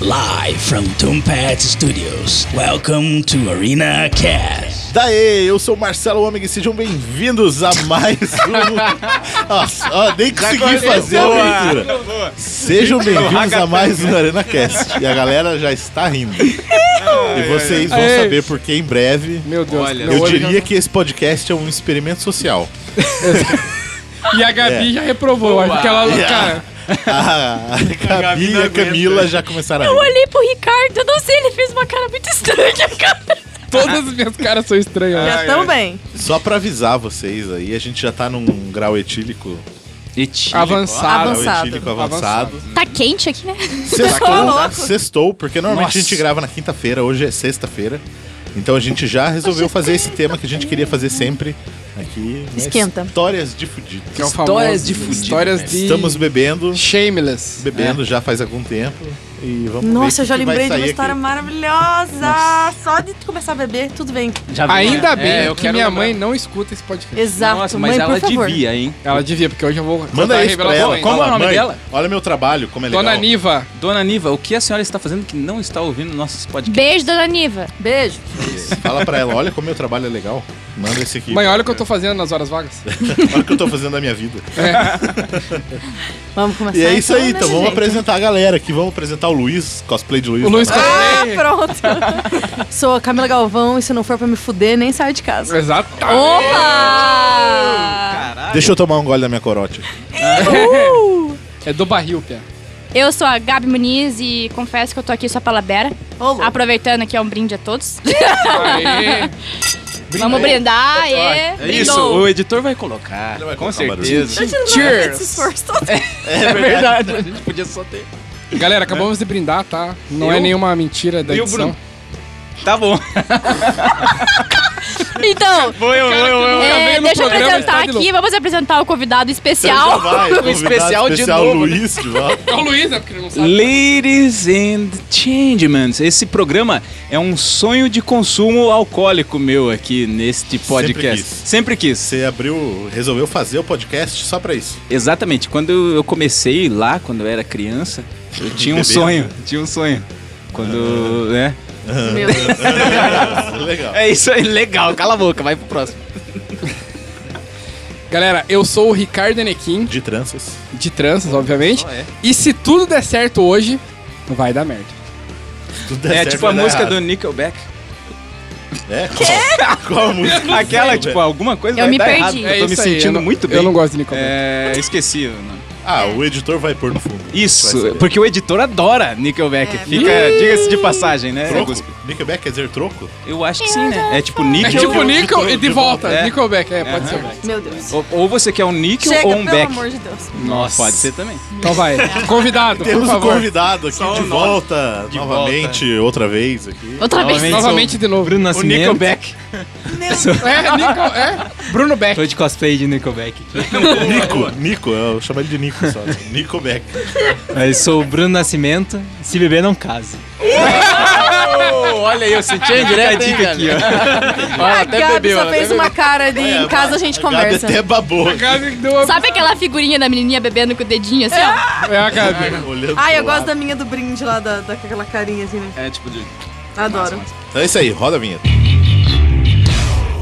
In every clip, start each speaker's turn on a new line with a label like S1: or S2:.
S1: Live from Tombat Studios. Welcome to Arena Cast.
S2: Daê, eu sou o Marcelo Homem e sejam bem-vindos a mais um. Nossa, ó, nem consegui fazer a abertura. Sejam bem-vindos a mais um Arena Cast. E a galera já está rindo. E vocês vão
S3: Aê.
S2: saber porque em breve.
S3: Meu Deus,
S4: Olha,
S3: meu
S2: Eu
S3: olho
S2: diria que esse podcast é um experimento social.
S3: já- E a Gabi já reprovou. eu Acho que ela.
S2: Yeah.
S3: Cara,
S2: A Gabi e
S4: não
S2: a
S4: aguenta.
S2: Camila já começaram a
S5: Eu
S2: rir.
S5: olhei pro Ricardo, eu não sei, ele fez uma cara muito estranha, cara.
S3: todas as minhas caras são estranhas. eu acho.
S5: Já também.
S2: Só pra avisar vocês aí, a gente já tá num grau etílico.
S3: Avançado.
S2: Grau
S5: Avançado.
S2: etílico avançado.
S5: Tá quente aqui, né? Tá
S2: Sextou,
S5: louco.
S2: sextou, porque normalmente a gente grava na quinta-feira, hoje é sexta-feira. Então a gente já
S5: é
S2: resolveu fazer esse tema que a gente queria fazer sempre aqui. né?
S5: Esquenta.
S2: Histórias de fudidos.
S3: Que é o famoso-
S4: Histórias de fudido, né?
S3: Histórias de.
S2: Estamos bebendo,
S3: Shameless.
S2: bebendo já faz algum tempo. E vamos ver o
S5: Nossa,
S2: que
S5: eu já
S2: que vai
S5: lembrei
S2: sair
S5: de uma
S2: aqui.
S5: história maravilhosa. Só de começar a beber, tudo bem.
S4: Já
S3: Ainda bem
S4: É,
S3: que minha
S4: lembrar.
S3: mãe não escuta esse podcast.
S5: Exato,
S4: Nossa, mas
S5: mãe,
S4: ela
S5: por favor.
S4: devia, hein?
S3: Ela devia, porque hoje eu vou.
S2: Manda
S3: contar
S2: isso pra
S3: revelações.
S2: ela.
S4: Como é o
S2: Fala,
S4: nome
S2: mãe,
S4: dela?
S2: Olha meu trabalho, como é legal.
S3: Dona Niva.
S4: Dona Niva, o que a senhora está fazendo que não está ouvindo nossos podcasts?
S6: Beijo, dona Niva.
S5: Beijo.
S2: Fala pra ela, olha como meu trabalho é legal. Manda esse aqui.
S3: Mãe, olha o que eu tô fazendo nas horas vagas.
S2: Olha o que eu tô fazendo da minha vida.
S3: Tá
S5: Vamos começar.
S2: E é isso
S3: né,
S2: aí,
S5: desse
S2: então vamos
S5: jeito.
S2: apresentar a galera aqui. Vamos apresentar o Luiz, cosplay de Luiz.
S3: O Luiz
S2: Navarro.
S3: Cosplay.
S5: Ah, pronto. Sou a Camila Galvão e se não for pra me fuder, nem saio de casa.
S3: Exato.
S6: É.
S5: Opa!
S2: Deixa eu tomar um gole da minha corote.
S3: É do barril, Pia.
S6: Eu sou a Gabi Muniz e confesso que eu tô aqui só pra Labera.
S5: Ô,
S6: Aproveitando aqui é um brinde a todos.
S3: Aê.
S6: Vamos brindar. aê.
S4: É isso,
S6: Brindou.
S4: o editor vai colocar.
S2: Ele vai
S4: com
S2: colocar
S4: certeza.
S5: Cheers.
S4: É verdade, a gente podia só ter.
S3: Galera, acabamos de brindar, tá? Não é
S4: Eu-
S3: nenhuma mentira da
S4: E o
S3: edição.
S4: Bruno? Tá bom.
S5: Então,
S4: Vou eu, eu, eu.
S3: nunca
S6: É,
S3: veio no
S6: deixa eu
S3: programa, está
S6: apresentar
S3: de louco.
S6: aqui. Vamos apresentar o convidado
S2: Já
S6: especial.
S2: vai, convidado
S4: especial de novo, né?
S2: Luiz de volta.
S3: É o Luiz, é porque ele não sabe.
S4: Ladies and gentlemen, esse programa é um sonho de consumo alcoólico meu aqui neste podcast.
S2: quis.
S4: Sempre quis.
S2: Você abriu, resolveu fazer o podcast só pra isso.
S4: Exatamente. Quando eu comecei lá, quando eu era criança, eu tinha um
S2: Bebê.
S4: sonho. Tinha um sonho. Quando. né?
S5: meu Deus.
S2: Legal.
S4: É isso aí, legal. Cala a boca, vai pro próximo.
S3: Galera, eu sou o Ricardo Enequim,
S2: De tranças.
S3: de tranças, obviamente.
S4: Só é.
S3: E se tudo der certo hoje, vai dar merda.
S2: Tudo der
S4: É
S2: certo,
S4: tipo a
S2: vai dar
S4: música
S2: errado.
S4: do Nickelback.
S2: É? Qual, qual a música?
S4: Aquela,
S2: Não sei,
S4: tipo,
S2: velho.
S4: alguma coisa
S6: Eu
S4: vai
S6: me
S4: dar
S6: perdi.
S4: errado. Eu
S3: É
S4: tô me
S3: isso aí, eu
S4: sentindo
S3: não-
S4: muito bem.
S3: Eu não gosto de Nickelback.
S4: É, esqueci. o nome.
S2: Ah, o editor vai pôr no fundo. Vai
S4: Isso, é,
S2: saber.
S4: porque o editor adora Nickelback.
S5: É,
S4: Fica, diga-se de passagem, né?
S2: Troco?
S4: Augusto?
S2: Nickelback quer dizer troco?
S4: Eu acho que sim, né? É tipo
S3: É
S4: Nickel.
S3: tipo Nickel e de volta.
S4: É.
S3: Nickelback, é, pode ser.
S5: Meu Deus.
S4: Ou, ou você quer um Nickel
S5: Chega,
S4: ou um
S5: pelo
S4: Beck.
S5: amor de Deus.
S4: Nossa. Pode ser também.
S3: Então vai. Convidado, por
S2: Temos um
S3: favor.
S2: convidado aqui
S4: Só
S2: de
S4: o nome.
S2: volta,
S4: De
S2: novamente, outra vez aqui.
S6: Outra vez.
S4: Novamente.
S3: Novamente de novo.
S4: Bruno Nascimento.
S3: É, Nickel, é. Bruno Beck.
S4: Tô de cosplay de Nickelback.
S2: Nico, Nico, eu chamo ele de Nico só. Nickelback.
S4: Eu sou o Bruno Nascimento. Se beber, não case. Olha aí, eu senti a direita dica aqui, ó.
S2: Ah,
S5: a Ah, Gabi só fez uma cara de em casa a gente
S2: É, A Gabi
S5: conversa.
S2: até babou.
S3: Gabi deu uma-
S6: Sabe aquela figurinha da menininha bebendo com o dedinho assim, ó?
S3: É a Gabi.
S2: Olhando
S5: Ai,
S2: pro
S5: eu
S2: lado.
S5: gosto da minha do brinde lá, da, daquela carinha assim, né?
S4: É tipo de.
S5: Adoro.
S2: Então é isso aí, roda a vinheta.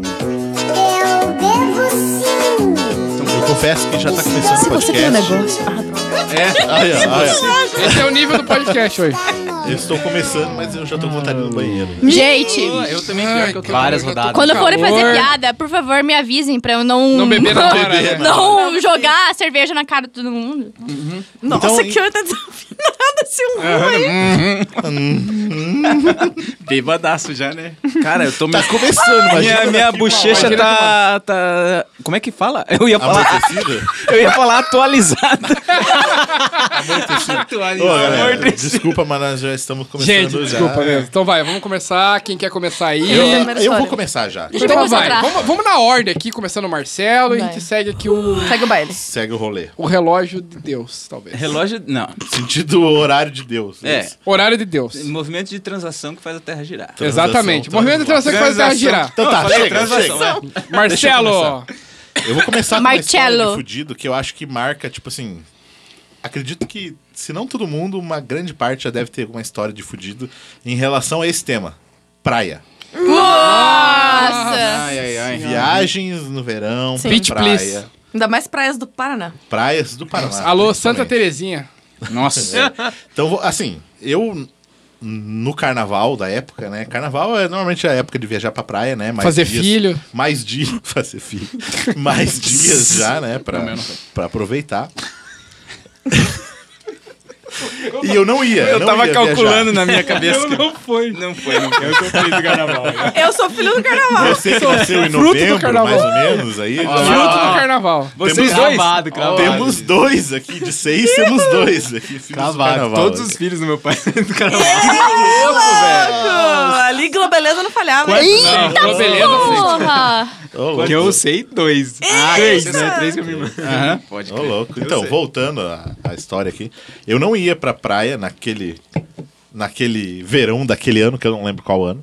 S7: Eu devo sim.
S2: Então, Eu confesso que já tá começando o
S5: Se você tem um
S2: podcast.
S5: negócio. tá.
S2: Ai, ai, ai.
S3: Esse é o nível do podcast hoje.
S2: Eu estou começando, mas eu já tô com vontade de ir no banheiro.
S6: Gente,
S4: Ah, Eu também pior que eu tô Várias rodadas.
S6: quando forem fazer
S3: Calor.
S6: piada, por favor, me avisem pra eu não...
S3: Não beber na hora, né?
S6: Não jogar a cerveja na cara de todo mundo.
S3: Uhum.
S5: Nossa,
S2: Então,
S5: que eu tá desafinada esse um aí.
S4: Bebadaço já, né? Cara, eu tô me...
S2: Tá começando,
S4: Minha,
S2: imagina.
S4: minha bochecha tá, tá. Como é que fala? Eu ia falar.
S2: Ah, Tá Amortecido?
S4: Eu ia falar atualizada.
S2: Ô, galera,
S4: Amortecido.
S2: desculpa, mas nós já estamos começando
S3: Gente,
S2: já.
S3: desculpa mesmo. Então vai, vamos começar. Quem quer começar aí?
S5: Eu-
S2: Eu,
S5: Primeira
S2: eu vou
S5: história.
S2: começar já.
S6: Então
S3: Então
S6: vamos
S3: vai,
S6: entrar.
S3: vamos, vamos na ordem aqui, começando o Marcelo, e a
S5: Vai.
S3: gente segue aqui o,
S5: Segue o baile.
S2: Segue o rolê.
S3: o relógio de Deus, talvez.
S4: Relógio. Não.
S2: Sentido horário de Deus.
S4: É.
S2: Isso.
S3: Horário de Deus.
S4: Movimento de transação que faz a Terra girar.
S2: Transação,
S3: Exatamente.
S2: transação.
S3: Movimento de transação que faz a terra girar.
S2: Então tá,
S4: Não, eu falei
S2: chega,
S4: transação,
S2: chega.
S3: Marcelo!
S2: Eu vou começar com uma história
S6: Marcello.
S2: de fudido que eu acho que marca, tipo assim... Acredito que, se não todo mundo, uma grande parte já deve ter uma história de fudido em relação a esse tema. Praia.
S6: Nossa.
S4: Ai, ai, ai.
S2: Viagens no verão,
S5: Sim.
S3: Beach,
S2: praia.
S3: please.
S5: Ainda mais praias do Paraná.
S2: Praias
S4: É
S2: do Paraná.
S3: Alô, Santa
S2: principalmente.
S3: Terezinha.
S4: Nossa.
S2: Então, vou- assim, eu... No carnaval da época, né? Carnaval é normalmente a época de viajar pra praia, né? Mais
S3: Fazer
S2: dias-
S3: filho.
S2: mais dias fazer filho, mais dias já, né, Pra para aproveitar. e eu não ia,
S4: Eu
S2: não
S4: tava
S2: ia
S8: né?
S2: viajar.
S4: calculando na minha cabeça. que- Não foi. Não foi, não foi. Eu comprei do carnaval.
S5: Eu sou filho do carnaval.
S2: Você que nasceu em
S3: Fruto do
S2: novembro,
S3: carnaval.
S2: mais ou menos, aí já-
S3: Fruto do carnaval.
S4: Vocês
S2: Temos
S4: dois.
S8: cravado, cravado.
S2: temos dois aqui de seis, temos dois aqui filhos do
S8: Cavado.
S2: carnaval.
S8: Todos os filhos do meu pai do
S4: É.
S8: carnaval.
S5: Ah, Ali, Globeleza não falhava.
S3: Não, falou, beleza.
S6: Porra.
S2: Ô, louco.
S8: Que eu sei dois. Ah, três, né? Três que a minha irmã.
S4: é Aham. Pode.
S2: Ô, louco. Então, voltando à, à história aqui, eu não ia pra praia naquele, naquele verão daquele ano, que eu não lembro qual ano.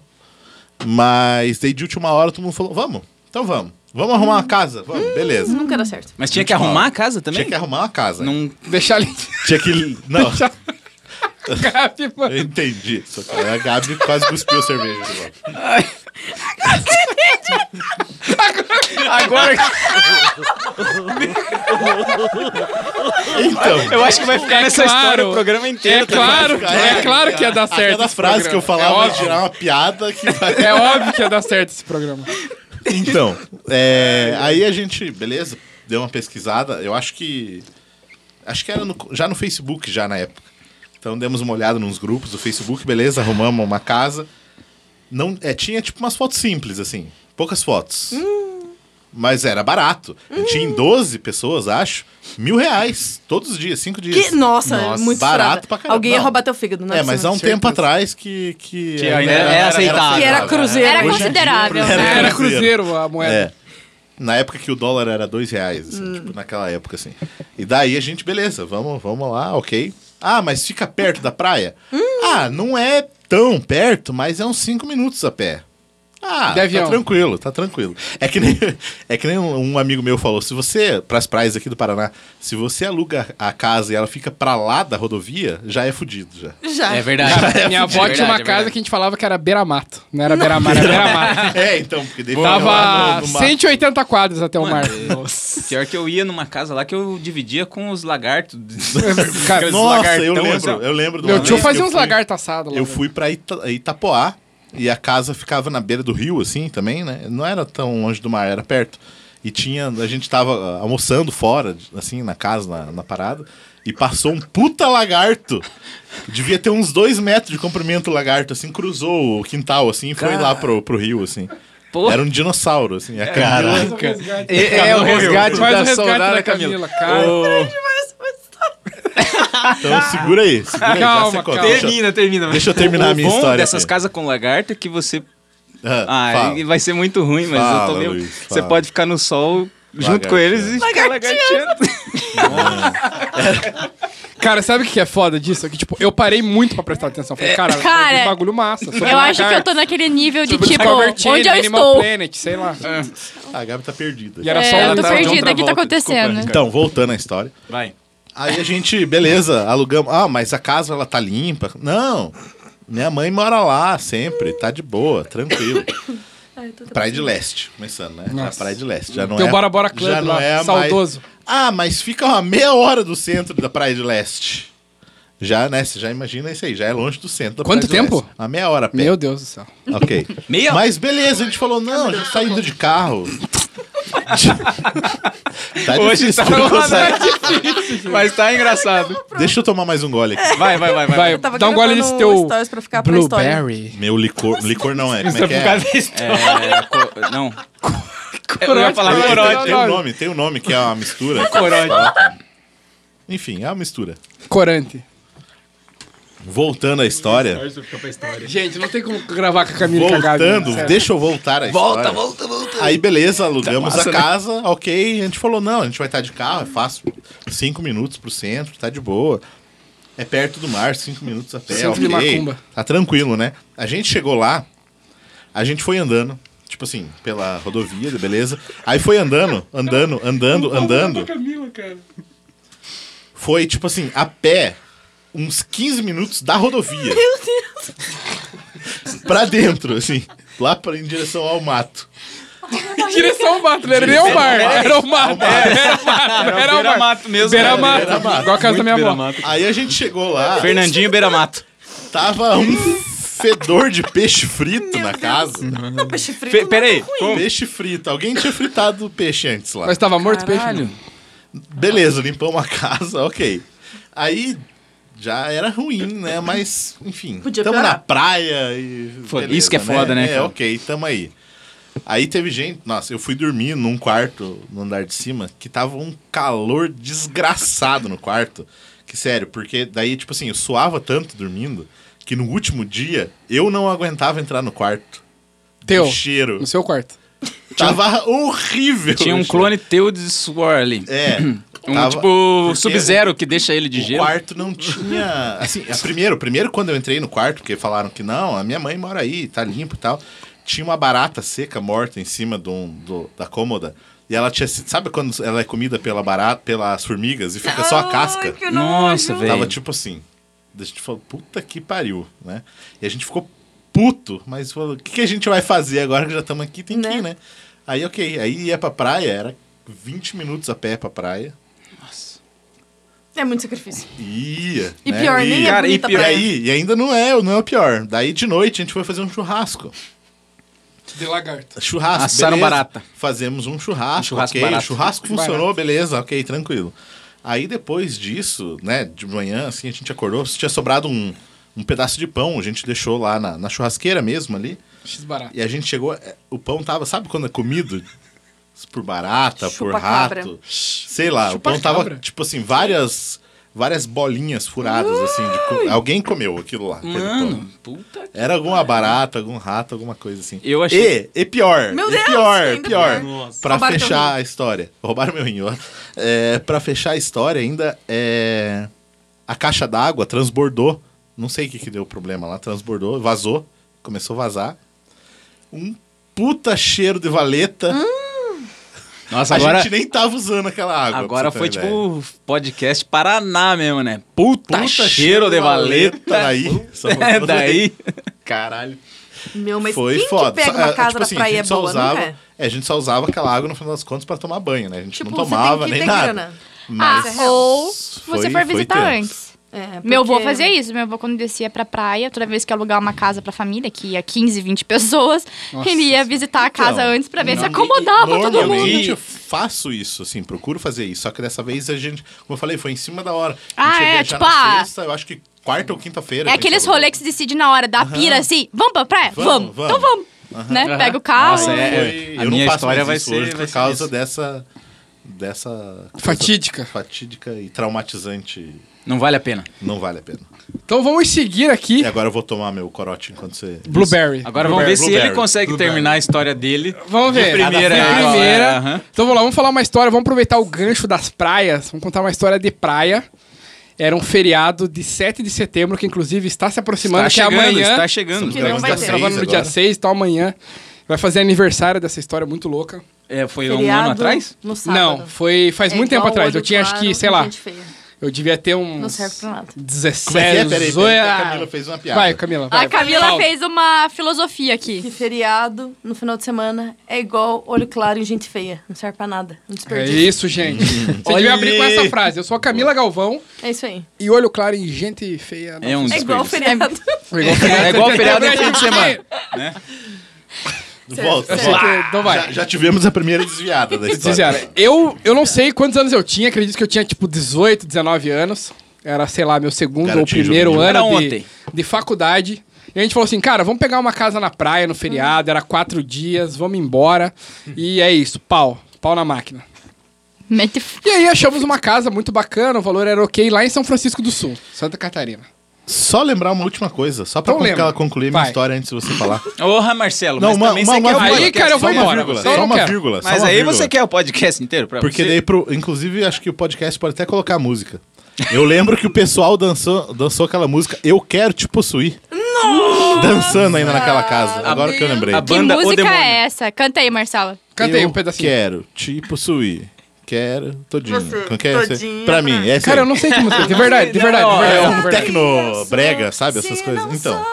S2: Mas daí de última hora todo mundo falou: vamos, então vamos. Vamos arrumar uma casa? Vamos,
S3: Hum.
S2: beleza.
S5: Nunca dá certo.
S4: Mas tinha que arrumar a casa
S2: Tinha
S4: também?
S2: que arrumar uma casa.
S4: Não.
S3: Deixar ali.
S2: Tinha que. Não,
S3: Gabi, mano.
S2: eu entendi. Só que a Gabi quase cuspiu a cerveja de volta.
S4: Agora
S2: Então.
S4: eu acho que vai ficar
S3: É
S4: nessa história
S3: claro.
S4: o programa inteiro.
S3: É claro,
S2: tá
S3: é claro que ia dar
S2: A
S3: certo.
S2: cada
S3: esse
S2: frase
S3: programa.
S2: que eu
S3: é
S2: falava vai
S3: óbvio,
S2: gerar uma piada que vai.
S3: é óbvio que ia dar certo esse programa.
S2: Então, é, aí a gente, beleza, deu uma pesquisada. Eu acho que. Acho que era no- já no Facebook, já na época. Então demos uma olhada nos grupos do Facebook, beleza, arrumamos uma casa. Não, é, tinha tipo umas fotos simples, assim. Poucas fotos.
S5: Hum.
S2: Mas era barato. Tinha em 12 pessoas, acho, mil reais. Todos os dias, cinco dias.
S5: Que, nossa,
S2: Nossa,
S5: muito
S2: barato
S5: estrada.
S2: pra caramba.
S5: Alguém ia
S2: Não.
S5: roubar teu né, fígado, não
S2: É, mas há um
S5: possível.
S2: tempo atrás que. Que,
S8: ainda era- era aceitável.
S5: Que era
S2: né?
S5: cruzeiro.
S6: Era
S5: Hoje
S6: É
S5: em dia, é
S6: considerável.
S2: por exemplo.
S6: né?
S3: Era
S2: É, Cruzeiro.
S3: cruzeiro a moeda.
S2: É. Na época que o dólar era dois reais,
S6: Hum.
S2: assim, tipo, naquela época, assim. E daí a gente, beleza, vamos, vamos lá, ok. Ah, mas fica perto da praia?
S6: Hum.
S2: Ah, não é tão perto, mas é uns cinco minutos a pé. Ah,
S3: De
S2: tá
S3: avião.
S2: tranquilo, tá tranquilo. É que nem, é que nem um, um amigo meu falou, se você, pras praias aqui do Paraná, se você aluga a casa e ela fica pra lá da rodovia, já é fudido, já.
S5: Já.
S8: É verdade.
S3: Cara, minha avó
S8: É
S3: tinha uma
S8: verdade, é
S3: casa
S8: verdade.
S3: que a gente falava que era beira-mato. Não era beira-mar, era beira-mato.
S2: É, então, porque daí fica lá
S3: Tava
S2: no- no mato.
S3: 180 quadros até o mar.
S4: Pior que eu ia numa casa lá que eu dividia com os lagartos.
S3: Cara,
S2: Nossa, eu
S4: lagartão,
S2: lembro,
S4: assim, ó.
S2: eu lembro. de
S3: Meu
S2: uma
S3: tio
S2: vez que
S3: fazia
S2: um eu
S3: uns
S2: fui-
S3: lagartos assados lá.
S2: Eu
S3: né?
S2: fui pra Ita- Itapoá e a casa ficava na beira do rio, assim, também, né? Não era tão longe do mar, era perto. E tinha, a gente tava ah, almoçando fora, assim, na casa, na, na parada, e passou um puta lagarto. Devia ter uns dois metros de comprimento o lagarto, assim, cruzou o quintal, assim, e foi lá pro, pro rio, assim.
S4: Porra.
S2: Era um dinossauro, assim. A cara.
S8: É, é o resgate
S3: Faz o
S8: da
S3: resgate
S8: soldada
S3: da
S8: Camila.
S3: Camila, cara.
S2: Então segura aí, segura aí. já
S3: Calma,
S2: secou.
S3: calma.
S2: Deixa, eu-
S8: Termina, termina.
S2: deixa eu terminar
S4: o
S2: a minha
S4: bom
S2: história.
S4: dessas
S2: aqui.
S4: casas com lagarto é que você...
S2: Ah,
S4: Ah,
S2: fala.
S4: e vai ser muito ruim, mas eu
S2: Fala,
S4: tô meio...
S2: Luiz,
S4: você
S2: fala.
S4: pode ficar no sol junto
S2: Lagarteando.
S4: com eles e ficar lagarteando.
S3: Cara, sabe o que é foda disso? É que, tipo, eu parei muito pra prestar atenção. Falei, cara,
S6: Cara,
S3: que bagulho massa. sobre
S6: Eu acho que eu
S3: lagarto,
S6: tô naquele nível de
S3: sobre
S6: tipo,
S3: Discovery Channel,
S6: onde eu
S3: Animal
S6: estou.
S3: Planet, sei lá.
S2: A Gabi tá perdida.
S3: E era só
S6: É, eu
S3: um
S6: tô
S8: tá de
S6: perdida,
S8: outra
S6: o que tá
S8: volta,
S6: acontecendo?
S3: né?
S8: desculpa,
S2: Então, voltando à história.
S8: Vai.
S2: Aí a gente, beleza, alugamos. Ah, mas a casa ela tá limpa? Não. Minha mãe mora lá sempre, tá de boa, tranquilo. Praia de Leste, começando, né? Já
S3: Nossa.
S2: Praia de Leste. Já não
S3: Tem
S2: é,
S3: o Bora Bora Club
S2: já não
S3: lá,
S2: é mais-
S3: saudoso.
S2: Ah, mas fica uma meia hora do centro da Praia de Leste. Já, né? Você já imagina isso aí, já é longe do centro da
S3: Quanto
S2: Praia de
S3: tempo?
S2: Leste. Uma meia hora, a pé.
S3: Meu Deus do céu.
S2: Ok.
S4: Meia-
S2: Mas beleza, a gente falou, não, a gente tá indo de carro. Tá
S4: Hoje
S2: difícil
S4: tá
S2: pra eu
S4: uma
S2: passar.
S4: nota difícil, mas tá engraçado.
S2: Deixa eu tomar mais um gole aqui.
S4: Vai, vai, vai, vai.
S3: Vai,
S5: Eu tava
S3: dá um gole nesse
S5: gravando
S3: teu
S5: stories pra ficar pra história.
S3: blueberry.
S2: Meu licor. Licor não é.
S3: Tá
S2: Como é que é?
S4: É, co- não. Eu ia falar
S2: Tem-
S4: corote.
S2: Tem um nome, tem um nome que é uma mistura. Corote. Enfim, é uma mistura.
S3: Corante.
S2: Voltando à história.
S3: Gente, não tem como gravar com a né? Camila cagada.
S9: né?
S2: Voltando, deixa eu voltar à história.
S9: volta, volta.
S2: Aí beleza, alugamos
S9: Tá massa,
S2: a
S9: né?
S2: casa, ok. A gente falou, não, a gente vai estar de carro, é fácil. Cinco minutos pro centro, tá de boa. É perto do mar, cinco minutos a pé,
S3: Centro de
S2: ok.
S3: Macumba.
S2: tá tranquilo, né? A gente chegou lá, a gente foi andando, tipo assim, pela rodovia, beleza. Aí foi andando, andando, andando, andando. Foi, tipo assim, a pé, uns 15 minutos da rodovia.
S5: Meu Deus.
S2: pra dentro, assim. Lá pra, em direção ao mato.
S3: Em direção ao mato, não era nem é o mar. Era o mato. Era o mato. Era o
S4: Beira
S3: mar.
S4: Mato mesmo.
S3: Beira
S4: cara.
S3: mato. Igual a casa da minha
S4: Beira
S3: avó.
S4: Mato.
S2: Aí a gente chegou lá.
S4: Fernandinho Beira Mato.
S2: Tava um fedor de peixe frito na casa.
S5: Não, peixe frito.
S4: Fe-
S5: não
S4: Peraí,
S5: tá
S4: como?
S2: Peixe frito. Alguém tinha fritado o peixe antes lá.
S3: Mas tava morto o peixe?
S5: Caralho.
S3: não?
S2: Beleza, limpamos a casa, ok. Aí já era ruim, né? Mas, enfim.
S5: Podia
S2: tamo
S5: piorar.
S2: na praia e.
S4: Foda, isso que é foda, né,
S2: É,
S4: cara?
S2: ok, tamo aí. Aí teve gente. Nossa, eu fui dormir num quarto no andar de cima que tava um calor desgraçado no quarto. Que sério, porque daí, tipo assim, eu suava tanto dormindo que no último dia eu não aguentava entrar no quarto.
S3: Teu.
S2: O cheiro.
S3: No seu quarto.
S2: Tava horrível.
S4: um Tinha
S2: o
S4: um
S2: cheiro.
S4: clone teu de suor ali.
S2: É.
S4: Um
S2: tava-
S4: tipo
S2: porque-
S4: Sub-Zero que deixa ele de
S2: O
S4: gelo.
S2: quarto não tinha. Assim, a primeiro, primeiro quando eu entrei no quarto, porque falaram que não, a minha mãe mora aí, tá limpo e tal. Tinha uma barata seca morta em cima de um- do- da cômoda. E ela tinha. sido- Sabe quando ela é comida pela barata, pelas formigas e fica só a casca?
S5: que nojo.
S4: Nossa,
S2: Tava
S4: velho.
S2: tipo assim. A gente falou, puta que pariu, né? E a gente ficou puto, mas falou, o que, que a gente vai fazer agora que já estamos aqui? Tem que
S5: Né?
S2: ir, né? Aí, ok. Aí ia pra praia, era 20 minutos a pé pra praia.
S5: É muito sacrifício.
S2: Ia.
S5: E
S2: né?
S5: pior, nem
S2: Ia.
S5: é
S4: Cara, e
S5: bonita
S2: E
S4: pior-
S5: pra
S2: aí, e ainda não é, não é o pior. Daí de noite a gente foi fazer um churrasco.
S3: De lagarto.
S2: Churrasco.
S4: Assaram
S2: beleza.
S4: barata.
S2: Fazemos um churrasco,
S4: Um churrasco
S2: ok.
S4: barato.
S2: Churrasco funcionou, beleza, ok, tranquilo. Aí depois disso, né, de manhã, assim, a gente acordou, tinha sobrado um, um pedaço de pão, a gente deixou lá na, na churrasqueira mesmo ali.
S3: X barato.
S2: E a gente chegou, é, o pão tava, sabe quando é comido? Por barata, por
S5: Chupa-cabra.
S2: rato, sei lá. O pão
S3: Chupa-cabra.
S2: tava, tipo assim, várias várias bolinhas furadas, assim. de co- Alguém comeu aquilo lá. aquele pão.
S4: Mano, puta.
S2: Era alguma barata, algum rato, alguma coisa assim.
S4: Eu achei-
S2: E, e pior.
S5: Meu
S2: e
S5: Deus,
S2: pior,
S5: ainda
S2: pior.
S5: pior. Nossa.
S2: Pra
S5: Roubaram teu
S2: fechar
S5: rim.
S2: a história. Roubaram meu rim, ó. É, pra fechar a história ainda, é... A caixa d'água transbordou. Não sei o que que deu o problema lá. Transbordou, vazou. Começou a vazar. Um puta cheiro de valeta.
S5: Hum?
S4: Nossa,
S2: tipo a
S4: agora,
S2: gente nem tava usando aquela água. pra
S4: agora
S2: você ter
S4: foi
S2: uma
S4: tipo
S2: ideia.
S4: podcast Paraná mesmo, né? Puta,
S2: Puta
S4: cheiro, de valeta.
S2: Daí. Só-
S4: É, daí.
S2: Caralho.
S5: Meu, mas
S2: foi
S5: quem
S2: foda.
S5: que pega
S2: Só- é,
S5: uma casa
S2: tipo
S5: na
S2: assim, a
S5: praia
S2: gente só
S5: boa,
S2: usava,
S5: não é?
S2: é, a gente só usava aquela água no final das contas pra tomar banho, né? A gente
S5: Tipo,
S2: não
S5: você tem
S2: tomava
S5: que
S2: nem
S5: ter
S2: nada.
S5: grana.
S2: Mas
S5: Ah,
S2: foi-
S6: Ou se você
S2: foi
S6: for visitar
S2: tenso.
S6: antes.
S5: É, porque-
S6: Meu avô fazia isso. Meu avô, quando descia pra praia, toda vez que ia alugar uma casa pra família, que ia 15, 20 pessoas, ele ia visitar a casa
S2: Então,
S6: antes Ah, pra ver se
S2: não-
S6: acomodava todo mundo.
S2: Normalmente eu faço isso, assim, procuro fazer isso. Só que dessa vez a gente, como eu falei, foi em cima da hora.
S6: Ah,
S2: a gente ia
S6: é,
S2: viajar
S6: tipo,
S2: na
S6: ah,
S2: sexta, eu acho que quarta ou quinta-feira.
S6: É
S2: a gente
S6: aqueles
S2: alugou.
S6: rolês que se decide na hora, da pira assim, vamos pra praia?
S2: Vamos,
S6: Vamos,
S2: vamos.
S6: então vamos. Né? Pega o carro.
S4: Nossa, é-
S2: Foi-
S4: a
S2: eu
S4: minha
S2: não faço
S4: história
S2: mais
S4: vai
S2: isso
S4: ser-
S2: hoje
S4: vai
S2: por
S4: ser
S2: causa
S4: isso.
S2: dessa dessa coisa
S3: Fatídica.
S2: fatídica e traumatizante.
S4: Não vale a pena.
S2: Não vale a pena.
S3: Então vamos seguir aqui.
S2: E agora eu vou tomar meu corote enquanto você.
S3: Blueberry.
S4: Agora vamos
S2: Blueberry,
S4: ver se ele
S2: blueberry,
S4: consegue terminar a história dele.
S3: Vamos ver.
S4: De primeira,
S3: De
S2: é,
S4: né,
S3: primeira.
S4: galera? Aham.
S3: Então vamos lá, vamos falar uma história, vamos aproveitar o gancho das praias. Vamos contar uma história de praia. Era um feriado de 7 de setembro, que inclusive está se aproximando,
S4: Está
S3: que é
S4: Tá chegando,
S3: amanhã.
S4: está chegando.
S5: Que não vai
S3: Estamos
S5: ter.
S3: gravando no
S2: Seis
S3: dia
S2: um agora.
S3: 6, então amanhã. Vai fazer aniversário dessa história muito louca.
S4: É, foi um
S5: Feriado
S4: ano atrás?
S5: No sábado.
S3: Não, foi faz
S5: É
S3: muito
S5: igual
S3: tempo atrás.
S5: olho
S3: Eu tinha, acho
S5: claro
S3: que, sei
S5: e
S3: lá,
S5: gente feia.
S3: eu devia ter uns
S5: Não serve pra nada.
S2: Como é que é?
S3: 17,
S2: Peraí, peraí,
S3: 18.
S2: que a Camila fez uma piada.
S3: Vai, Camila.
S4: é
S5: Ah,
S3: Vai.
S6: A Camila
S3: Fala.
S6: fez uma filosofia
S5: Que
S6: aqui.
S5: feriado no final de semana é igual olho claro e gente feia. Não serve pra nada. Não
S3: É
S5: desperdício.
S3: isso, gente.
S2: Hum,
S3: Você devia abrir com essa frase. Eu sou a Camila Galvão
S5: É isso aí.
S3: e olho claro em gente feia.
S4: É um
S5: É igual
S4: desperdício.
S5: feriado.
S4: É
S3: É igual feriado,
S4: igual feriado
S3: em
S4: no fim de semana.
S2: Volta,
S3: Eu sei
S2: volta.
S3: que- então vai.
S2: Já, já tivemos a primeira desviada da história.
S3: Sincera, eu, eu não sei quantos anos eu tinha, acredito que eu tinha tipo 18, 19 anos. Era, sei lá, meu segundo
S2: Cara, eu
S3: ou
S2: tinha
S3: primeiro
S2: juvenil.
S4: Era
S3: ano de,
S4: ontem.
S3: de faculdade. E a gente falou assim, cara, vamos pegar uma casa na praia no feriado, era quatro dias, vamos embora. E é isso, pau. Pau na máquina.
S6: Mete f-
S3: E aí achamos uma casa muito bacana, o valor era ok, lá em São Francisco do Sul, Santa Catarina.
S2: Só lembrar uma última coisa, só pra
S3: Então
S2: con-
S3: lembra.
S2: ela concluir a minha
S3: Vai.
S2: história antes de você falar.
S4: Porra, Marcelo, mas também você quer
S3: uma-
S4: o
S3: Aí, cara, eu vou
S2: só uma
S3: embora,
S2: vírgula,
S3: você- eu
S2: só
S3: não
S2: uma
S3: quero.
S2: vírgula. só
S4: Mas
S2: uma
S4: aí
S2: vírgula.
S4: você quer o podcast inteiro pra
S2: Porque
S4: você?
S2: daí, pro, inclusive, acho que o podcast pode até colocar música. Eu lembro que o pessoal dançou, dançou aquela música Eu Quero Te Possuir. Dançando ainda naquela casa. Agora que eu lembrei.
S4: a
S6: Que
S4: Banda O
S6: música
S4: Demônio.
S6: é essa? Canta aí, Marcela.
S3: Cantei
S2: eu
S3: um pedacinho.
S2: Quero te possuir. Quero todinho. Como que é esse? Pra mim, é esse
S3: Cara, eu
S2: aí.
S3: não sei que música, de verdade, de verdade, de
S2: É
S3: verdade.
S2: um
S3: de verdade.
S2: tecno brega, sabe? Essas coisas. Então,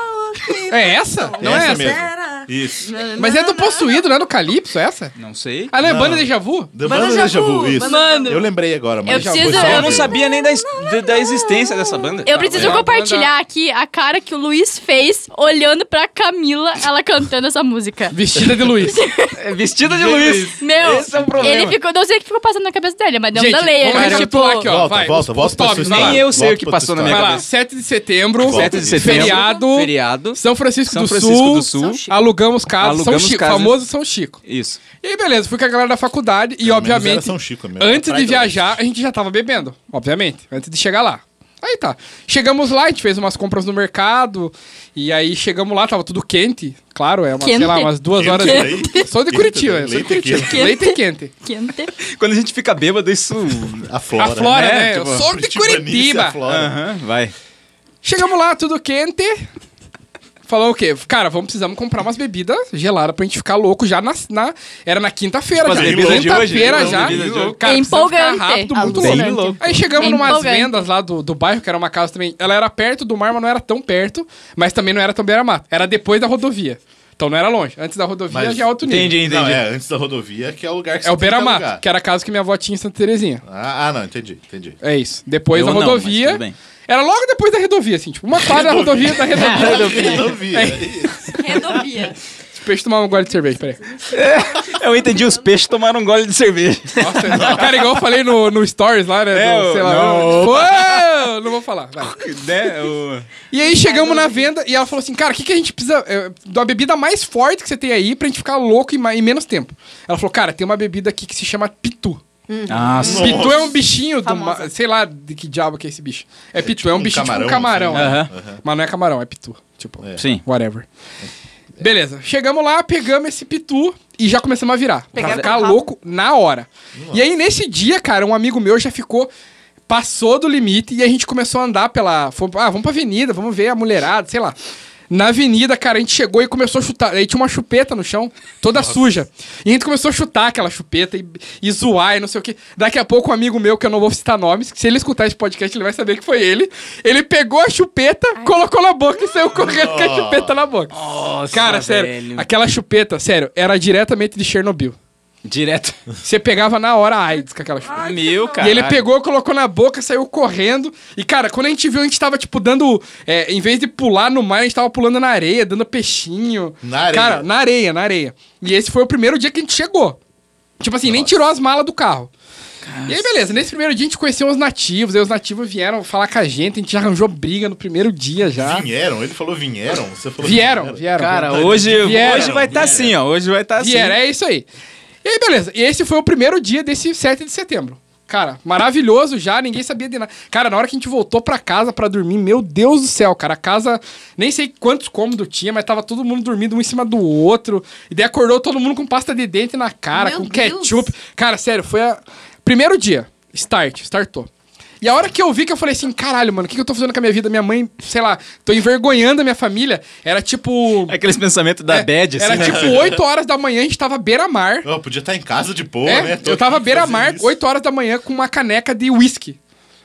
S3: É essa? Não é essa?
S2: mesmo. Isso.
S3: Mas é do Possuído, não é do Calypso essa?
S4: Não sei.
S3: Ah, não, é Banda Deja Vu?
S2: The Banda Deja Vu, isso.
S6: Mano.
S2: Eu lembrei agora, mas
S6: Eu
S2: já
S6: preciso-
S2: foi só
S4: Eu
S2: uma
S4: não
S2: vez.
S4: sabia nem da, es- de- da existência dessa banda.
S6: Eu preciso
S3: é uma
S6: compartilhar aqui a cara que o Luiz fez olhando pra Camila, ela cantando essa música.
S3: Vestida de Luiz.
S4: Vestida É de Luiz.
S6: Meu,
S4: Esse é o problema.
S6: ele ficou, não sei o que ficou passando na cabeça dele, mas deu
S3: Gente,
S6: da lei.
S3: vamos
S6: Ele, tipo,
S3: recapitular aqui, ó.
S2: Volta,
S3: vai,
S2: volta,
S3: os- os
S2: volta. pra
S3: tops,
S2: sua
S3: vai lá.
S4: Nem
S2: história.
S4: eu sei
S2: Volta
S4: o que
S2: pra
S4: passou
S2: sua
S4: na
S3: Vai
S4: minha
S2: história.
S3: lá,
S4: cabeça.
S3: 7 de setembro.
S4: 7 de setembro.
S3: Feriado.
S4: Feriado.
S3: São Francisco,
S4: São
S3: do,
S4: Francisco
S3: Sul,
S4: do Sul. São Chico.
S3: Alugamos casa.
S4: Alugamos
S3: São Chico,
S4: casa.
S3: famoso São Chico.
S4: Isso.
S3: E aí, beleza, fui com a galera da faculdade e,
S2: menos era
S3: obviamente,
S2: São Chico mesmo,
S3: antes
S2: praia
S3: de
S2: do
S3: viajar, a gente já tava bebendo, obviamente, antes de chegar lá. Aí tá. Chegamos lá, a gente fez umas compras no mercado, e aí chegamos lá, tava tudo quente, claro, é uma, sei
S6: Quente.
S3: lá, umas duas
S2: Quente
S3: horas.
S2: aí.
S3: Sou de
S2: Quente
S3: Curitiba,
S2: aí.
S3: eu sou de
S2: Leite
S3: Curitiba.
S2: quente.
S3: Leite quente.
S6: quente.
S4: Quando a gente fica bêbado, isso...
S2: A
S3: A
S2: Flora.
S3: Flora,
S4: né?
S3: né? Eu
S4: Tipo,
S3: sou de Curitiba.
S4: Aham, vai.
S3: Chegamos lá, tudo quente. Falou o quê? Cara, vamos precisamos comprar umas bebidas geladas pra gente ficar louco já na. na- era na quinta-feira,
S4: Tipo,
S3: já.
S4: as bebidas de hoje?
S3: Quinta-feira
S4: As
S3: já.
S4: bebidas de hoje?
S3: Cara, precisamos ficar
S6: Empolgante.
S3: rápido, muito
S6: Bem
S3: louco.
S4: louco.
S3: Aí chegamos numas
S6: Empolgante.
S3: vendas lá do, do bairro, que era uma casa também. Ela era perto do mar, mas não era tão perto. Mas também não era tão beira-mato. Era depois da rodovia. Então não era longe. Antes da rodovia
S2: Mas-
S3: já é outro nível.
S4: Entendi, entendi.
S2: Não, é, antes da rodovia, que é o lugar que
S3: É o
S2: você tem que
S3: beira-mato,
S2: alugar.
S3: que era a casa que minha avó tinha em Santa Terezinha.
S2: Ah, ah, não, entendi, entendi.
S3: É isso. Depois
S4: Eu
S3: da
S4: não, mas
S3: rodovia.
S4: tudo bem. É.
S3: Era logo depois da rodovia, assim, tipo, uma quadra da rodovia da rodovia.
S2: é Rodovia.
S6: Redovia.
S3: Peixe tomar um gole de cerveja, peraí.
S4: Eu entendi, os peixes tomaram um gole de cerveja.
S3: Nossa, cara, igual eu falei no, no Stories lá, né?
S4: É,
S3: do-
S4: eu-
S3: sei lá.
S4: não.
S3: eu- Uou, não vou falar. vai.
S4: né? o-
S3: E aí chegamos na venda e ela falou assim: Cara, o que, que a gente precisa. é, da bebida mais forte que você tem aí pra gente ficar louco em, ma- em menos tempo. Ela falou: Cara, tem uma bebida aqui que se chama Pitu.
S4: Nossa.
S3: Pitu é um bichinho do. ma- Sei lá de que diabo que é esse bicho. É, Pitu, é um
S2: um
S3: bicho tipo um
S2: camarão,
S3: camarão.
S2: assim,
S3: né?
S4: Aham.
S3: Mas não é camarão, é Pitu. Tipo,
S4: Sim.
S3: whatever. Beleza, chegamos lá, pegamos esse pitu e já começamos a virar.
S5: Pegamos
S3: pra ficar
S5: rápido.
S3: louco na hora. E aí, nesse dia, cara, um amigo meu já ficou. Passou do limite e a gente começou a andar pela. fomos- ah, vamos pra avenida, vamos ver a mulherada, sei lá. Na avenida, cara, a gente chegou e começou a chutar. Aí tinha uma chupeta no chão, toda suja. E a gente começou a chutar aquela chupeta e, e zoar e não sei o quê. Daqui a pouco, um amigo meu, que eu não vou citar nomes, que se ele escutar esse podcast, ele vai saber que foi ele. Ele pegou a chupeta, colocou na boca e saiu correndo com a chupeta na boca. Cara, sério, aquela chupeta, sério, era diretamente de Chernobyl.
S4: Direto.
S3: Você pegava na hora a AIDS com aquela chupeta.
S4: Meu, cara.
S3: E ele pegou, colocou na boca, saiu correndo. E, cara, quando a gente viu, a gente tava, tipo, dando. é, em vez de pular no mar, a gente tava pulando na areia, dando peixinho.
S2: Na areia?
S3: Cara, na areia, na areia. E esse foi o primeiro dia que a gente chegou. Tipo assim, nem tirou as malas do carro. E aí, beleza, nesse primeiro dia a gente conheceu os nativos, aí os nativos vieram falar com a gente, a gente já arranjou briga no primeiro dia já.
S2: Vieram, ele falou vieram. Você falou
S3: Vieram, vieram.
S4: Cara, hoje,
S3: Vieram,
S4: hoje vai estar
S2: vieram.
S4: assim, ó. Hoje vai estar assim.
S3: Vieram, é isso aí. E aí, beleza. E esse foi o primeiro dia desse 7 de setembro. Cara, maravilhoso já, ninguém sabia de nada. Cara, na hora que a gente voltou pra casa pra dormir, meu Deus do céu, cara, a casa, nem sei quantos cômodos tinha, mas tava todo mundo dormindo um em cima do outro. E daí acordou todo mundo com pasta de dente na cara,
S5: Meu
S3: com
S5: Deus.
S3: ketchup. Cara, sério, foi a. Primeiro dia, start, startou. E a hora que eu vi que eu falei assim, caralho, mano, o que, que eu tô fazendo com a minha vida? Minha mãe, sei lá, tô envergonhando a minha família. Era tipo.
S4: Aqueles pensamentos da
S3: É,
S4: bad, assim.
S3: Era tipo 8 horas da manhã, a gente tava beira-mar.
S2: Eu Oh, podia estar em casa de boa,
S3: É,
S2: né? Tô
S3: eu tava
S2: aqui
S3: beira-mar,
S2: fazendo isso.
S3: 8 horas da manhã, com uma caneca de uísque.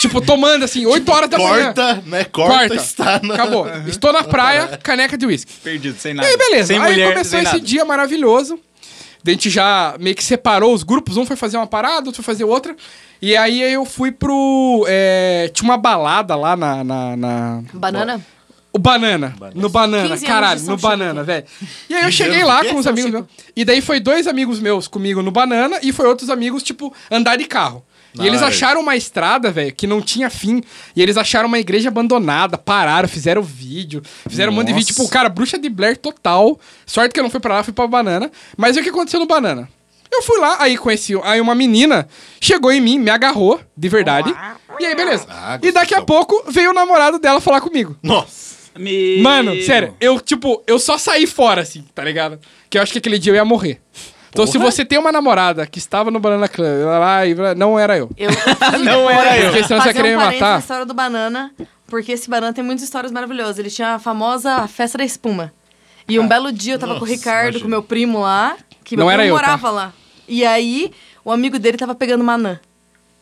S3: tipo, tomando assim, 8 horas da manhã.
S2: Corta, né? Corta, está na.
S3: Acabou. Estou na praia, caneca de uísque.
S4: Perdido, sem
S3: E
S4: nada.
S3: aí, beleza.
S4: Sem
S3: aí
S4: mulher,
S3: começou
S4: sem
S3: esse
S4: nada.
S3: dia maravilhoso. Daí A gente já meio que separou os grupos. Um foi fazer uma parada, outro foi fazer outra. E eh, aí eu fui pro... é, tinha uma balada lá na- na- na
S5: Banana?
S3: O banana. No banana,
S5: 15 anos
S3: caralho,
S5: de
S3: no
S5: São
S3: banana, velho. E aí eu cheguei
S2: anos
S3: lá
S2: do quê?
S3: com os
S2: São
S3: amigos meus. E daí foi dois amigos meus comigo no banana e foi outros amigos, tipo, andar de carro. E eles
S2: Nice.
S3: acharam uma estrada, velho, que não tinha fim. E eles acharam uma igreja abandonada, pararam, fizeram vídeo, fizeram um monte de vídeo. Tipo, cara, bruxa de Blair total. Sorte que eu não fui pra lá, fui pra banana. Mas e o que aconteceu no banana? Eu fui lá, aí conheci. Aí uma menina chegou em mim, me agarrou, de verdade. E aí, beleza.
S2: Ah,
S3: e daqui a
S2: gostosão.
S3: pouco veio o namorado dela falar comigo.
S2: Nossa.
S4: Me-
S3: Mano, sério, eu, tipo, eu só saí fora, assim, tá ligado? Que eu acho que aquele dia eu ia morrer. Então, se você tem uma namorada que estava no Banana Club, lá, lá, e lá, não era eu.
S5: Eu
S4: Não era eu.
S3: Porque senão você ia
S5: fazer
S3: querer
S5: um
S3: me
S5: parênteses na
S3: matar.
S5: história do Banana, porque esse Banana tem muitas histórias maravilhosas. Ele tinha a famosa festa da espuma. E
S4: Ah,
S5: um belo dia eu tava com o Ricardo, com meu primo lá, que meu
S3: Não
S5: primo
S3: era eu, tá?
S5: morava lá. E aí, o amigo dele tava pegando uma anã.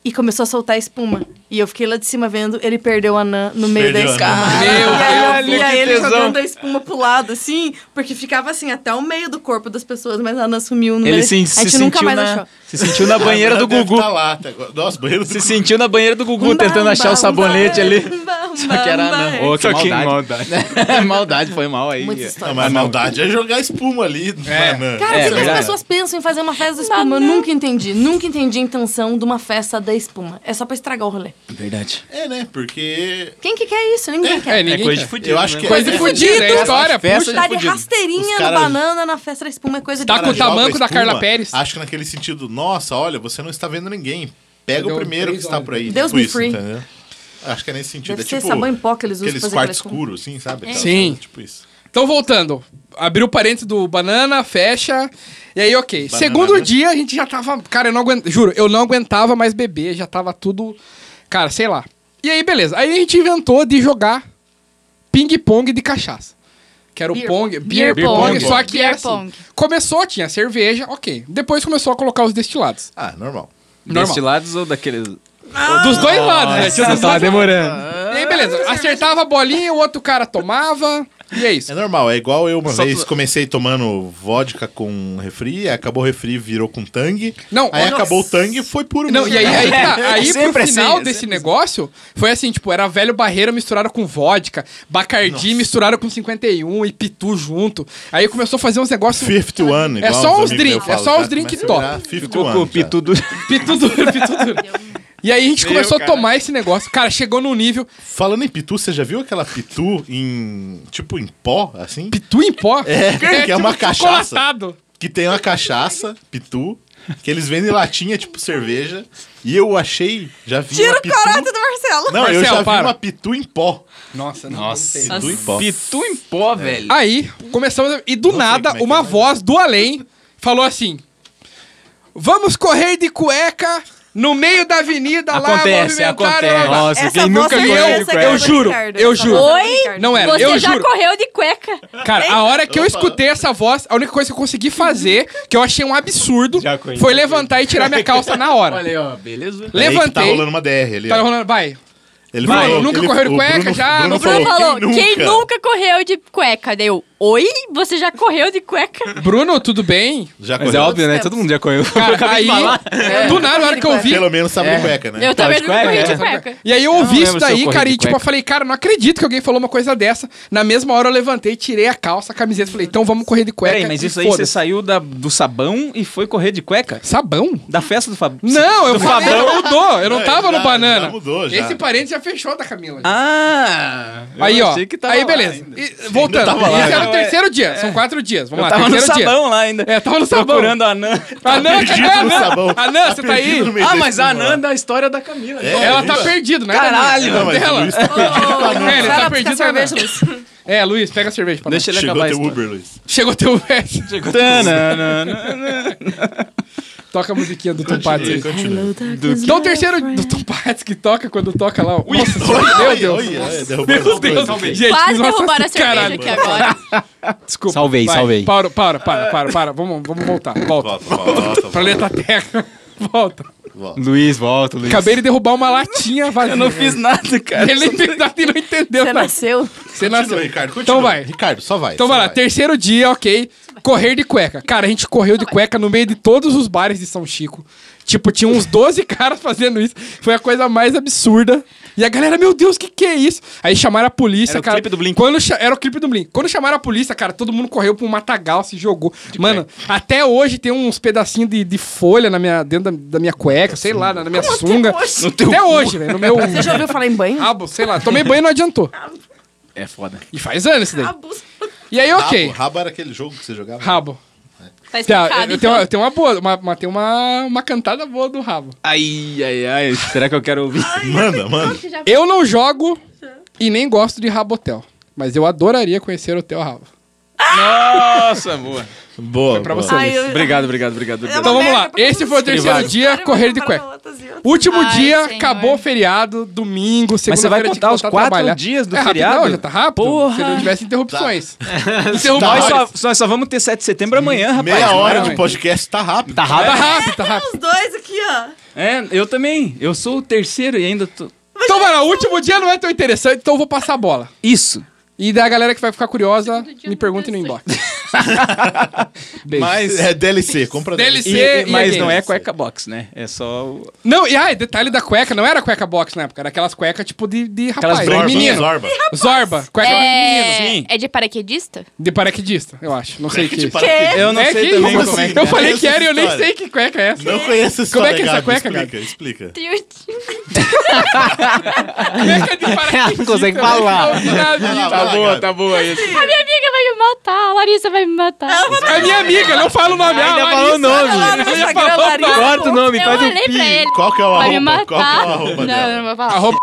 S5: E começou a soltar a espuma. E eu fiquei lá de cima vendo, ele perdeu a anã no meio
S2: Perdeu
S5: da
S2: a
S5: escada.
S3: anã. Meu
S5: e aí eu
S4: Deus,
S5: via
S4: que
S5: ele
S4: tesão.
S5: jogando a espuma pro lado, assim, porque ficava assim, até o meio do corpo das pessoas, mas a anã sumiu no
S4: Ele
S5: meio.
S4: se,
S5: a
S4: se
S5: gente nunca
S4: sentiu
S5: mais
S4: na,
S5: achou.
S4: se sentiu na banheira do
S2: Deve
S4: Gugu.
S2: tá lá, tá... Nossa, banheiro do
S4: Se sentiu na banheira do Gugu tentando achar o sabonete ali.
S5: Só
S8: Que era anã. Ô, que
S4: Só que
S8: maldade. maldade, foi mal aí.
S5: Muita
S2: Não,
S5: história.
S2: mas a maldade é jogar espuma ali. Banana.
S5: Cara,
S4: É,
S5: por que que as
S4: verdade.
S5: pessoas pensam em fazer uma festa da espuma? Eu nunca entendi. Nunca entendi a intenção de uma festa da espuma. É só pra estragar o rolê.
S4: Verdade.
S2: É, né? Porque.
S5: Quem que quer isso? Ninguém quer.
S3: É, ninguém
S8: Coisa de
S3: quer.
S8: fudido.
S2: Eu
S4: né?
S2: acho que.
S3: Coisa de fudido, é história,
S8: Festa
S3: puxa.
S5: Tá de
S8: fudido.
S5: rasteirinha
S2: Os
S5: no
S2: caras-
S5: banana na festa da espuma é coisa
S3: Tá
S5: de...
S3: com
S2: cara
S3: o
S2: joga
S3: tamanco da
S2: espuma,
S3: Carla Pérez.
S2: Acho que naquele sentido, nossa, olha, você não está vendo ninguém. Pega
S3: Deu
S2: o primeiro que
S3: três
S2: está por aí.
S5: Deus
S2: tipo
S5: me
S2: isso,
S5: free.
S2: entendeu? Acho que é nesse sentido.
S5: Deve
S2: é
S5: ser
S2: tipo
S5: sabão em pó que eles usam pra
S2: aqueles
S5: fazer
S2: quartos
S5: aquela
S2: escuros, assim, sabe?
S5: É.
S2: Aquelas
S3: Sim.
S2: coisas, Tipo isso.
S3: Então, voltando. Abriu o parente do banana, fecha. E aí, ok.
S2: Banana,
S3: Segundo
S2: né?
S3: dia, a gente já tava. Cara, eu não aguentava. Juro, eu não aguentava mais beber, já tava tudo. Cara, sei lá. E aí, beleza. Aí a gente inventou de jogar ping-pong de cachaça. Que era o
S5: Beer
S3: pong.
S5: pong.
S3: Beer,
S5: Beer
S3: pong,
S5: pong.
S3: só que
S6: Beer
S3: era assim.
S6: pong.
S3: Começou, tinha cerveja, ok. Depois começou a colocar os destilados.
S2: Ah, normal.
S4: é
S3: Normal.
S4: Destilados ou daqueles.
S2: Ah,
S3: Dos dois lados, né?
S2: tá
S3: Tinha dos dois
S4: demorando.
S3: lados. E aí, beleza. Acertava a bolinha, o outro cara tomava. E é isso.
S2: É normal, é igual eu uma
S4: Só
S2: vez
S4: tu-
S2: comecei tomando vodka com refri, aí acabou o refri, virou com tangue.
S3: Não,
S2: aí
S3: nossa.
S2: acabou o tangue, foi um puro
S3: Não,
S2: mesmo.
S3: e aí, aí, tá, aí pro
S4: Sempre assim,
S3: final
S4: é
S3: desse
S4: sempre
S3: negócio, foi assim, tipo, era velho barreiro misturado com vodka, Bacardi misturado com 51 e Pitu junto. Aí começou a fazer uns negócios...
S2: 51,
S3: É
S2: igual
S3: só
S2: uns
S3: os
S2: amigos
S3: drink,
S2: meus
S3: é
S2: falam,
S3: só
S2: já
S3: os drink
S2: começa a
S3: top.
S2: virar 51
S4: Ficou com o
S2: já.
S4: pitu do.
S3: Pitu duro, Pitu duro. E aí a gente começou a tomar esse negócio. Cara, chegou num nível...
S2: Falando em pitu, você já viu aquela pitu em. tipo em pó, assim?
S3: Pitu em pó?
S2: É, que é uma
S3: tipo
S2: cachaça.
S3: chocolatado.
S2: Que tem uma cachaça, pitu, que eles vendem em latinha, tipo cerveja. E eu achei, já vi
S5: Tira
S2: uma
S5: o
S2: pitu.
S5: caráter do Marcelo.
S2: Não, eu
S3: Marcelo,
S2: já vi
S3: para.
S2: uma pitu em pó.
S3: Nossa, não.
S4: Nossa.
S2: Pitu em pó.
S4: Pitu em pó, velho.
S3: Aí, começamos. a- E do nada,
S2: como é que
S3: uma
S2: é, mas-
S3: voz do além falou assim: Vamos correr de cueca no meio da avenida
S4: Acontece,
S3: lá, movimentada,
S4: acontece.
S3: lá, lá, lá."
S4: Nossa,
S5: Essa
S4: quem
S5: voz
S4: nunca
S5: é
S3: E
S4: correu de
S5: essa que
S3: eu, eu
S4: cueca?
S5: é
S3: juro,
S5: Ricardo.
S3: eu juro.
S5: Oi?
S3: Não era,
S6: Você
S3: eu
S6: já
S3: juro.
S6: correu de cueca.
S3: Cara, a hora que eu escutei essa voz, a única coisa que eu consegui fazer, que eu achei um absurdo,
S8: Já conheço.
S3: foi levantar e tirar minha calça na hora.
S4: Olha aí, ó, beleza.
S2: Peraí que
S3: Levantei.
S2: Tá rolando uma DR ali. ó.
S3: vai.
S2: Ele
S3: Vai,
S2: falou,
S3: nunca
S2: ele-
S3: correu de
S2: o
S3: cueca,
S2: Bruno-
S3: já,
S2: Bruno
S6: O Bruno falou,
S2: falou,
S6: quem nunca correu de cueca? Daí eu, oi? Você já correu de cueca?
S3: Bruno, tudo bem?
S2: Já
S4: Mas é
S2: correu.
S4: óbvio, né? Todo mundo já correu.
S3: Cara, aí, é, do nada, a hora que eu vi,
S2: Pelo menos sabe de cueca, né?
S6: Eu também
S4: de
S6: nunca corri
S4: cueca,
S6: de cueca.
S3: E aí eu
S4: Eu não
S3: ouvi isso
S4: lembro se eu
S3: daí,
S4: corri
S3: cara,
S4: de
S3: e tipo,
S4: cueca.
S3: eu falei, cara, não acredito que alguém falou uma coisa dessa. Na mesma hora eu levantei, tirei a calça, a camiseta, falei, então vamos correr de cueca.
S4: Peraí, mas
S3: e
S4: isso aí você
S3: foda-se.
S4: saiu da- do sabão e foi correr de cueca?
S3: Sabão?
S4: Da festa do Fabão?
S3: Não, eu falei, já mudou, eu não
S2: Não,
S3: tava
S2: É, já-
S3: no banana.
S2: já mudou, já.
S3: Esse parente já fechou da Camila.
S4: Ah! eu
S3: aí, ó,
S4: achei que tava
S3: aí
S4: lá
S3: beleza.
S4: ainda.
S3: E- voltando,
S2: tava lá,
S3: esse
S4: né?
S3: era o
S4: Eu-
S3: terceiro dia, são quatro dias,
S4: Eu
S3: vamos lá,
S4: tava no
S3: terceiro dia.
S4: sabão lá ainda.
S3: É, tava no sabão.
S4: Procurando a Anã.
S3: Anã, cadê a
S2: no
S3: Anã?
S2: sabão.
S3: Anã,
S2: Tá
S3: você tá aí?
S2: perdido no meio
S4: Ah,
S2: desse
S4: mas a
S2: mundo lá.
S4: Anã da história da Camila.
S2: É,
S3: Ela
S2: é
S3: tá
S2: isso.
S3: perdida, né?
S4: Caralho,
S2: Não, mas o
S3: dela.
S2: Luiz tá perdido com a Nana.
S3: É, ele
S5: Vai
S3: tá
S5: lá buscar
S3: perdido.
S5: cerveja,
S3: né?
S5: Luiz.
S3: É, Luiz, pega a cerveja pra nós.
S4: Deixa ele
S2: Chegou
S4: acabar
S2: teu
S4: a história.
S2: Uber, Luiz.
S3: Chegou teu verso.
S4: Tananana.
S3: Toca a musiquinha do Tom Patrick. aí.
S2: Continua.
S3: Então o terceiro do Tom Patrick que toca quando toca lá. o- Nossa senhora, meu
S2: Oi,
S3: Deus.
S2: oi, é, derrubou
S3: Meu
S2: alguma coisa.
S3: Deus. Gente,
S6: Quase
S3: nossa,
S6: derrubaram a cerveja
S3: caralho.
S6: aqui agora.
S3: Desculpa.
S4: Salvei,
S3: vai.
S4: salvei.
S3: Para, para, para, para, para. Vamos, vamos voltar. Volta.
S2: Volta, volta, volta.
S3: Planeta Terra. Volta.
S4: Luiz, volta, Luiz.
S3: Acabei de derrubar uma latinha vazia.
S4: Eu não fiz nada, cara.
S3: Ele nem verdade não entendeu.
S5: Você
S3: nada.
S5: nasceu.
S3: Você
S2: Continua,
S3: nasceu.
S2: Ricardo, continua.
S3: Então vai.
S2: Ricardo, só vai.
S3: Então
S2: só
S3: vai lá, terceiro dia, ok. Correr de cueca. Cara, a gente correu de cueca no meio de todos os bares de São Chico. Tipo, tinha uns 12 caras fazendo isso. Foi a coisa mais absurda. E a galera, meu Deus, o que, que é isso? Aí chamaram a polícia,
S4: Era o
S3: cara.
S4: clipe do Blink.
S3: Quando cha- Era o clipe do Blink. Quando chamaram a polícia, cara, todo mundo correu pro matagal, se jogou. Mano, até hoje tem uns pedacinhos de, de folha na minha, dentro da, da minha cueca, sei lá, na, na minha sunga.
S5: até hoje?
S4: No teu
S3: até
S4: cu.
S3: hoje, velho. No meu
S5: é Você já ouviu falar em banho?
S3: rabo, sei lá. Tomei banho e não adiantou.
S4: É foda.
S3: E faz anos isso daí.
S5: Abuso.
S3: E aí, ok.
S2: Rabo, rabo era aquele jogo que você jogava?
S3: Rabo.
S6: Tá
S3: Tá,
S6: explicado,
S3: eu,
S6: então.
S3: tenho uma, eu tenho uma boa, uma, uma- tem uma, uma cantada boa do rabo.
S4: Ai, ai, ai. Será que eu quero ouvir?
S2: Manda, manda.
S3: Eu não jogo e nem gosto de Rabotel. Mas eu adoraria conhecer o Hotel Rabo.
S4: Nossa, boa.
S2: Boa.
S3: Pra
S2: boa.
S3: você.
S5: Ai, eu-
S4: Obrigado, obrigado, obrigado.
S5: É uma
S4: obrigado.
S3: Então vamos
S5: merda
S3: lá.
S5: pra
S3: Esse
S5: todos
S3: foi o
S5: os
S3: terceiro
S5: privados.
S3: dia,
S5: Várias
S3: correr de
S5: compararam
S3: cueca.
S5: outras e outras.
S3: Último
S6: Ai,
S3: dia,
S6: senhor.
S3: acabou o feriado, domingo, segunda-feira.
S4: Mas você vai
S3: tinha que
S4: contar os
S3: voltar a
S4: quatro
S3: trabalhar.
S4: dias do
S3: é rápido,
S4: feriado?
S3: Não, já tá rápido.
S4: Porra.
S3: Se não tivesse interrupções.
S4: Nós
S3: Interrupções.
S4: só, nós só vamos ter 7 de setembro amanhã, rapaz.
S2: Meia hora
S3: mano.
S2: de podcast tá rápido. Tá
S3: Tá rápido, tá rápido.
S5: Os dois aqui, ó.
S4: É, eu também. Eu sou o terceiro e ainda tô...
S3: Então, vai lá, o último dia não é tão interessante, então eu vou passar a bola.
S4: Isso.
S3: E da galera que vai ficar curiosa, me
S6: é
S3: pergunte no inbox. Beijo.
S2: Mas é DLC, compra
S3: DLC.
S4: E-
S3: E- e
S4: mas
S3: aqueles?
S4: não é cueca box, né? É só... o-
S3: Não, e ai, detalhe da cueca, não era cueca box na época, era aquelas cuecas tipo de, de
S4: Aquelas
S3: rapaz,
S2: Zorba,
S3: menino. Zorba,
S2: Zorba.
S3: cueca de menino.
S6: É...
S4: Sim.
S6: é de paraquedista?
S3: De paraquedista, eu acho, não sei o que. é isso.
S2: Paraquedista.
S4: Eu não
S3: É
S4: sei
S3: que-
S4: também
S2: Como
S4: como é
S2: assim?
S4: que...
S3: Eu falei que era e eu nem
S2: Essa
S3: sei que cueca é essa.
S2: Não conheço essa
S3: Como é
S2: história,
S3: que é essa
S2: Gabi.
S3: cueca,
S2: Explica,
S3: Gabi?
S2: explica.
S5: um
S3: Cueca de paraquedista.
S8: Não consegue
S3: eu nem
S8: falar.
S3: ouvi na vida.
S2: Tá boa, tá
S4: boa isso.
S6: A minha amiga vai me matar, a Larissa vai me matar.
S3: É minha amiga, não fala o nome.
S8: Ainda
S3: ah,
S8: falou o
S3: Larissa.
S8: nome.
S5: Lá no
S3: Eu ia
S5: Instagram,
S3: falar o
S5: Larissa.
S3: nome.
S8: Corta o nome,
S6: eu
S8: faz um
S6: olhei pra
S8: pi.
S6: ele.
S2: Qual que é o
S6: Vai me
S2: arroba? Qual que é
S6: matar.
S2: o arroba
S6: não,
S2: dela?
S6: eu não vou falar.
S3: Arroba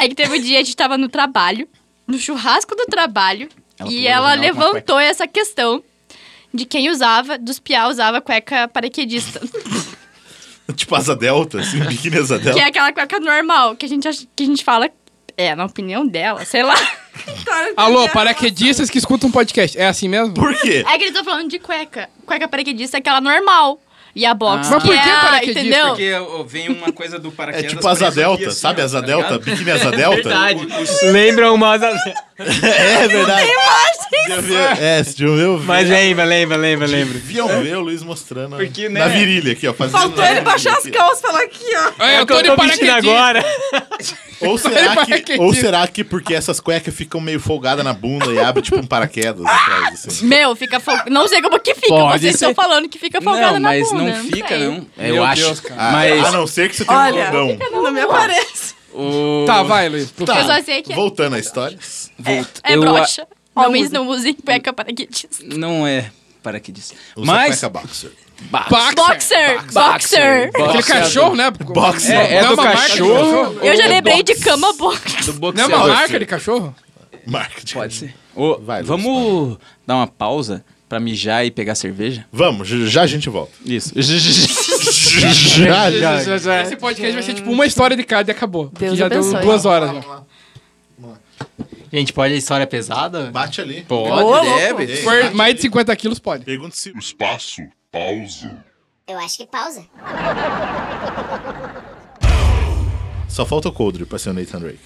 S6: É que teve um dia, a gente tava no trabalho, no churrasco do trabalho, e ela levantou essa questão de quem usava, dos piá usava cueca paraquedista.
S2: Tipo asa delta, assim, biquíni asa
S6: que
S4: Então.
S2: delta.
S6: é aquela cueca normal, que a gente, acha- que a gente fala, é, na opinião dela, sei lá.
S5: Claro que
S3: Alô,
S5: é.
S3: paraquedistas que escutam um podcast. É assim mesmo?
S2: Por quê?
S6: É que eles estão falando de cueca. Cueca paraquedista é aquela normal. E a
S4: Ah.
S6: box,
S3: Mas por
S6: é
S3: que
S6: a-
S3: paraquedista?
S6: entendeu?
S4: vem uma coisa do
S2: É
S4: paraquedas... assim,
S2: tipo asa delta, sabe
S4: tá
S2: asa delta? Biquíni asa delta?
S8: Lembra uma asa...
S2: É verdade. Já viu? É, você já viu?
S8: Mas lembra, lembra, lembra, lembra.
S2: Viam ver o Luiz mostrando
S4: Porque, né?
S2: na virilha aqui, ó. fazendo-
S5: Faltou ele baixar as calças e falar aqui, ó.
S3: É,
S8: É o que eu tô vestindo agora.
S2: Ou
S3: Vai
S2: será, que,
S3: paraquedista.
S2: ou será que porque essas cuecas ficam meio folgadas na bunda e abre tipo um paraquedas atrás, assim?
S6: Meu, fica folgado. Não sei como que fica,
S4: Pode
S6: vocês
S4: ser.
S6: estão falando que fica folgada
S4: Não,
S6: na
S4: mas
S6: bunda.
S4: não fica,
S6: sei.
S4: não.
S8: Eu
S4: Meu
S8: acho.
S4: Deus, cara.
S2: Ah,
S4: Mas...
S2: A não ser que você tenha um
S5: Olha,
S2: bordão.
S5: não me aparece.
S4: O...
S3: Tá, vai, Luiz.
S6: Eu só sei que é-
S2: Voltando à história.
S6: É
S4: Eu a-
S6: broxa. Homens não usem cueca paraquedista.
S4: Não é paraquedista.
S2: Usa
S4: Mas...
S2: cueca boxer.
S3: Boxer.
S6: Boxer! Boxer!
S3: Aquele cachorro, né? Boxer.
S4: É, é do cachorro.
S6: Eu já lembrei de cama box.
S4: Do
S3: Não é uma marca de cachorro?
S2: Marketing.
S4: Pode ser. Ô,
S2: Vai, Luiz,
S4: vamos dar uma pausa pra mijar e pegar cerveja?
S2: Vamos, j- já a gente volta.
S4: Isso.
S2: já, já.
S3: Esse podcast vai ser tipo uma história de cada e acabou. Porque
S5: Deus
S3: já deu
S5: abençoe.
S3: duas horas. já.
S8: Gente, pode a história pesada?
S2: Bate ali.
S5: Ô,
S4: deve.
S3: Se for mais de 50 quilos, pode.
S2: Pergunta se...
S7: Eu acho que pausa.
S2: Só falta o Coldre pra ser o Nathan Drake.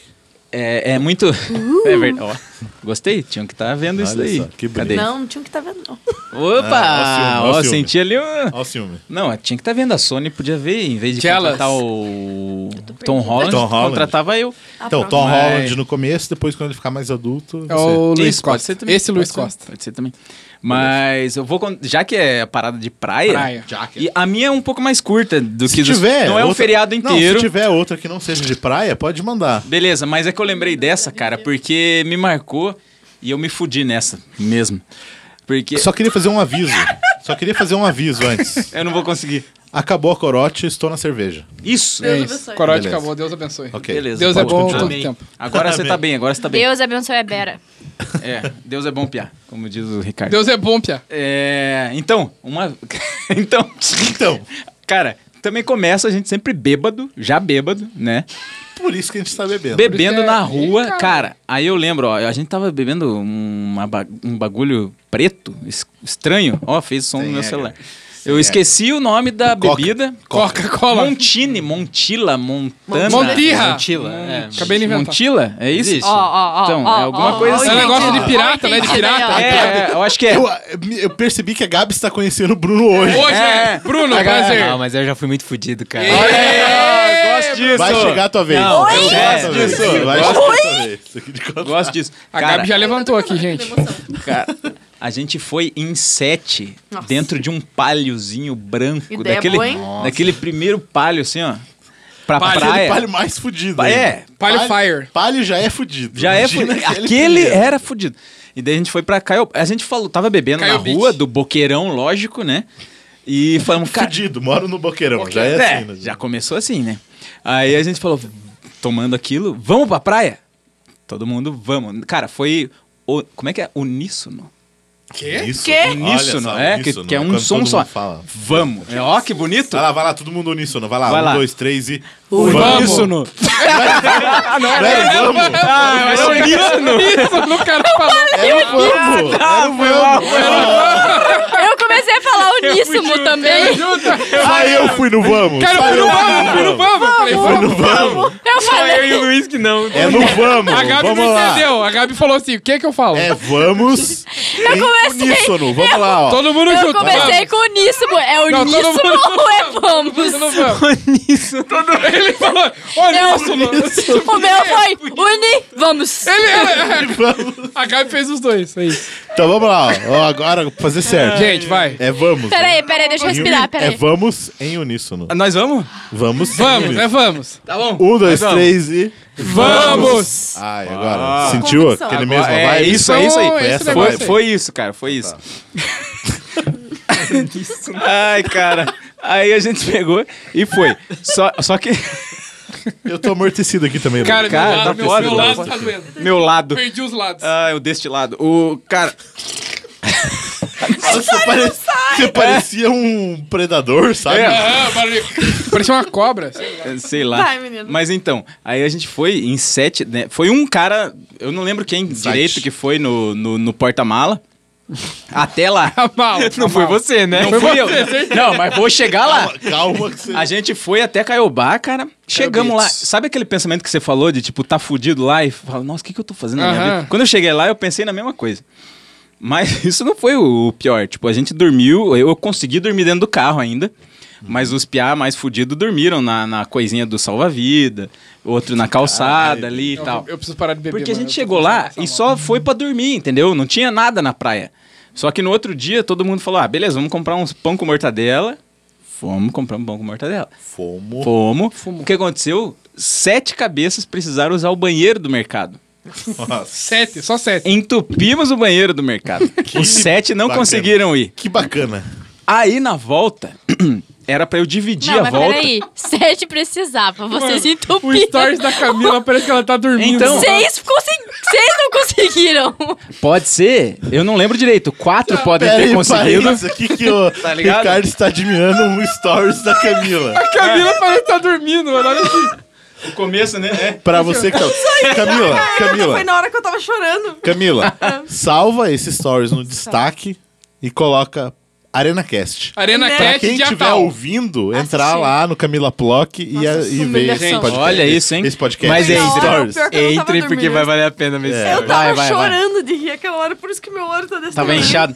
S4: É, é muito. É verdade. Ó, Gostei, tinham que estar vendo isso
S2: Olha
S4: daí.
S2: só, que bonito.
S4: Cadê?
S5: Não, não tinha o que tá vendo, não.
S4: Opa!
S2: Ah, ó o ciúme, ó o
S4: ó,
S2: ciúme.
S4: senti ali um.
S2: Ó o ciúme.
S4: Não, tinha que estar vendo. A Sony podia ver, em vez de
S3: Jealous.
S4: contratar o Tom Holland,
S2: Tom Holland.
S4: contratava eu.
S7: Tá
S2: então, Tom
S4: Mas-
S2: Holland no começo, depois quando ele ficar mais adulto...
S3: É o Luiz
S4: Isso, pode ser
S3: Costa.
S4: também.
S3: Esse
S4: pode
S3: Luiz
S4: ser,
S3: Costa.
S4: Pode ser também. Mas eu vou. con- Já que é a parada de praia.
S3: Praia.
S4: E a minha é um pouco mais curta do
S2: Se
S4: que dos-
S2: tiver...
S4: Não é um
S2: outra-
S4: feriado
S2: Não,
S4: inteiro.
S2: se tiver outra que não seja de praia, pode mandar.
S4: Beleza, mas é que eu lembrei dessa, cara, porque me marcou e eu me fudi nessa mesmo. Porque
S2: Só queria fazer um aviso. Só queria fazer um aviso antes.
S4: eu não vou conseguir.
S2: Acabou a corote, estou na cerveja.
S4: Isso.
S3: É
S5: Deus
S3: isso.
S5: abençoe.
S3: Corote
S2: Beleza.
S3: acabou, Deus abençoe.
S2: Ok.
S4: Beleza.
S3: Deus é
S4: pode
S3: bom
S4: continuar.
S3: todo o tempo.
S4: Agora você tá bem, agora você tá bem.
S6: Deus abençoe a Bera.
S4: É, Deus é bom piá, como diz o Ricardo.
S3: Deus é bom, Pia.
S4: É, então, uma então,
S2: Então,
S4: cara, também começa a gente sempre bêbado, já bêbado, né?
S2: por isso que a gente tá bebendo.
S4: Bebendo
S3: é-
S4: na
S3: Ih,
S4: rua,
S3: cara.
S4: cara. Aí eu lembro, ó, a gente tava bebendo uma ba- um bagulho preto, es- estranho. Ó, fez som no meu celular. Eu esqueci o nome da
S2: Coca.
S4: bebida.
S3: Coca-Cola.
S4: Montine, Montila, Montana.
S3: Montirra.
S8: Montila, é.
S3: Acabei de inventar.
S4: Montila? É isso?
S8: Existe.
S6: Ó, ó, ó.
S4: Então,
S6: ó,
S4: é alguma
S6: ó,
S4: coisa
S6: ó,
S4: assim.
S3: É um
S6: entendi.
S3: negócio de pirata,
S6: Ó,
S3: né? De
S6: entendi,
S3: pirata.
S6: ó.
S4: É, é, eu acho que é.
S2: Eu, eu percebi que a Gabi está conhecendo o Bruno hoje.
S3: Hoje,
S4: É.
S3: Bruno,
S8: Agora-
S3: prazer.
S8: Não, mas eu já fui muito fudido, cara.
S4: É, eu gosto Gosto disso.
S2: Vai chegar a tua vez.
S4: Não,
S2: Vai
S4: eu
S2: chegar a
S4: gosto
S2: tua vez.
S4: disso.
S2: Vai chegar a tua vez. Isso aqui de contar.
S4: Gosto disso.
S3: A
S4: Cara,
S3: Gabi já levantou aqui, gente.
S4: Cara, a gente foi em sete
S5: Nossa.
S4: dentro de um paliozinho branco.
S5: Ideia
S4: daquele,
S5: boa, hein?
S4: daquele primeiro palio, assim, ó. Pra
S3: Palio,
S4: praia.
S2: Aquele palho mais fudido.
S4: É,
S2: ainda.
S3: palio fire.
S2: Palho já é fudido.
S4: Já é
S2: Imagina é
S4: fudido. Aquele, é
S2: primeiro.
S4: era fudido. E daí a gente foi pra Caio. A gente falou, tava bebendo
S3: Caio
S4: na
S3: Beach.
S4: rua do Boqueirão, lógico, né? E falamos, cara.
S2: Fudido, moro no boqueirão. Já é,
S4: É,
S2: assim. né?
S4: já começou assim, né? Aí a gente falou, tomando aquilo, vamos pra praia? Todo mundo, vamos. Cara, foi. o- como é que é? Uníssono.
S3: Quê?
S2: Isso,
S5: Quê?
S4: Uníssono,
S2: só,
S4: é?
S2: uníssono,
S4: que, que é um
S2: quando todo
S4: som
S2: mundo
S4: só.
S2: Fala. Ah,
S4: Vamos. É, ó, que bonito.
S2: Vai lá, vai lá, todo mundo uníssono. Vai lá,
S4: Vai
S2: um,
S4: lá.
S2: dois, três e.
S4: Uníssono.
S2: Era vamos! É,
S4: Ah, eu achei uníssono.
S3: Isso, no cara falando.
S2: Era vamos! Era vamos!
S6: Eu comecei a falar uníssono também.
S2: Aí eu fui no vamos!
S3: Cara,
S2: Só
S3: foi no
S2: eu
S3: vamos, foi no vamos. Eu falei, vamos.
S2: no vamos!
S6: Eu falei.
S8: e o Luiz que não.
S2: É no vamos!
S3: A Gabi
S2: vamos
S3: não
S2: lá!
S3: entendeu. A Gabi falou assim, o que é que eu falo?
S2: É vamos! Eu
S6: comecei.
S2: Uníssono, vamos lá, ó!
S3: Todo mundo
S6: Eu
S3: junto.
S6: comecei com uníssono. É
S3: Não, todo
S6: uníssono
S3: mundo-
S6: ou é vamos?
S3: Uníssono, vamos. Ele falou, uníssono.
S6: É O meu foi uni, vamos.
S3: Ele, ele- a Gabi fez os dois, é isso.
S2: Então vamos lá, ó. ó. Agora, pra fazer certo.
S3: Gente, vai.
S2: É vamos.
S6: Pera aí, pera aí, deixa eu
S2: Em uni-
S6: respirar, pera
S2: É
S6: aí.
S2: vamos em uníssono.
S4: Nós vamos?
S2: Vamos. em
S3: Vamos,
S2: uníssono.
S3: é vamos.
S2: Um, dois,
S4: vamos.
S2: três e.
S3: Vamos!
S2: Ai, agora. Sentiu
S5: Convicção.
S2: aquele
S4: Agora-
S2: mesmo?
S4: é,
S2: Vai.
S4: isso,
S3: Então,
S4: é isso aí. Foi,
S3: esse
S2: essa,
S3: negócio
S4: foi,
S3: aí.
S4: isso, cara, foi isso. Ai, cara. Aí a gente pegou e foi. Só, só que.
S2: Eu tô amortecido aqui também. né?
S3: Cara,
S2: Cara,
S4: Cara,
S3: meu
S4: tá foda,
S3: lado, meu, meu
S4: tá
S3: lado
S4: foda.
S3: tá doendo.
S4: Meu lado.
S3: Perdi os lados.
S4: Ah, eu deste lado. O cara.
S2: você, pare- você parecia um predador, sabe?
S4: É.
S3: Ah, barulho. Parecia uma cobra. assim.
S4: Sei lá.
S5: Vai, menino.
S4: Mas então, aí a gente foi em sete, né? Foi um cara, eu não lembro quem direito que foi no, no, no porta-mala. Até lá.
S3: A mala.
S4: Não
S3: a
S4: foi
S3: mala.
S4: você, né? Não foi fui eu. Não, mas vou chegar lá.
S2: Calma que você.
S4: A gente foi até Caiobá, cara. Chegamos lá. Sabe aquele pensamento que você falou de tipo, tá fudido lá e fala, nossa, o que, que eu tô fazendo na minha
S3: Aham.
S4: vida? Quando eu cheguei lá, eu pensei na mesma coisa. Mas isso não foi o pior. Tipo, a gente dormiu, eu consegui dormir dentro do carro ainda. Mas os piá mais fudidos dormiram na, na coisinha do salva-vida, outro na calçada ali e
S3: Eu-
S4: tal.
S3: Eu preciso parar de beber.
S4: Porque a
S3: mano,
S4: gente
S3: eu
S4: chegou
S3: tô
S4: lá
S3: pensando
S4: e
S3: nessa
S4: só foi pra dormir, entendeu? Não tinha nada na praia. Só que no outro dia todo mundo falou: ah, beleza, vamos comprar uns pão com mortadela. Fomos comprar um pão com mortadela.
S2: Fomo.
S4: Fomos. O que aconteceu? Sete cabeças precisaram usar o banheiro do mercado.
S2: Nossa,
S3: Sete, só sete.
S4: Entupimos o banheiro do mercado. Os sete não
S2: bacana.
S4: conseguiram ir.
S2: que bacana.
S4: Aí na volta, era pra eu dividir
S6: Não,
S4: a
S6: mas
S4: volta.
S6: peraí. Sete precisava, vocês
S3: O
S6: entupiram.
S3: stories da Camila parece que ela tá dormindo.
S4: Então-
S6: Seis, consegui... Seis não conseguiram.
S4: Pode ser, eu não lembro direito. Quatro podem
S2: Pera
S4: ter
S2: aí,
S4: conseguido. Tá
S2: parênteses aqui que o
S4: ligado?
S2: Ricardo está admirando um stories da Camila.
S3: A
S4: É.
S3: Camila parece que tá dormindo, mano. Olha aqui.
S4: O começo, né?
S2: Pra você que tá. Camila, Camila.
S5: Foi na hora que eu tava chorando.
S2: Camila, salva esse stories no destaque e coloca ArenaCast.
S3: Arena
S5: Né?
S2: Pra
S3: Cat
S2: quem
S3: de
S2: estiver
S3: Natal.
S2: ouvindo, entrar lá no Camila Plock e, a- e ver
S5: humilhação.
S2: esse
S5: Gente,
S2: podcast.
S4: olha isso, hein?
S2: Esse podcast.
S4: Mas
S2: Esse
S4: é isso.
S2: stories.
S5: Pior que eu não tava
S4: Entre porque
S5: dormindo.
S4: vai valer a pena mesmo.
S2: É.
S5: Eu tava chorando de rir aquela hora, por isso que meu olho tá desse
S4: Tava
S5: tamanho.
S4: inchado.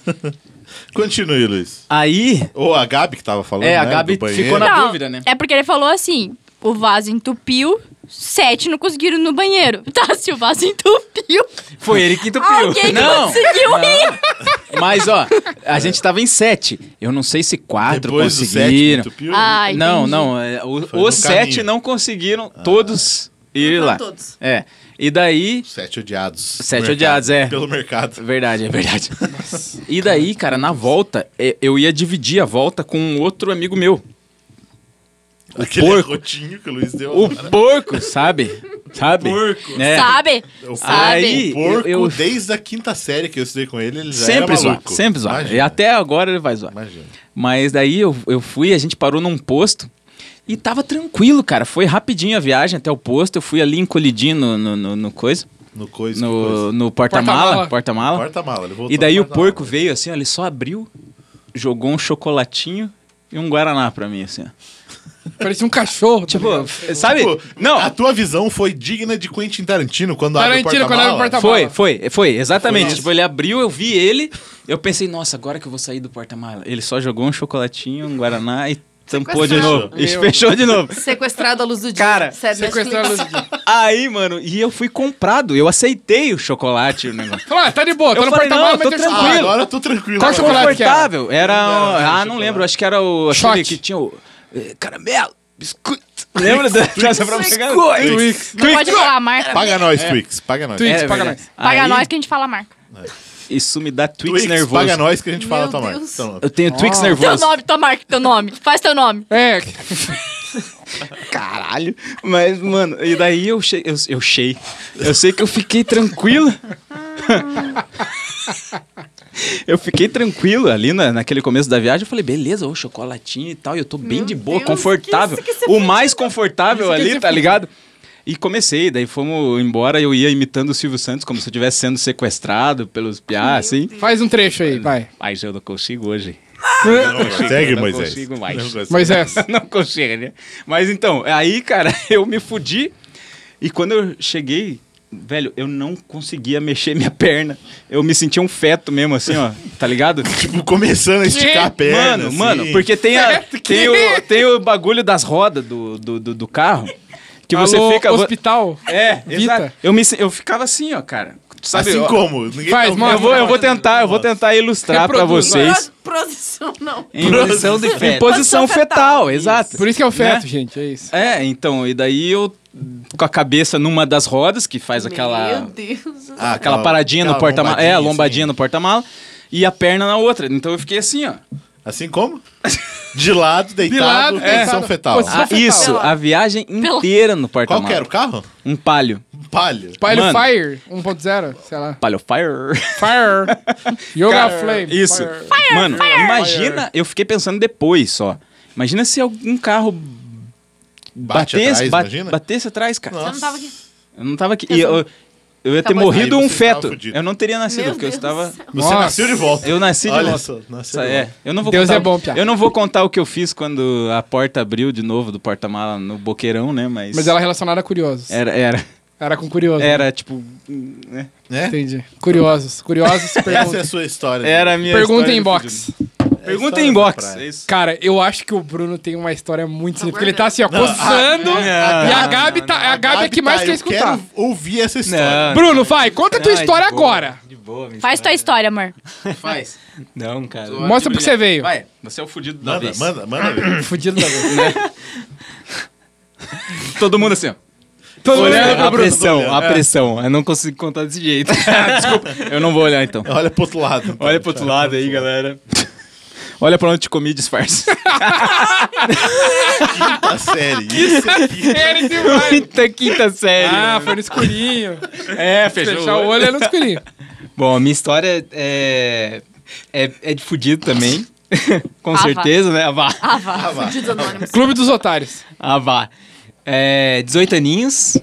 S2: Continue, Luiz.
S4: Aí,
S2: Ou a Gabi que tava falando.
S4: É, a
S2: né,
S4: Gabi
S2: do banheiro.
S4: ficou na-
S6: Não,
S4: dúvida, né?
S6: É porque ele falou assim: o vaso entupiu, sete não conseguiram ir no banheiro. Tá, se o vaso entupiu,
S4: foi ele que entupiu.
S6: alguém
S4: não,
S6: conseguiu ir.
S4: mas ó, a gente tava em sete. Eu não sei se quatro
S2: Depois do sétimo,
S4: Ah, conseguiram.
S2: entupiu.
S5: Ah.
S6: Ai,
S4: não,
S6: entendi.
S4: não. é, o-
S2: Foi no
S4: os sete
S2: caminho. Ah.
S4: não conseguiram todos ir
S5: Não
S4: lá.
S5: todos.
S4: É. E daí.
S2: Sete odiados.
S4: Sete
S2: Mercado.
S4: odiados, é.
S2: Pelo mercado.
S4: Verdade, é verdade. E daí, cara, na volta, é, eu ia dividir a volta com um outro amigo meu.
S2: Aquele
S4: porco.
S2: rotinho que o Luiz deu.
S4: O porco, sabe? Sabe?
S2: Porco.
S4: É.
S6: Sabe?
S2: O
S6: Sabe?
S4: Aí,
S2: O porco,
S4: eu- eu-
S2: desde a quinta série que eu estudei com ele, ele já
S4: Sempre
S2: era
S4: zoar,
S2: maluco.
S4: sempre zoar. E
S2: Imagina,
S4: até agora ele vai zoar.
S2: Imagina.
S4: Mas daí eu, eu fui, a gente parou num posto e tava tranquilo, cara. Foi rapidinho a viagem até o posto. Eu fui ali encolhidinho no, no, no- no coisa,
S2: No coisa. que coisa.
S4: no, no porta-mala.
S3: Porta-mala.
S4: Porta-mala.
S2: Porta-mala, ele voltou
S4: e daí
S2: no
S4: o
S2: porta-mala.
S4: porco veio assim, ó, ele só abriu, jogou um chocolatinho e um guaraná pra mim, assim, ó.
S3: Parecia um cachorro. Tipo,
S4: Pô, f- sabe?
S2: Pô,
S4: Não,
S2: A tua visão foi digna de Quentin Tarantino quando abre
S3: Tarantino,
S2: o
S3: quando abre o
S2: porta-mala.
S3: porta-mala.
S4: Foi, foi, foi, exatamente.
S2: tá Foi
S4: tipo, ele abriu, eu vi ele, eu pensei, nossa, agora que eu vou sair do porta-mala. Ele só jogou um chocolatinho, um guaraná e Tampou de
S5: Sequestrado.
S4: novo. E fechou de novo.
S5: Sequestrado à luz do dia.
S4: Cara,
S5: Sério,
S3: Sequestrar a luz
S5: Netflix.
S3: do dia.
S4: Aí, mano, e eu fui comprado. Eu aceitei o chocolate, o negócio.
S3: Fala, ah, tá de boa, tá
S4: Eu
S3: no
S4: falei, não,
S3: porta-malas, mas
S4: tô
S3: tem chocolate.
S2: Ah,
S4: tranquilo.
S2: agora eu tô tranquilo.
S3: Qual
S2: agora.
S3: chocolate? que era?
S4: Confortável. Era.
S2: Não era
S4: ah, não
S2: chocolate.
S4: lembro. Acho que era o. Aquele
S3: Shot.
S4: que tinha o. eh, Caramelo, biscoito. Lembra da dessa pra você?
S3: Twix.
S6: Não pode falar a marca.
S2: Paga nós,
S3: É.
S2: Twix. Paga nós.
S3: Twix,
S4: É,
S3: paga
S4: verdade.
S3: nós.
S6: Paga
S4: Aí,
S6: nós que a gente fala a marca.
S4: Isso me dá Twix,
S2: Twix,
S4: nervoso.
S2: paga nós que a gente fala
S5: Meu
S2: tua marca.
S5: Deus.
S2: Então,
S4: Eu tenho Twix
S6: Teu
S4: nervoso.
S6: nome, tua marca, teu nome. Faz teu nome.
S3: É,
S4: Caralho. Mas, mano, e daí eu che... eu, eu chei. Eu sei que eu fiquei tranquilo. eu fiquei tranquilo ali na, naquele começo da viagem. Eu falei, beleza, ô, chocolatinho e tal. E eu tô bem de boa,
S5: Deus,
S4: confortável.
S5: que isso que você
S4: o mais confortável
S3: Isso que
S4: ali,
S3: você
S4: tá ligado? E comecei, daí fomos embora, eu ia imitando o Silvio Santos como se eu estivesse sendo sequestrado pelos piá, assim.
S3: faz um trecho aí, vai.
S4: Mas eu não consigo hoje.
S2: não consegue,
S4: não
S2: Moisés.
S4: consigo mais.
S2: Não consegue.
S3: Moisés.
S4: não consigo, né? Mas então, aí, cara, eu me fudi. E quando eu cheguei, velho, eu não conseguia mexer minha perna. Eu me sentia um feto mesmo, assim, ó. Tá ligado?
S2: Tipo, começando a esticar a perna.
S4: mano,
S2: assim. é.
S4: mano, porque tem, a- tem, o, tem o bagulho das rodas do, do, do- do carro. Que você
S3: Alô,
S4: fica.
S3: hospital.
S4: É,
S3: Vita.
S4: exato. Eu, me, se- eu ficava assim, ó, cara. Sabe,
S2: assim
S4: ó,
S2: como? Ninguém
S3: Faz,
S2: tá-
S3: mostra.
S4: eu vou, eu vou tentar, eu vou tentar ilustrar pra
S3: Reproduz,
S5: Pro-
S3: vai.
S4: vocês.
S5: Produção, não.
S4: Em
S8: Posição de
S4: Em
S8: feto.
S4: posição
S5: Posição fetal,
S4: fetal, exato.
S3: Por isso que é o feto,
S4: Né?
S3: gente, é isso.
S4: É, então, e daí eu com a cabeça numa das rodas, que faz aquela
S5: Meu Deus.
S2: Ah,
S4: aquela paradinha no
S2: aquela
S4: porta-mala, é, a
S2: assim.
S4: lombadinha no porta-mala, e a perna na outra. Então eu fiquei assim, ó.
S2: Assim como? De lado, deitado,
S3: lado,
S2: posição
S3: é.
S2: fetal.
S3: Posição- Só
S4: Ah,
S3: fetal.
S4: isso, a viagem inteira no
S2: Qual que era o
S4: porta-mala.
S2: carro?
S4: Um palio.
S2: Um palio.
S3: Palio
S4: Mano.
S3: Fire 1.0, sei lá.
S4: Palio Fire.
S3: Fire. Yoga
S4: Cara,
S3: Flame.
S4: Isso.
S3: Fire.
S4: Mano, imagina, eu fiquei pensando depois só. Imagina se algum carro
S2: Bate
S4: batesse,
S2: atrás,
S4: ba-
S2: imagina?
S4: batesse atrás, cara.
S6: Você não tava aqui.
S4: Eu não tava aqui. e eu, eu ia ter
S5: Acabou de-
S4: morrido
S2: Aí
S4: um
S2: você tava
S4: feto.
S2: fudido.
S4: Eu não teria nascido,
S5: Meu
S4: porque eu
S5: Deus
S4: estava.
S5: do céu.
S2: Você
S3: Nossa.
S2: nasciu de volta.
S4: Eu nasci de
S2: Olha
S4: volta.
S2: só, nasceu
S4: Essa-
S2: de
S4: é.
S2: volta.
S4: Eu não vou
S3: Deus
S4: contar,
S3: é bom, Pia.
S4: Eu não vou contar o que eu fiz quando a porta abriu de novo do porta-mala no boqueirão, né? Mas.
S3: Mas ela é relacionada a curiosos.
S4: Era, era,
S3: Era com curiosos.
S4: era tipo. né?
S2: Né?
S3: Entendi. Curiosos. Curiosos
S2: Essa é a
S3: perguntam.
S2: sua história.
S4: Era a minha.
S3: Pergunta
S4: história
S3: em
S4: de
S3: box.
S4: fudido. Pergunta em box.
S2: pra-
S4: É isso.
S3: Cara, eu acho que o Bruno tem uma história muito significativa. Porque ele tá assim, ó, coçando.
S4: não, ah,
S3: e a
S4: não,
S3: Gabi, tá, a Gabi é que mais
S2: tá,
S3: quer
S2: eu
S3: escutar.
S2: Quero ouvir essa história.
S3: Bruno, vai, conta a tua
S8: Ai,
S3: história
S8: de boa,
S3: agora.
S8: De boa, me
S4: é.
S6: Faz tua história, amor.
S8: faz. Não, cara.
S3: Mostra pra você veio.
S4: Vai, você é o fudido da
S2: Manda,
S4: vez.
S2: manda, manda. ver.
S3: Fudido da vez.
S4: Todo mundo assim, ó.
S3: Todo mundo
S4: Olhando
S3: olhando
S4: pra
S3: pro Bruno.
S4: pressão, a
S2: É.
S4: pressão. Eu não consigo contar desse jeito. Desculpa, eu não vou olhar então.
S2: Olha pro outro lado. então.
S4: Olha pro outro lado aí, galera. Olha pra onde te comi, disfarce.
S2: Tá sério. Isso. é
S3: Ele demais.
S4: Quinta, quinta série.
S3: Ah, foi no escurinho.
S4: é, fechou.
S3: Fechar o olho é no escurinho.
S8: Bom, a minha história é, é, é de fudido também. Com
S6: Ava.
S8: certeza, né? Avá.
S6: Ah, vá.
S4: Tá.
S5: Fudidos anônimos.
S3: Clube dos Otários.
S8: Avá. É, 18 aninhos.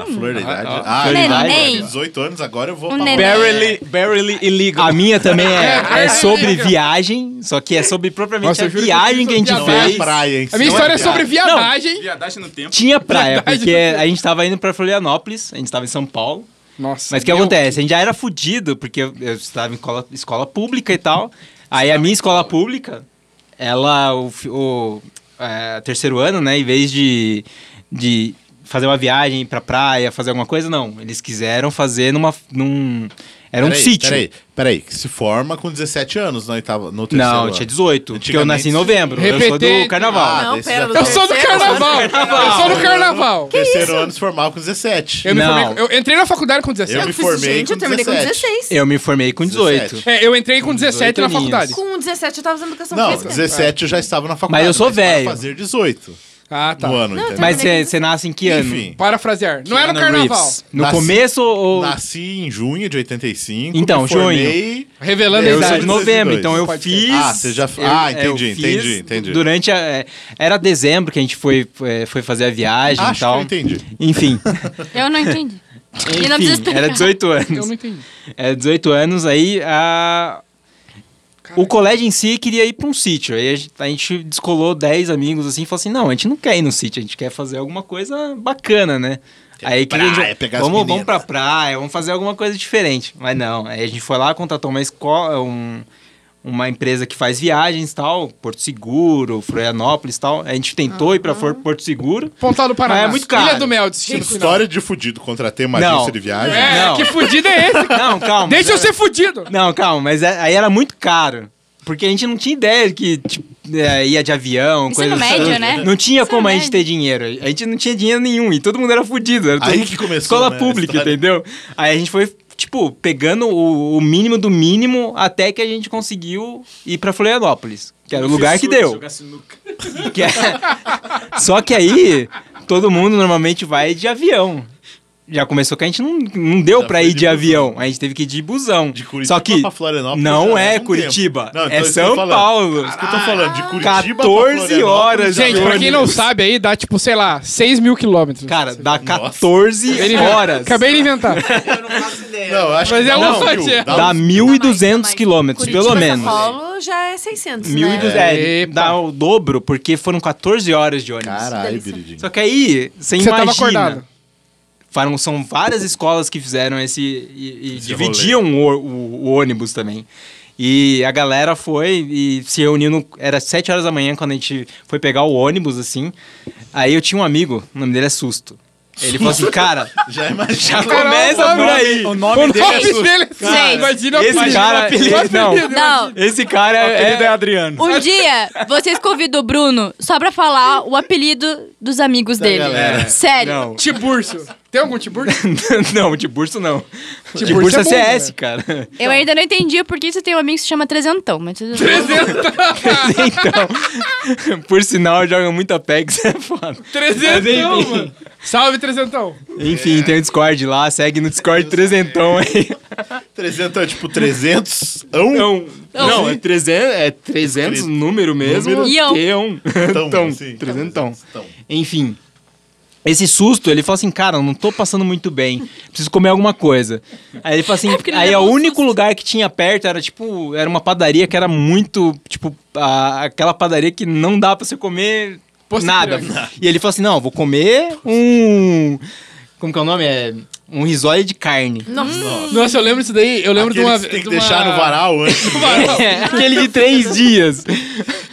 S2: A flor da idade. Ah,
S6: Neném.
S2: idade, olha, 18 anos, agora eu vou
S6: Um
S2: pra
S6: neném.
S4: Barely, barely illegal.
S8: É. A minha também é,
S3: É,
S8: é sobre
S3: amiga.
S8: viagem, só que é sobre propriamente
S3: Nossa, eu
S8: a
S3: juro que
S8: viagem que a gente
S3: eu sou
S2: Não é
S8: fez.
S2: praia, hein?
S3: A minha
S2: Não
S3: história é
S2: praia.
S3: sobre viadagem.
S4: Viadagem no tempo.
S8: Tinha praia,
S3: Verdade.
S8: porque a gente tava indo pra Florianópolis, a gente tava em São Paulo.
S3: Nossa.
S8: Mas o que
S3: meu-
S8: acontece? A gente já era fudido, porque eu, eu estava em escola, escola pública e tal. Aí a minha escola pública, ela, o, fi- o é, terceiro ano, né, em vez de, de fazer uma viagem pra praia, fazer alguma coisa, não. Eles quiseram fazer numa. Num, era um
S2: Peraí,
S8: sítio.
S2: Peraí, peraí, que se forma com 17 anos na oitava, no terceiro
S8: Não,
S2: ano.
S8: tinha 18. Porque eu
S2: Antigamente-
S8: nasci em novembro. Eu sou
S3: Repetente.
S8: do carnaval.
S2: Ah,
S5: Não,
S2: desse
S5: pera.
S2: já-
S5: do
S3: Eu sou é do
S5: terceiro,
S3: carnaval. Eu sou do carnaval.
S2: terceiro ano se formava com 17.
S3: Eu, me
S8: Não.
S3: formei- eu entrei na faculdade com 17.
S2: Eu
S5: Eu
S2: me
S5: fiz,
S2: formei
S5: gente, eu
S2: com
S5: terminei com
S2: 17.
S5: 16.
S8: Eu me formei com 18.
S2: 17.
S3: É, eu entrei com 17 na
S8: 18
S3: faculdade.
S5: Com 17 eu tava fazendo educação
S2: Não,
S5: física.
S2: 17 eu já estava na faculdade.
S8: Mas eu sou
S2: para
S8: velho.
S2: fazer 18
S3: Ah, tá.
S2: no Um ano, entendeu?
S8: Mas você nasce em que ano?
S2: Enfim,
S3: Parafrasear. Não era no
S8: Keanu
S3: carnaval.
S8: Reeves. No
S2: Nasci-
S8: começo ou.
S2: nasci em junho de 85.
S8: Então,
S2: me
S8: junho.
S2: formei...
S3: Revelando a
S8: Eu
S2: Verdade.
S8: sou de
S3: idade.
S8: novembro,
S2: 32.
S8: então eu
S3: Pode
S8: fiz.
S2: Ah, você já-
S8: eu-
S2: ah,
S8: é, eu
S2: entendi,
S8: fiz
S2: entendi, entendi.
S8: Durante a. é, Era dezembro que a gente foi, foi, foi fazer a viagem
S2: Ah, Acho
S8: e tal.
S2: que eu entendi.
S8: Enfim.
S6: Eu não entendi. E não precisa
S8: enfim
S6: explicar.
S8: era 18
S3: Eu não
S8: anos.
S3: entendi.
S8: Era 18 É, anos, aí a. O colégio em si queria ir pra um sítio. Aí a gente, a gente descolou 10 amigos assim e falou assim: não, a gente não quer ir no sítio, a gente quer fazer alguma coisa bacana, né? aí
S2: praia,
S8: queria.
S2: pegar as
S8: vamos,
S2: meninas."
S8: vamos pra praia, vamos fazer alguma coisa diferente. Mas não, aí a gente foi lá, contratou uma escola, um,
S4: uma empresa que faz viagens tal, Porto Seguro, Florianópolis tal. A gente tentou ir para Porto Seguro.
S3: Pontal do Paraná.
S4: Ah, é muito caro.
S3: Ilha do Mel, destino final.
S2: Tipo, História de fudido, contratei uma
S4: Não.
S2: agência de viagem.
S3: É,
S4: Não.
S3: que fudido é esse?
S4: Não, é- calma.
S3: Deixa eu ser fudido.
S4: Não, calma, mas é- aí era muito caro. Porque a gente não tinha ideia que tipo, é, ia de avião,
S6: Ensino
S4: coisa assim.
S6: médio, né?
S4: Não tinha
S6: Ensino
S4: como a
S6: médio.
S4: gente ter dinheiro. A gente não tinha dinheiro nenhum e todo mundo era fudido. Era todo
S2: Aí
S4: mundo-
S2: que começou,
S4: Escola
S2: né, a
S4: pública,
S2: história.
S4: entendeu? Aí a gente foi, tipo, pegando o, o mínimo do mínimo até que a gente conseguiu ir pra Florianópolis, que era o lugar que deu. Que é- Só que aí todo mundo normalmente vai de avião. Já começou que a gente não, não deu
S2: Já
S4: pra
S2: foi
S4: ir
S2: de
S4: de,
S2: busão.
S4: avião, a gente teve que ir de busão.
S2: De Curitiba
S4: Só que
S2: pra Florianópolis
S4: não
S2: já leva
S4: é
S2: um
S4: Curitiba,
S2: tempo. Não, então
S4: é
S2: isso que eu tô
S4: São
S2: falando.
S4: Paulo.
S2: Isso que eu tô falando, de Curitiba
S4: 14 horas. de
S3: Gente,
S2: um
S3: pra quem não
S4: ônibus.
S3: sabe aí, dá tipo, sei lá, 6 mil quilômetros.
S4: Cara, dá
S2: Nossa.
S4: 14
S3: Acabei de inventar.
S4: horas.
S3: Acabei de inventar.
S2: Não, eu acho
S3: Mas
S2: que
S3: é
S2: dá
S3: uma
S2: um mil,
S3: fatia.
S4: Dá
S2: um-
S4: 1.200
S6: Não,
S4: quilômetros,
S5: Curitiba,
S4: pelo
S5: São
S4: menos.
S5: Paulo já é 600, né?
S4: 1.200, é,
S3: Epa.
S4: dá o dobro, porque foram 14 horas de ônibus.
S2: Caralho,
S5: Delícia.
S2: Biridinho.
S4: Só que aí, você,
S3: Você tava
S4: imagina.
S3: acordado.
S4: Foram, são várias escolas que fizeram esse. e, e
S2: Esse
S4: dividiam o, o- o ônibus também. E a galera foi e se reuniu. No, era 7 horas da manhã quando a gente foi pegar o ônibus, assim. Aí eu tinha um amigo, o nome dele é Susto. Ele falou assim, cara,
S2: Já imagina.
S4: já começa por aí.
S10: O nome
S3: o nome
S10: dele é
S3: dele é
S6: Cara,
S3: Imagina o
S4: esse
S3: apelido.
S4: cara-
S3: Imagina o
S4: ele- não.
S3: apelido.
S6: Não,
S4: Esse cara é, é
S10: Adriano.
S6: um dia vocês convidam o Bruno só pra falar o apelido dos amigos dele.
S2: galera.
S6: Sério.
S4: Não.
S3: Tiburcio. Tem algum Tiburcio?
S4: não, de Burso não. De
S3: Burso
S4: Burso
S3: é
S4: é
S3: bom,
S4: CS, cara.
S6: Eu ainda não entendi por que você tem um amigo que se chama Trezentão, mas tudo bem.
S4: então, por sinal, joga muito Apex, é foda.
S3: Trezentão,
S4: enfim.
S3: mano. Salve, Trezentão.
S4: Enfim, tem o Discord lá, segue no Discord trezentão aí.
S2: 300 é tipo 300. É um.
S4: Não, não, é 300, é 300
S2: Treze-
S4: número mesmo.
S2: número-
S4: e
S6: Ião.
S4: Ião.
S2: Tão,
S4: Então,
S2: assim.
S4: trezentão.
S2: Tão.
S4: Enfim, esse susto, ele fala assim, cara, eu não tô passando muito bem, preciso comer alguma coisa. Aí ele fala assim,
S6: ele
S4: aí o
S6: levou um
S4: único lugar que tinha perto era tipo, era uma padaria que era muito, tipo, a- aquela padaria que não dá pra você comer
S3: Posto
S4: nada.
S3: Ipiranga.
S4: E ele falou assim, não, eu vou comer um, como que é o nome? É um risole de carne.
S3: Nossa, eu lembro disso daí. Eu lembro
S2: Aquele
S3: de uma...
S2: que você tem que
S3: de uma-
S2: deixar no varal antes.
S4: É, aquele de três dias.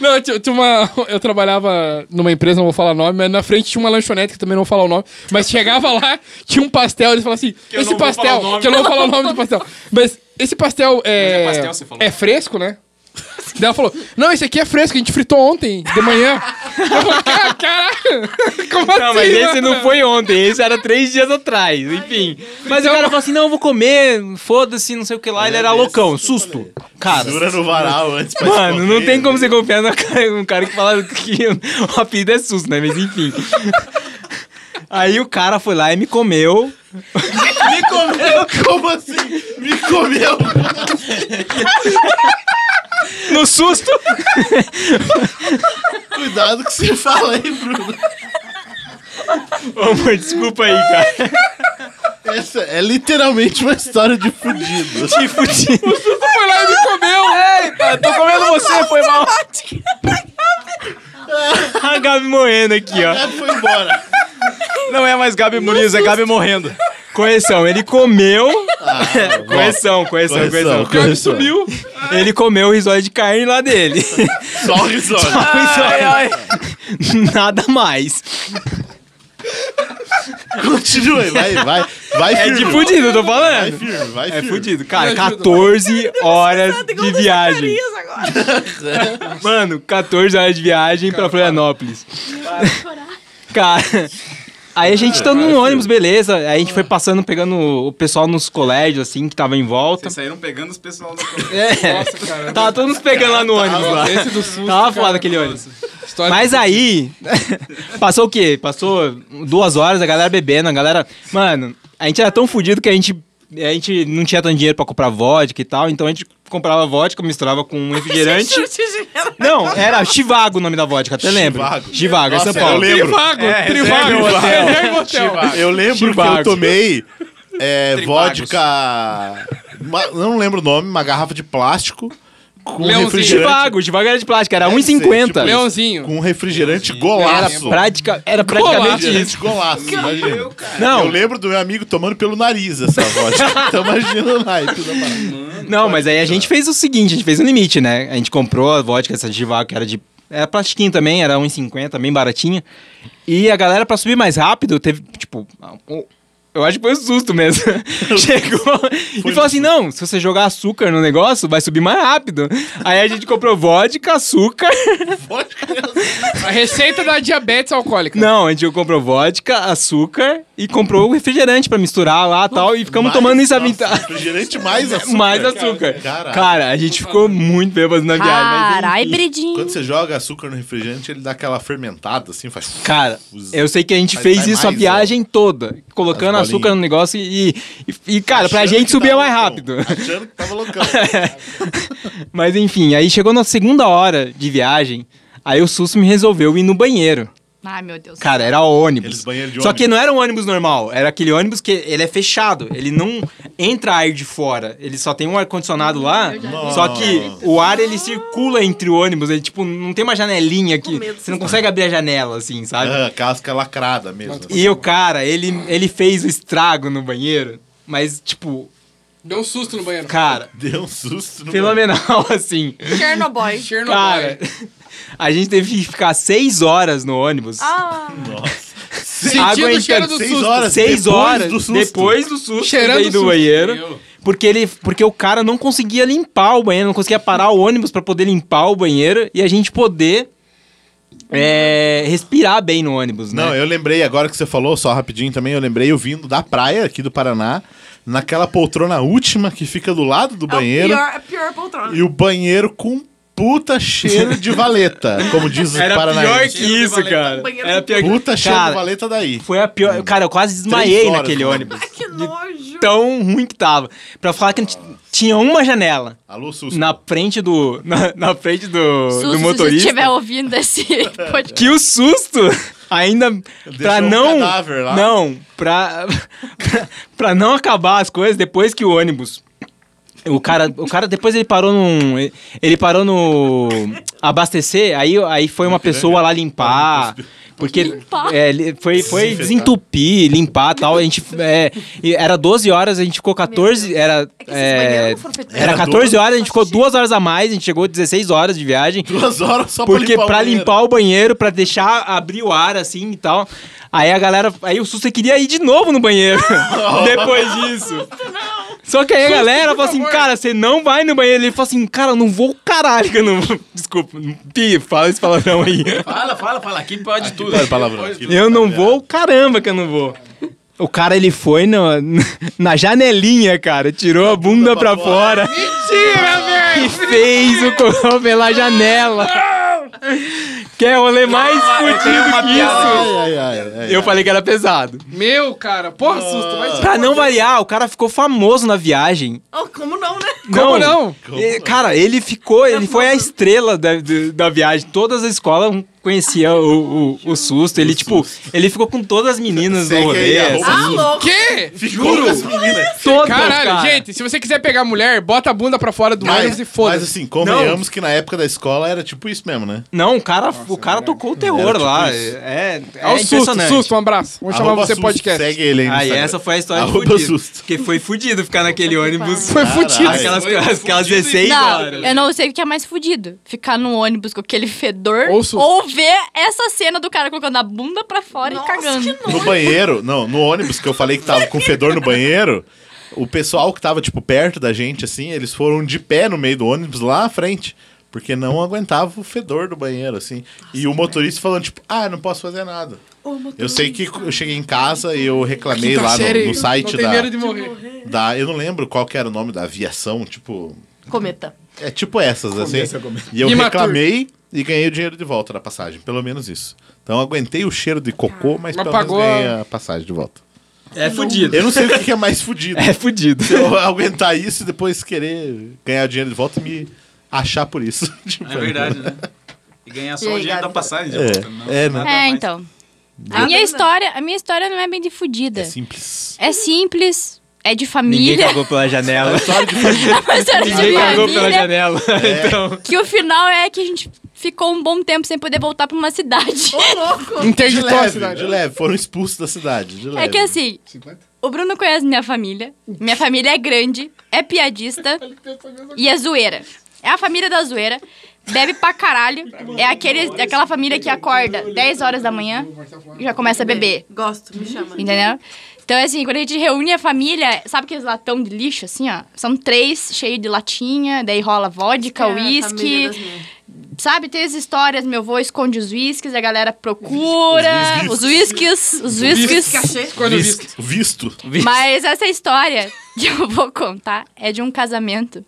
S3: Não, tinha, tinha uma. Eu trabalhava numa empresa, não vou falar nome, mas na frente tinha uma lanchonete que também não vou falar o nome. Mas chegava lá, tinha um pastel, eles falavam assim:
S10: eu
S3: esse
S10: não vou falar o
S3: pastel,
S10: nome."
S3: que eu não vou falar o nome do pastel. Mas esse pastel é.
S10: Mas é pastel, você falou.
S3: é fresco, né? Daí ela falou: Não, esse aqui é fresco, a gente fritou ontem, de manhã. Eu falei: "Cara- Caralho, como assim?
S4: Não, mas esse
S3: mano?"
S4: não foi ontem, esse era três dias atrás, enfim. Mas o cara falou assim: não, eu vou comer, foda-se, não sei o que lá. Ele era loucão, susto. Cara.
S2: Dura no varal antes. pra
S4: Mano, não
S2: escorrer,
S4: tem como
S2: né?
S4: você confiar num cara, num cara que fala que o apelido é susto, né? Mas enfim. Aí o cara foi lá e me comeu.
S2: Me comeu? Como assim? Me comeu?
S4: No susto!
S2: Cuidado que você fala aí, Bruno.
S4: Ô, amor, desculpa aí, cara.
S2: Essa é literalmente uma história de fudido.
S4: Me fudi.
S3: Foi lá e me comeu.
S4: Tô comendo você, foi mal. A Gabi morrendo aqui, ó.
S2: Ah, Foi embora.
S10: Não é mais Gabi Muniz, é Gabi morrendo.
S4: Correção, ele comeu. correção, correção,
S2: Correção,
S4: correção.
S2: correção.
S4: Ele sumiu.
S10: É,
S4: Ele comeu o risório de carne lá dele.
S2: Só o risório.
S4: Nada mais.
S2: Continue, vai, vai. Vai
S4: É
S2: firme.
S4: de fudido, eu tô
S2: Vai
S4: falando.
S2: firme, vai
S4: É
S2: firme.
S4: fudido. Cara,
S3: Me ajuda.
S4: 14
S5: Ah,
S4: horas de viagem. Mano, 14 horas de viagem pra Florianópolis. Cara. Aí a gente tá num ônibus, beleza. Aí a gente foi passando, pegando o pessoal nos colégios, assim, que tava em volta.
S10: Saíram pegando os pessoal do
S4: É. Tava todo mundo pegando lá no ônibus lá.
S3: Esse do susto.
S4: Tava foda aquele ônibus.
S3: História
S4: Mas aí, passou o quê? Passou duas horas, a galera bebendo, a galera. Mano, a gente era tão fudido que a gente. A gente não tinha tanto dinheiro pra comprar vodka e tal, então a gente comprava vodka, misturava com um refrigerante. não, era Chivago o nome da vodka, até lembro.
S2: Chivago.
S4: Chivago, é
S2: Nossa,
S4: São Paulo.
S2: eu lembro.
S3: Trivago,
S10: É,
S3: Trivago,
S10: reserva o hotel.
S3: reserva o hotel.
S2: Eu lembro que eu
S4: Chivagos.
S2: tomei é,
S10: Tribagos.
S2: vodka. ma- eu não lembro o nome, uma garrafa de plástico. com
S3: Leãozinho.
S2: refrigerante.
S4: Chivago, Chivago era de plástico, era
S2: Deve ser, tipo,
S4: 1,50.
S3: Leãozinho.
S2: Com refrigerante
S4: Era,
S2: golaço.
S4: prática, era praticamente isso.
S2: Refrigerante golaço, imagina.
S4: Não,
S2: Eu lembro do meu amigo tomando pelo nariz essa vodka. então imagina o naipe da parada.
S4: não, mas aí a gente fez o seguinte, a gente fez um limite, né? A gente comprou a vodka, essa Chivago, que era de... Era plastiquinho também, era 1,50, bem baratinha. E a galera, pra subir mais rápido, teve, tipo... um- Eu acho que foi um susto mesmo. Chegou e
S2: um
S4: falou assim, não, se você jogar açúcar no negócio, vai subir mais rápido. Aí a gente comprou vodka, açúcar...
S3: A receita da diabetes alcoólica.
S4: Não, a gente comprou vodka, açúcar e comprou o refrigerante pra misturar lá e tal. E ficamos
S2: Mais-
S4: tomando isso a
S2: nossa,
S4: vinte-
S2: Refrigerante mais açúcar.
S4: Mais açúcar.
S2: Caralho.
S4: Cara, a gente ficou muito bêbado na viagem. mas-
S6: Carai,
S2: Quando
S6: Bredinho.
S2: você joga açúcar no refrigerante, ele dá aquela fermentada, assim, faz...
S4: Cara, eu sei que a gente
S2: Mas
S4: fez
S2: vai
S4: isso a
S2: mais,
S4: viagem toda, colocando
S2: As
S4: açúcar
S2: bolinhas.
S4: no negócio e, e, e, cara, pra
S2: Achando
S4: gente
S2: que tá
S4: subia
S2: tava
S4: mais rápido.
S2: loucão, Achando que tava loucão.
S4: Mas enfim, aí chegou na segunda hora de viagem, aí o susto me resolveu ir no banheiro.
S6: Ai, meu Deus.
S4: Cara, era ônibus.
S2: Aqueles banheiros de
S4: Só
S2: ônibus.
S4: que não era um ônibus normal, era aquele ônibus que ele é fechado, ele não entra ar de fora, ele só tem um ar condicionado lá. Só que o ar ele circula entre o ônibus, ele tipo não tem uma janelinha que você não consegue abrir a janela assim, sabe?
S2: Ah, casca lacrada mesmo.
S4: E o cara, ele ele fez o estrago no banheiro, mas tipo,
S3: Deu um susto no banheiro.
S4: cara,
S2: Deu um susto no...
S4: fenomenal assim.
S5: Chernobyl.
S3: Chernobyl.
S4: Cara, a gente teve que ficar seis horas no ônibus.
S5: Ah,
S3: Sentindo o cheiro do
S4: seis
S3: susto.
S4: horas, é seis
S2: depois
S4: horas
S2: do susto.
S4: depois do susto
S3: Cheirando
S4: daí
S3: o
S4: do
S3: susto.
S4: banheiro
S3: Meu.
S4: porque ele porque o cara não conseguia limpar o banheiro não conseguia parar o ônibus pra poder limpar o banheiro e a gente poder é, respirar bem no ônibus né?
S2: Não, eu lembrei agora que você falou, só rapidinho também, eu lembrei eu vindo da praia aqui do Paraná, naquela poltrona última que fica do lado do
S5: é o
S2: banheiro,
S5: pior, é a pior poltrona.
S2: e o banheiro com puta cheiro de valeta, como diz o
S4: era pior
S2: paranaense.
S4: que isso
S3: tá
S4: cara
S5: banheiro
S4: era
S5: com
S4: pior que...
S2: Puta cheiro de
S4: Cara,
S2: valeta daí.
S4: foi a pior cara eu quase
S2: Três
S4: desmaiei
S2: horas,
S4: naquele
S2: mano.
S4: ônibus
S5: Que nojo.
S4: tão ruim que tava Pra falar que a gente tinha uma janela
S2: Alô, susto.
S4: na frente do na, na frente do, do
S6: Susto, se você
S4: motorista
S6: estiver ouvindo esse podcast.
S4: Que o susto ainda pra
S2: um
S4: não
S2: cadáver lá.
S4: não pra, pra pra não acabar as coisas depois que o ônibus o cara o cara depois ele parou num ele parou no abastecer aí aí foi uma
S2: é
S4: pessoa lá
S2: um
S4: limpar porque é, li- foi foi desentupir limpar tal a gente é, e era 12 horas a gente ficou 14 era
S5: É que esses
S4: é,
S5: banheiros não foram feitos.
S4: era 14 horas a gente ficou duas horas a mais a gente chegou 16 horas de viagem
S2: Duas horas só
S4: porque pra
S2: banheiro.
S4: limpar o banheiro, pra deixar abrir o ar assim e tal. Aí a galera. Aí o susto queria ir de novo no banheiro. depois disso. Só que aí a galera falou assim, cara, você não vai no banheiro. Ele falou assim, cara, eu não vou caralho que eu não vou. Desculpa, Pi, fala esse palavrão aí.
S11: Fala, fala, fala. Aqui pode tudo.
S2: Olha a palavra. Aquilo
S4: Eu
S2: tá
S4: não
S2: errado.
S4: vou, caramba que eu não vou. O cara, ele foi na, na janelinha, cara. Tirou a bunda pra fora. Mentira, velho! E fez o cocô pela janela. Quer rolê mais fudido que isso?
S2: Ai, ai, ai, ai.
S4: Eu falei que era pesado.
S3: Meu, cara. Porra, susto. Mas...
S4: Pra não variar, o cara ficou famoso na viagem.
S5: Oh, como não, né?
S3: Como não?
S4: Eh, Cara, ele ficou, ele foi a estrela da, da- da viagem. Todas as escolas conheciam o, o, o susto. Ele, tipo, ele ficou com todas as meninas
S2: Sei
S4: no
S2: que
S4: rolê.
S2: é a roupa
S4: assim.
S5: Ah, louco.
S3: Que?
S2: Ficou com as meninas.
S4: Todas,
S3: Caralho,
S4: cara.
S3: gente, se você quiser pegar mulher, bota a bunda pra fora do ônibus
S2: Mas,
S3: e foda-se.
S2: mas assim, convenhamos que na época da escola era tipo isso mesmo, né?
S4: Não, o cara, o cara tocou o terror
S2: Era tipo
S4: lá.
S2: isso.
S4: É, é,
S3: É o susto,
S4: impressionante.
S3: susto, um abraço. Vamos chamar
S2: Arroba
S3: você
S2: susto,
S3: podcast.
S2: Segue ele aí no
S4: Aí
S2: Instagram.
S4: essa foi a história
S2: é Arroba
S4: fudida.
S2: susto.
S4: Porque foi fudido ficar naquele ônibus.
S3: Foi
S2: Caralho.
S3: fudido.
S4: Aquelas, aquelas 16
S6: Não,
S4: horas.
S6: eu não sei o que é mais fudido. Ficar no ônibus com aquele fedor
S3: Ou susto.
S6: ou ver essa cena do cara colocando a bunda pra fora e
S5: Nossa,
S6: cagando.
S5: que
S2: No banheiro, não, no ônibus que eu falei que tava com fedor no banheiro, o pessoal que tava, tipo, perto da gente, assim, eles foram de pé no meio do ônibus lá à frente. Porque não aguentava o fedor do banheiro, assim. E o motorista falando, tipo, ah, não posso fazer nada. Eu sei que eu cheguei em casa e eu reclamei
S3: Quinta
S2: lá
S3: série,
S2: no, no site
S3: tá não tem
S2: da,
S3: medo de morrer.
S2: da. Eu não lembro qual que era o nome da aviação, tipo.
S5: Cometa.
S2: É tipo essas, assim. E eu
S3: Imatur.
S2: reclamei e ganhei o dinheiro de volta da passagem. Pelo menos isso. Então eu aguentei o cheiro de cocô, mas
S3: Mas
S2: pelo
S3: pagou
S2: menos
S3: a-
S2: ganhei a passagem de volta.
S4: É fudido.
S2: Eu não sei o que que é mais fudido.
S4: É fudido.
S2: Se eu aguentar isso e depois querer ganhar o dinheiro de volta e me achar por isso. Tipo,
S11: É verdade, né? E ganhar só
S5: E aí,
S11: o dinheiro da
S5: Gabi?
S11: passagem.
S4: né?
S2: É,
S11: já, não,
S2: é,
S11: nada
S6: É,
S11: mais.
S6: então. A minha, história, a minha história não é bem de fudida.
S2: É simples.
S6: É simples. é de
S8: Ninguém
S6: família.
S8: cagou pela janela.
S6: uma história de
S8: Ninguém cagou pela
S6: família.
S8: janela.
S6: É.
S8: Então,
S6: Que o final é que a gente ficou um bom tempo sem poder voltar pra uma cidade.
S3: Interditou a
S2: leve,
S3: cidade.
S2: de leve, foram expulsos da cidade. De leve.
S6: É que assim, o Bruno conhece minha família. Minha família é grande, é piadista e é zoeira. É a família da zoeira. Bebe pra caralho. É aquele, aquela família que acorda 10 horas da manhã e já começa a beber.
S5: Gosto, me chama.
S6: Entendeu? Então, é assim, quando a gente reúne a família, sabe aqueles latão de lixo, assim, ó? São três, cheio de latinha, daí rola
S5: É,
S6: vodka, uísque. Sabe, tem as histórias, meu avô esconde os uísques, a galera procura. Os uísques, os uísques.
S5: Cachê.
S3: Quando eu vi-
S2: Visto. Visto.
S6: Mas essa história que eu vou contar é de um casamento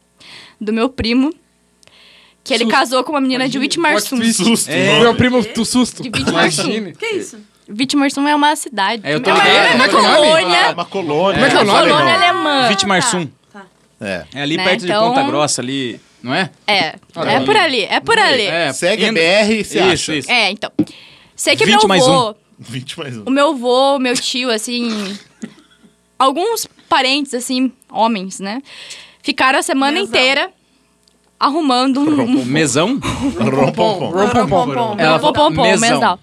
S6: do meu primo, que ele casou com uma menina de Whitmarsum.
S3: Plot twist.
S2: Susto.
S3: O É, Meu primo, tu susto.
S6: De Whitmarsum.
S3: Imagine.
S5: Que isso?
S6: Whitmarsum é uma cidade.
S4: É, eu tô
S6: uma-
S4: ligado.
S6: tá uma
S3: Como é que é o nome?
S6: colônia.
S2: Uma Ah, tá. colônia.
S3: Como é que é o nome?
S6: Colônia
S2: Alemão.
S6: alemã.
S4: Vitmarsum.
S2: É.
S4: É ali
S6: tá. Né,
S4: perto
S6: então-
S4: de Ponta Grossa, ali, não é?
S6: É, é
S4: Olha
S6: por
S4: aí.
S6: ali, é por ali. É,
S4: É,
S2: Segue
S4: indo-
S2: BR, você
S4: Isso,
S2: acha?
S4: isso.
S6: então. Sei que
S4: 20
S6: meu
S4: mais
S6: avô,
S2: 20 mais um.
S6: o meu avô, meu tio, assim, alguns parentes, assim, homens, né, ficaram a semana
S5: Mesão.
S6: inteira arrumando um, um
S4: Mesão?
S2: Rompom, pom.
S5: Rompom-pom.
S6: Ela pom, pom, pom,
S4: mesão.
S6: mesal.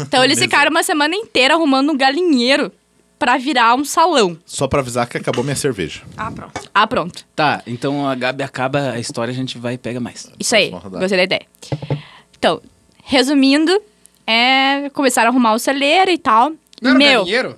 S6: Então eles ficaram uma semana inteira arrumando um galinheiro pra virar um salão.
S2: Só pra avisar que acabou minha cerveja.
S5: Ah, pronto.
S6: Ah, pronto.
S4: Tá, então a Gabi acaba a história, a gente vai e pega mais.
S6: Isso aí.
S2: Próxima rodada.
S6: Gostei da ideia. Então, resumindo, é, começaram a arrumar o celeiro e tal.
S3: Não era um
S6: Meu,
S3: galinheiro?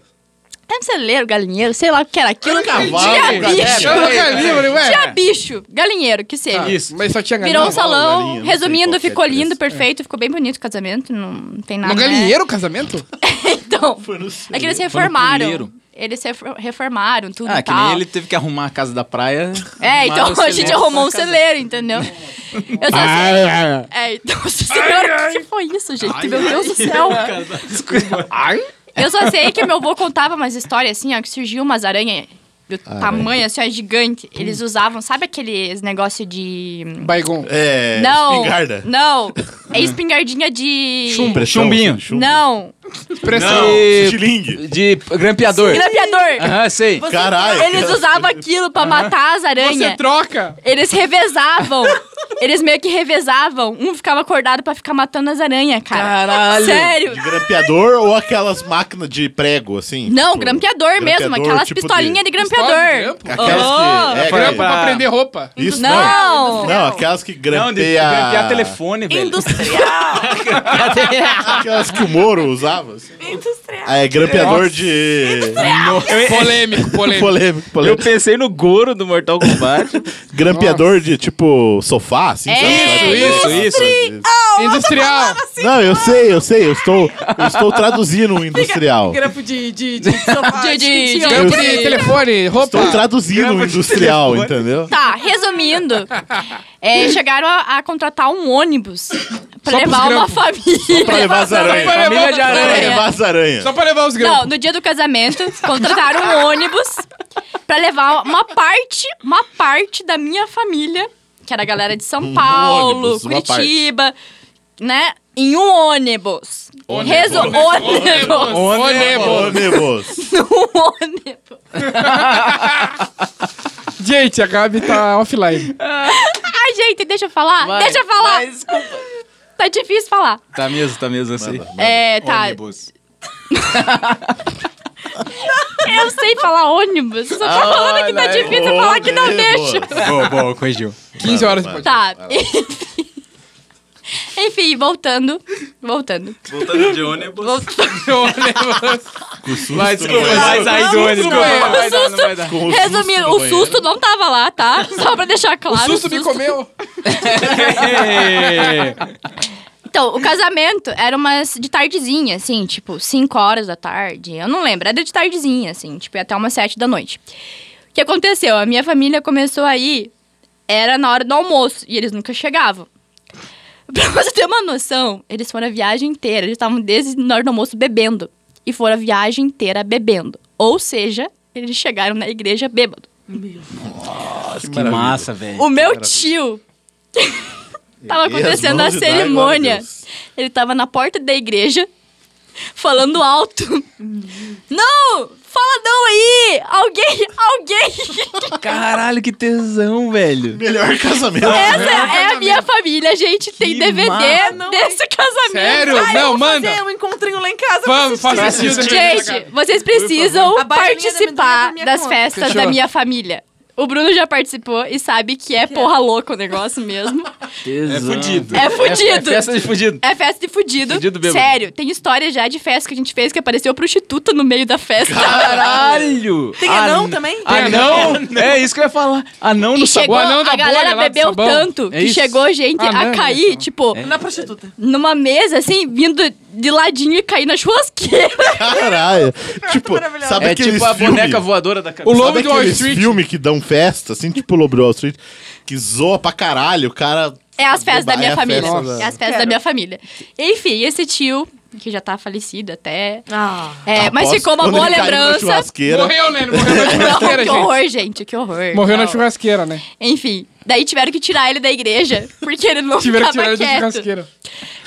S6: é um celeiro, galinheiro, sei lá o que era aquilo. tinha
S2: galinheiro.
S6: bicho.
S3: Era um galinheiro, ué. Tá.
S6: Tinha bicho. É, Galinheiro, que seja.
S3: Isso. Mas só tinha
S6: Virou um
S3: galinheiro.
S6: salão,
S2: galinha, não sei
S6: resumindo,
S2: qual que é a
S6: ficou lindo,
S2: diferença.
S6: perfeito, ficou bem bonito o casamento, não tem nada.
S3: No
S6: né?
S3: galinheiro o casamento?
S6: Então,
S2: no
S6: é que eles se
S4: Foi no
S6: reformaram.
S4: puleiro.
S6: Eles se refor- reformaram, tudo
S4: Ah,
S6: e
S4: que nem
S6: tal.
S4: ele teve que arrumar a casa da praia.
S6: É, então
S4: arrumaram o
S6: a gente
S4: celeiro pra
S6: arrumou um
S4: casar.
S6: celeiro, entendeu? Eu só sei. É, então, nossa senhora, o que foi isso, gente? meu Deus do céu. Eu só sei que meu avô contava umas histórias assim, ó, que surgiu umas aranhas do tamanho, assim, ó, gigante. Eles usavam, sabe aqueles negócio de.
S3: Baigon.
S2: É.
S6: não!
S2: Espingarda.
S6: Não! É espingardinha de.
S2: Pressão,
S4: Chumbinho.
S2: chumbo.
S6: Não!
S3: Pressão.
S4: De,
S2: Estilingue.
S4: de grampeador.
S6: Grampeador!
S4: Aham, sei.
S2: Caralho.
S6: Eles usavam aquilo pra matar as aranhas.
S3: Você troca.
S6: Eles revezavam. Eles meio que revezavam. Um ficava acordado pra ficar matando as aranhas, cara.
S4: Caralho.
S6: Sério.
S2: Grampeador ou aquelas máquinas de prego, assim?
S6: Não,
S2: Tipo,
S6: grampeador mesmo. Aquelas
S2: tipo de-
S6: pistolinhas de
S3: Pistola de
S6: grampeador.
S3: grampo?
S2: Aquelas
S6: Oh,
S2: que. É,
S3: Grampo
S2: que-
S3: pra prender roupa.
S2: Isso não.
S6: Não.
S2: Não, aquelas que grampeia...
S4: Não, de de grampear telefone, velho.
S2: Aquelas que o Moro usava. Assim.
S5: Industrial.
S2: Ah, é grampeador de...
S6: Ah,
S3: Polêmico, polêmico.
S2: Polêmico,
S4: Eu
S2: polêmico.
S4: pensei no Goro do Mortal Kombat.
S2: Grampeador de, tipo, sofá, assim.
S6: É,
S2: sabe?
S4: isso, isso.
S3: Industrial.
S6: assim,
S2: Não, eu
S6: então.
S2: sei, eu sei. Eu estou, eu estou traduzindo o industrial.
S5: Grampo de... de... de... sofá,
S6: De- de- de-
S3: Grampo de telefone, roupa.
S2: Estou traduzindo o industrial, entendeu?
S6: Tá, resumindo. é, chegaram a, a contratar um ônibus pra
S3: Só pros
S6: levar uma
S3: grampos.
S6: família.
S2: Pra levar as aranhas.
S3: Pra levar-
S4: Família de
S2: Pra
S4: aranha.
S2: levar as aranhas.
S3: Só pra levar os
S6: Não,
S3: grampos.
S6: no dia do casamento, contrataram um ônibus pra levar uma parte, uma parte da minha família, que era a galera de São Paulo,
S2: ônibus, uma
S6: Curitiba, né? Em um ônibus. Resu-
S3: Ônibus.
S6: ônibus.
S3: Ônibus.
S2: Ônibus.
S6: Num ônibus.
S3: Gente, a Gabi tá offline.
S6: Ai, gente, deixa eu falar. deixa eu falar. Tá difícil falar.
S4: Tá mesmo, tá mesmo, eu sei.
S6: É, tá. Eu sei falar ônibus. Só tô falando que tá difícil falar que não deixa.
S8: boa, boa, corrigiu.
S3: 15 horas depois.
S6: Tá, enfim. Enfim, voltando. Voltando.
S12: Voltando de ônibus.
S8: Mas desculpa, vai sair do ônibus.
S6: O susto.
S2: Com o susto
S6: Resumindo,
S2: do
S6: o susto não tava lá, tá? Só pra deixar claro.
S3: Susto me comeu.
S6: Então, o casamento era umas de tardezinha, assim, tipo, 5 horas da tarde. Eu não lembro, era de tardezinha, assim, tipo, ia até umas 7 da noite. O que aconteceu? A minha família começou a ir, era na hora do almoço, e eles nunca chegavam. Pra você ter uma noção, eles foram a viagem inteira, eles estavam desde na hora do almoço bebendo. E foram a viagem inteira bebendo. Ou seja, eles chegaram na igreja bêbado.
S4: Nossa, que massa, velho.
S6: O meu tio. tava
S2: E as
S6: acontecendo a
S2: mãos de dar, glória a
S6: cerimônia.
S2: Deus.
S6: Ele tava na porta da igreja, falando alto. Não! Fala não aí! Alguém, alguém!
S4: Caralho, que tesão, velho.
S2: Melhor casamento.
S5: Ah,
S6: Essa é a minha família, gente. Tem DVD desse casamento.
S3: Sério?
S5: Ah, eu
S3: não,
S5: vou
S3: manda.
S5: fazer um encontrinho lá em casa. pra
S3: Vamos, faça
S5: assistir.
S3: isso.
S6: Gente, vocês precisam
S5: Abaixa é a linha da amendoim
S6: participar
S5: pra minha
S6: das
S5: conta.
S6: festas
S3: Fechou.
S6: da minha família. O Bruno já participou e sabe que é porra louca o negócio mesmo.
S4: É fudido.
S6: É fudido.
S4: É festa de fudido.
S6: É festa de fudido.
S4: Fudido bêbado.
S6: Sério, tem história já de festa que a gente fez que apareceu prostituta no meio da festa.
S4: Caralho!
S5: Tem anão também?
S4: Anão? É isso que eu ia falar. Anão no
S6: E chegou,
S4: sabor.
S3: anão da
S6: a galera
S3: bolha lá do
S6: bebeu
S3: sabão.
S6: tanto
S4: É
S6: que
S4: isso?
S6: chegou gente
S3: Ah,
S6: a
S3: mano,
S6: cair,
S3: então.
S6: tipo,
S5: Na prostituta.
S6: numa mesa, assim, vindo de ladinho e cair na churrasqueira.
S2: Caralho. tipo,
S5: Maravilhoso.
S2: sabe
S4: É
S2: aqueles
S4: tipo a
S2: filme-
S4: boneca voadora da
S3: O
S4: cabeça.
S3: lobo
S2: Sabe
S3: de Wall
S2: aqueles
S3: Street.
S2: filme que dão festa, assim, tipo Lobo de Wall Street, que zoa pra caralho, o cara...
S6: É as festas da
S2: É
S6: minha
S2: a
S6: família.
S2: festa da-
S6: É as festas da minha família. Enfim, esse tio, que já tá falecido até.
S5: Ah.
S6: é, mas
S2: Aposto
S6: ficou uma
S2: quando
S6: boa
S2: ele caiu na
S6: lembrança.
S2: churrasqueira,
S3: Morreu, né? Ele Morreu na churrasqueira,
S6: Não, que
S3: gente.
S6: horror, gente, que horror.
S3: Morreu na
S6: Não.
S3: churrasqueira, né?
S6: Enfim, daí tiveram que tirar ele da igreja, porque ele não
S3: Tiveram que tirar
S6: ficava
S3: ele da
S6: quieto.
S3: churrasqueira.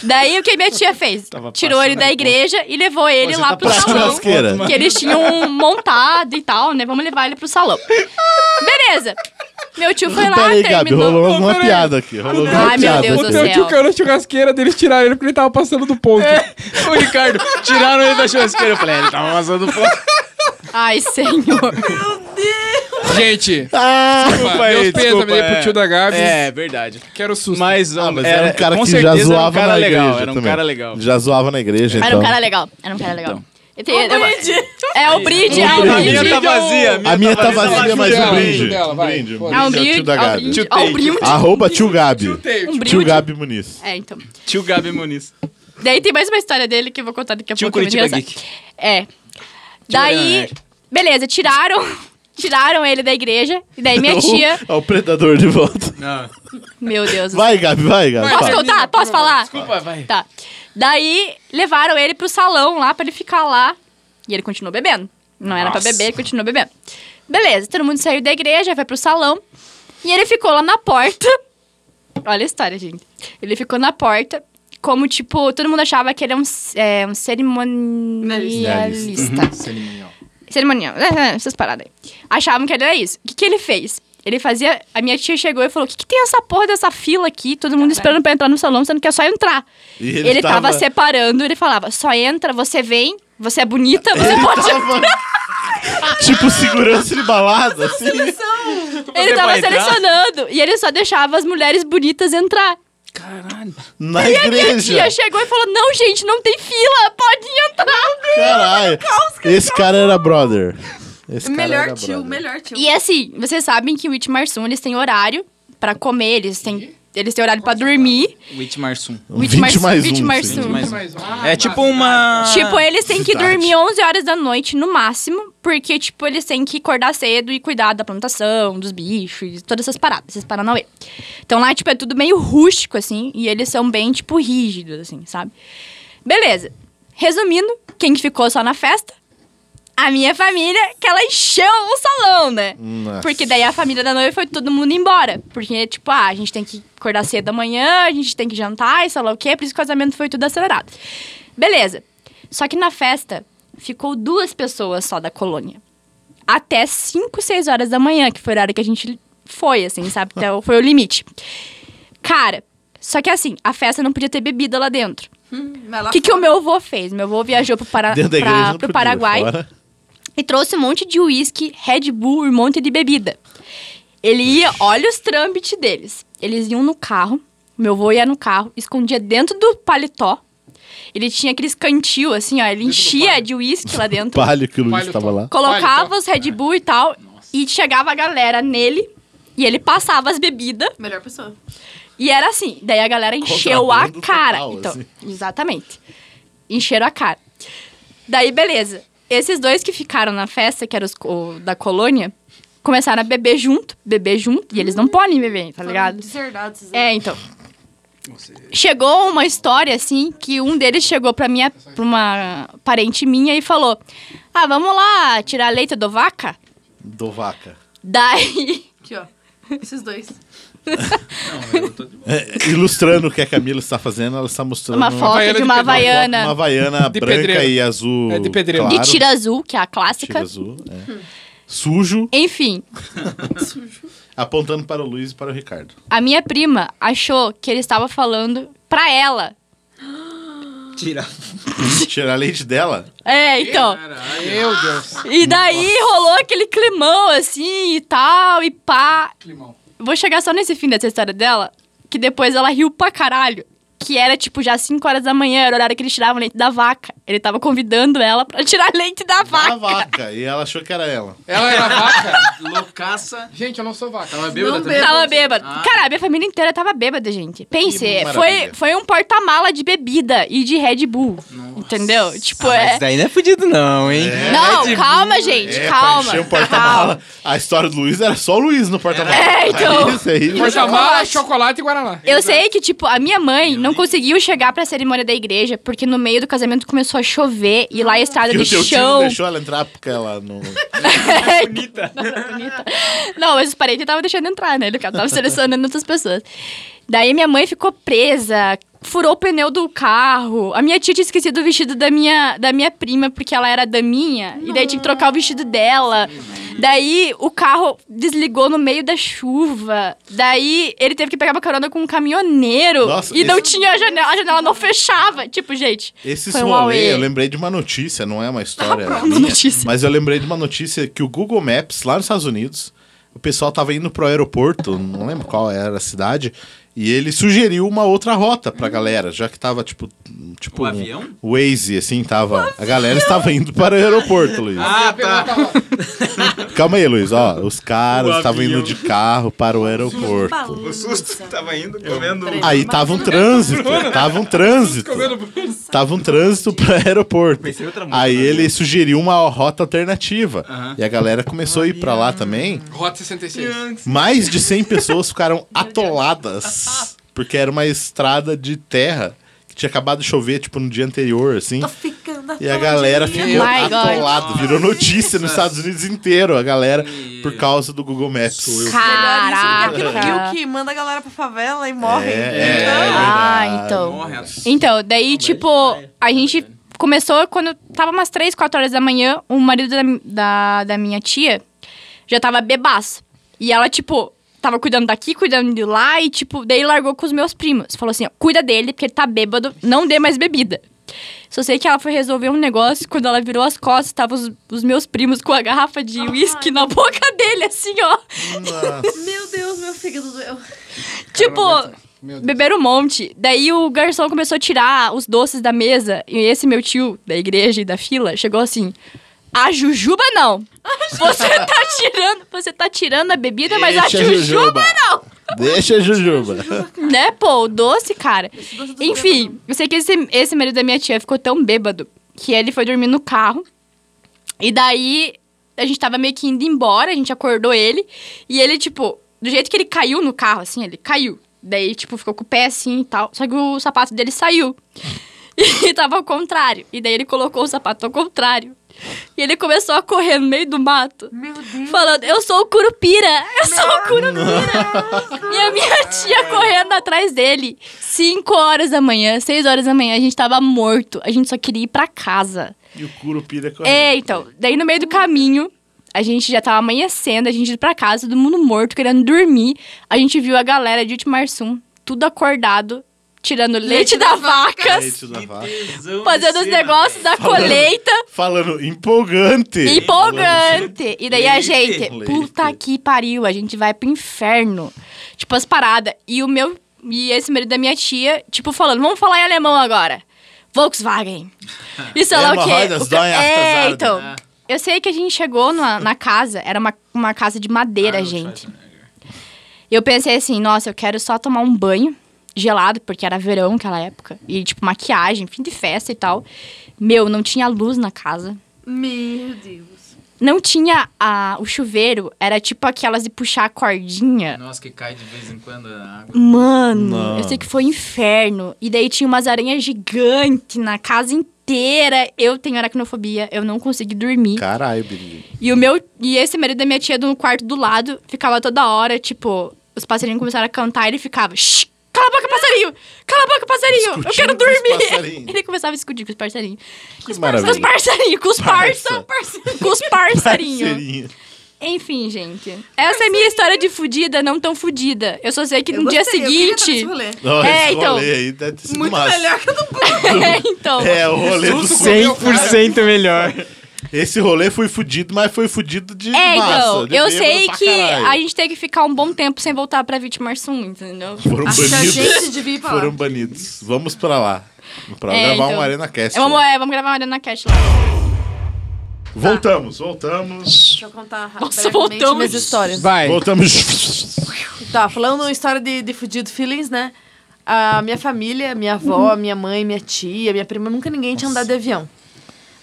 S6: Daí o que minha tia fez? Tirou ele da igreja e levou ele lá pro
S2: pra
S6: salão.
S2: churrasqueira.
S6: Que eles tinham montado e tal, né? Vamos levar ele pro salão. Beleza. Meu tio foi lá,
S2: Peraí, Gabi,
S6: terminou.
S2: Tá rolou
S3: Ô,
S2: uma
S3: peraí.
S2: piada aqui. Rolou uma
S6: Ai, meu
S2: piada.
S6: Deus
S3: O
S6: do
S2: aqui.
S3: teu tio caiu na churrasqueira deles tiraram ele porque ele tava passando do ponto.
S4: O Ricardo, tiraram ele da churrasqueira. Eu falei, "É, ele tava passando fome.
S6: Ai,
S2: Então.
S6: senhor.
S3: Gente,
S2: Ah,
S4: Desculpa aí,
S3: meus
S4: desculpa,
S3: pêsames aí pro
S4: é.
S3: tio da Gabi.
S4: É, verdade.
S3: Quero susto.
S4: Mas,
S2: Ah,
S4: ah,
S2: mas era um cara
S4: com
S2: que já
S4: certeza era um
S2: zoava
S4: cara
S2: na
S4: legal,
S2: igreja
S4: era um
S2: também.
S4: cara legal.
S2: Já zoava na igreja, então.
S6: Era um cara legal. Era um cara legal. Tem- eu- É o bride, é o
S4: A minha
S6: brinde.
S4: tá vazia.
S2: A minha tá
S4: vazia.
S2: vazia,
S3: Fala
S2: mas
S3: dela,
S2: um brinde.
S3: dela,
S2: Um
S3: vai,
S2: brinde, um
S3: foda-se.
S6: É o
S2: brinde. É o
S6: brinde.
S2: tio da
S6: É o
S2: Gabi.
S6: brinde. É o brinde.
S2: Arroba tio Gabi.
S6: Um
S2: Tio
S6: brinde.
S2: Gabi Muniz.
S6: É, então.
S4: Tio Gabi Muniz.
S6: Daí tem mais uma história dele que eu vou contar daqui a
S4: Tio
S6: pouco. é muito
S4: Curitiba
S6: engraçado. É. Daí, beleza, tiraram, tiraram ele da igreja. E daí minha tia.
S2: Olha o predador de volta.
S6: Meu Deus. do céu.
S2: Vai, Gabi, vai, Gabi.
S6: Posso
S2: vai.
S6: contar? Posso falar?
S4: Desculpa, vai.
S6: Tá. Daí levaram ele pro salão lá pra ele ficar lá. E ele continuou bebendo. Não era pra
S4: Nossa.
S6: beber, ele continuou bebendo. Beleza, todo mundo saiu da igreja, vai pro salão. E ele ficou lá na porta. Olha a história, gente. Ele ficou na porta, como tipo, todo mundo achava que ele é um, c- é, um cerimonialista. Cerimonial. É, Essas paradas aí. Achavam que ele era isso. O que, que ele fez? Ele fazia. A minha tia chegou e falou: O que, que tem essa porra dessa fila aqui? Todo mundo esperando pra entrar no salão, você não quer só entrar.
S2: E
S6: Ele, tava... separando, ele falava: Só entra, você vem, você é bonita, você pode.
S2: tava- tipo segurança de balada, assim.
S6: Ele tava
S4: vai entrar?
S6: selecionando. E ele só deixava as mulheres bonitas entrar.
S2: Na
S6: Minha tia
S2: igreja.
S6: chegou e falou: Não, gente, não tem fila, pode entrar.
S2: Caralho. Esse
S6: tá.
S2: cara era brother. Esse cara
S5: Melhor
S2: era
S5: tio,
S2: brother.
S5: melhor tio.
S6: E assim, vocês sabem que o Itmarsum, eles têm horário pra comer, eles têm, eles têm horário pra dormir.
S4: Witch Marsum.
S2: Um 20 mais um, sim.
S4: Mais um. É tipo uma...
S6: Tipo, eles têm que
S2: Cidade.
S6: dormir 11 horas da noite no máximo, porque, tipo, eles têm que acordar cedo e cuidar da plantação, dos bichos, e todas essas paradas, esses paranauê. Então lá, tipo, é tudo meio rústico, assim, e eles são bem, tipo, rígidos, assim, sabe? Beleza. Resumindo, quem que ficou só na festa? A minha família, que ela encheu o salão, né?
S2: Nossa.
S6: Porque daí a família da noiva foi todo mundo embora. Porque, tipo, ah, a gente tem que acordar cedo amanhã, a gente tem que jantar e sei lá o quê. Por isso que o casamento foi tudo acelerado. Beleza. Só que na festa, ficou duas pessoas só da colônia. Até 5, 6 horas da manhã, que foi o horário que a gente foi, assim, sabe? Então, foi o limite. Cara, só que assim, a festa não podia ter bebida lá dentro.
S5: Vai lá.
S6: O que, que o meu avô fez? Meu avô viajou pro, Para-
S2: Dentro da
S6: pra-
S2: igreja não
S6: pro
S2: podia,
S6: Paraguai
S2: fora.
S6: e trouxe um monte de uísque, Red Bull e um monte de bebida. Ele ia, olha os trâmites deles. Eles iam no carro, meu avô ia no carro, escondia dentro do paletó. Ele tinha aqueles cantil, assim, ó, ele enchia de uísque lá dentro.
S2: Palio que o Luiz
S3: Palio
S2: tava lá.
S6: colocava os Red Bull e tal, e chegava a galera nele, e ele passava as bebidas,
S5: Melhor pessoa.
S6: e era assim. Daí a galera encheu a
S2: Contrabando
S6: cara.
S2: total,
S6: então,
S2: assim.
S6: Exatamente. Encheram a cara. Daí, beleza. Esses dois que ficaram na festa, que eram os co- da colônia, começaram a beber junto, beber junto, e eles não podem beber, tá ligado?
S5: Deserdado, esses aí.
S6: É, então. Chegou uma história, assim, que um deles chegou pra minha, pra uma parente minha e falou: Ah, vamos lá tirar leite do vaca?
S2: Do vaca.
S6: Daí.
S5: Aqui, ó. Esses dois.
S2: É, ilustrando o que a Camila está fazendo, ela está mostrando
S6: Uma foto
S3: Havaiana
S6: de
S3: de
S6: uma
S3: pedreiro.
S6: havaiana.
S2: Uhum. uma havaiana
S3: De
S2: branca
S3: pedreiro.
S2: e azul.
S3: É, de pedreiro.
S2: claro.
S6: De tira azul, que é a clássica.
S2: Tira azul, é. Sujo,
S6: Enfim,
S2: apontando para o Luiz e para o Ricardo.
S6: a minha prima achou que ele estava falando pra ela.
S8: Tira.
S2: Tirar leite dela?
S6: É, então.
S3: Meu Deus.
S6: E daí rolou aquele climão, assim, e tal, e pá.
S3: Climão.
S6: Vou chegar só nesse fim dessa história dela, que depois ela riu pra caralho. Que era, tipo, já 5 horas da manhã, era o horário que eles tiravam leite da vaca. Ele tava convidando ela pra tirar leite da
S2: A
S6: vaca.
S2: vaca. E ela achou que era ela.
S3: Ela era vaca?
S12: Loucaça.
S3: Gente, eu não sou vaca. é
S12: Tava bêbada
S5: Não
S12: também.
S5: bêbada.
S6: Tava bêbada. Cara, a minha família inteira tava bêbada, gente. Pense,
S2: Que maravilha.
S6: foi, foi um porta-mala de bebida e de Red Bull. Entendeu?
S4: Ah,
S6: Tipo, é.
S8: Mas daí não é fudido, não, hein?
S4: É
S6: Não, calma, gente,
S2: É, pra
S6: calma.
S2: encher um
S6: calma.
S2: porta-mala. A história do Luiz era só o Luiz no porta-mala.
S6: É, então.
S2: Isso aí.
S3: Porta-mala, chocolate e Guaraná.
S6: Eu sei que, tipo, a minha mãe não conseguiu chegar pra cerimônia da igreja porque no meio do casamento começou a chover e lá a estrada
S2: Que
S6: de
S2: o teu tio não
S6: chão.
S2: deixou ela entrar porque ela não.
S6: Não, mas os parentes estavam deixando entrar, né? Ele tava selecionando outras pessoas. Daí minha mãe ficou presa, furou o pneu do carro. A minha tia tinha esquecido o vestido da minha, da minha prima, porque ela era daminha. E daí tinha que trocar o vestido dela. Daí o carro desligou no meio da chuva. Daí ele teve que pegar uma carona com um caminhoneiro.
S2: Nossa,
S6: e não
S2: esse-
S6: tinha a janela, a janela não fechava. Tipo, gente.
S2: Esses
S6: Foi um
S2: rolê,
S6: auê.
S2: eu lembrei de uma notícia, não é uma história.
S6: pronto,
S2: minha,
S6: notícia.
S2: Mas eu lembrei de uma notícia que o Google Maps, lá nos Estados Unidos, o pessoal tava indo pro aeroporto, não lembro qual era a cidade, e ele sugeriu uma outra rota pra galera, já que tava tipo. tipo
S12: O
S2: um
S12: avião?
S2: Waze, assim, tava. A galera estava indo para o aeroporto, Luiz.
S12: Ah, tá.
S2: Calma aí, Luiz, ó. Os caras
S12: O
S2: estavam indo
S12: avião.
S2: de carro para o aeroporto.
S12: O susto tava indo comendo.
S2: Aí tava um trânsito, tava um trânsito. Tava um trânsito pra aeroporto.
S8: em outra música,
S2: Aí ele sugeriu uma rota alternativa. E a galera começou a ir pra lá também.
S3: Rota 66.
S2: Mais de 100 pessoas ficaram atoladas. Porque era uma estrada de terra que tinha acabado de chover, tipo, no dia anterior, assim.
S5: Tô ficando
S2: E a galera
S5: atoladinha.
S2: ficou
S6: Tá My God.
S2: atolada. Virou notícia nos Estados Unidos inteiro, a galera, por causa do Google Maps.
S5: Melhor isso do que aquele
S6: Caraca.
S5: Ah, Rio que manda a galera pra favela e morre.
S2: É, é
S6: Ah,
S2: verdade.
S6: então.
S12: Morre.
S6: Então, daí, tipo, a gente começou quando tava umas 3, 4 horas da manhã, o marido da, da, da minha tia já tava bebaço. E ela, tipo, tava cuidando daqui, cuidando de lá, e, tipo, daí largou com os meus primos. Falou assim, ó, cuida dele, porque ele tá bêbado, não dê mais bebida. Só sei que ela foi resolver um negócio, quando ela virou as costas, tava os, os meus primos com a garrafa de uísque na boca dele, assim, ó.
S5: Meu Deus, meu fígado doeu.
S6: Tipo, beberam um monte. Daí o garçom começou a tirar os doces da mesa. E esse meu tio, da igreja e da fila, chegou assim... A jujuba não. Você tá tirando, você tá tirando a bebida, mas a
S2: Deixa a
S6: jujuba,
S2: jujuba.
S6: não.
S2: Deixa a Jujuba.
S6: Né, pô, o doce, cara.
S5: doce do
S6: Enfim, eu sei que esse, esse marido da minha tia ficou tão bêbado que ele foi dormir no carro. E daí a gente tava meio que indo embora, a gente acordou ele. E ele, tipo, do jeito que ele caiu no carro, assim, ele caiu. Daí, tipo, ficou com o pé assim e tal. Só que o sapato dele saiu. E tava ao contrário. E daí ele colocou o sapato ao contrário. E ele começou a correr no meio do mato.
S5: Meu Deus.
S6: Falando, eu sou o Curupira, eu sou o Curupira. e a minha tia correndo atrás dele. Cinco horas da manhã, seis horas da manhã, a gente tava morto. A gente só queria ir pra casa.
S2: E o Curupira correndo.
S6: É, então, daí no meio do caminho, a gente já tava amanhecendo, a gente indo pra casa, todo mundo morto, querendo dormir. A gente viu a galera de Ultimarsum, tudo acordado, tirando leite, da, vaca,
S2: Leite da vaca.
S6: fazendo os negócios da colheita.
S2: Falando empolgante.
S6: Empolgante! E daí a gente,
S2: Leite.
S6: puta que pariu, a gente vai pro inferno. Tipo, as paradas. E o meu. E esse marido da minha tia, tipo, falando, vamos falar em alemão agora. Volkswagen. Isso é lá o quê?
S2: Hemorroidas
S6: O ca-
S2: doem
S6: É,
S2: artesado.
S6: então. Eu sei que a gente chegou na, na casa, era uma, uma casa de
S2: Ah,
S6: madeira, gente. Eu pensei assim, nossa, eu quero só tomar um banho gelado, porque era verão naquela época. E, tipo, maquiagem, fim de festa e tal. Meu, não tinha luz na casa.
S5: Meu Deus.
S6: Não tinha a, o chuveiro, era tipo aquelas de puxar a cordinha.
S12: Nossa, que cai de vez em quando a água.
S6: Mano, eu sei que foi um inferno. E daí tinha umas aranhas gigantes na casa inteira. inteira eu tenho aracnofobia, eu não consegui dormir.
S2: Caralho, Birinho.
S6: E o meu. E esse marido da minha tia do quarto do lado ficava toda hora, tipo, os passarinhos começaram a cantar e ele ficava. Shh, cala a boca, passarinho! Cala a boca, passarinho! eu
S2: Discutindo
S6: quero
S2: com os
S6: dormir!
S2: passarinhos.
S6: Ele começava a discutir com os passarinhos. Com os
S2: maravilha.
S6: parça- com os parçarinhos, com os parça, com os parçarinhos.
S2: Parceirinho.
S6: Enfim, gente. Essa é minha história de fudida, não tão fudida. Eu só sei que no dia seguinte.
S2: Não,
S6: É,
S2: esse
S6: então.
S2: rolê aí deve ter sido
S5: Muito
S2: massa.
S5: melhor que o do
S6: é, então.
S2: É, o rolê do Suco.
S8: 100% melhor.
S2: Esse rolê foi fudido, mas foi fudido de
S6: É,
S2: massa.
S6: então,
S2: de
S6: eu
S2: bêbado
S6: sei
S2: pra
S6: que
S2: caralho.
S6: a gente tem que ficar um bom tempo sem voltar pra Vitimarsum, entendeu?
S2: Foram
S5: Acho que a gente
S2: banidos.
S5: devia ir pra lá.
S2: Foram banidos. Vamos pra lá. Pra
S6: É,
S2: gravar
S6: então.
S2: um Arena Cast.
S6: É, vamos, é, vamos gravar uma Arena Cast lá.
S2: Voltamos, voltamos.
S5: Deixa eu contar
S6: Nossa,
S5: brevemente
S6: voltamos.
S5: minhas histórias.
S8: É.
S3: Vai.
S2: Voltamos.
S5: Tá, falando uma história de, de fudido feelings, né? A minha família, minha avó, minha mãe, minha tia, minha prima, nunca ninguém tinha andado de avião.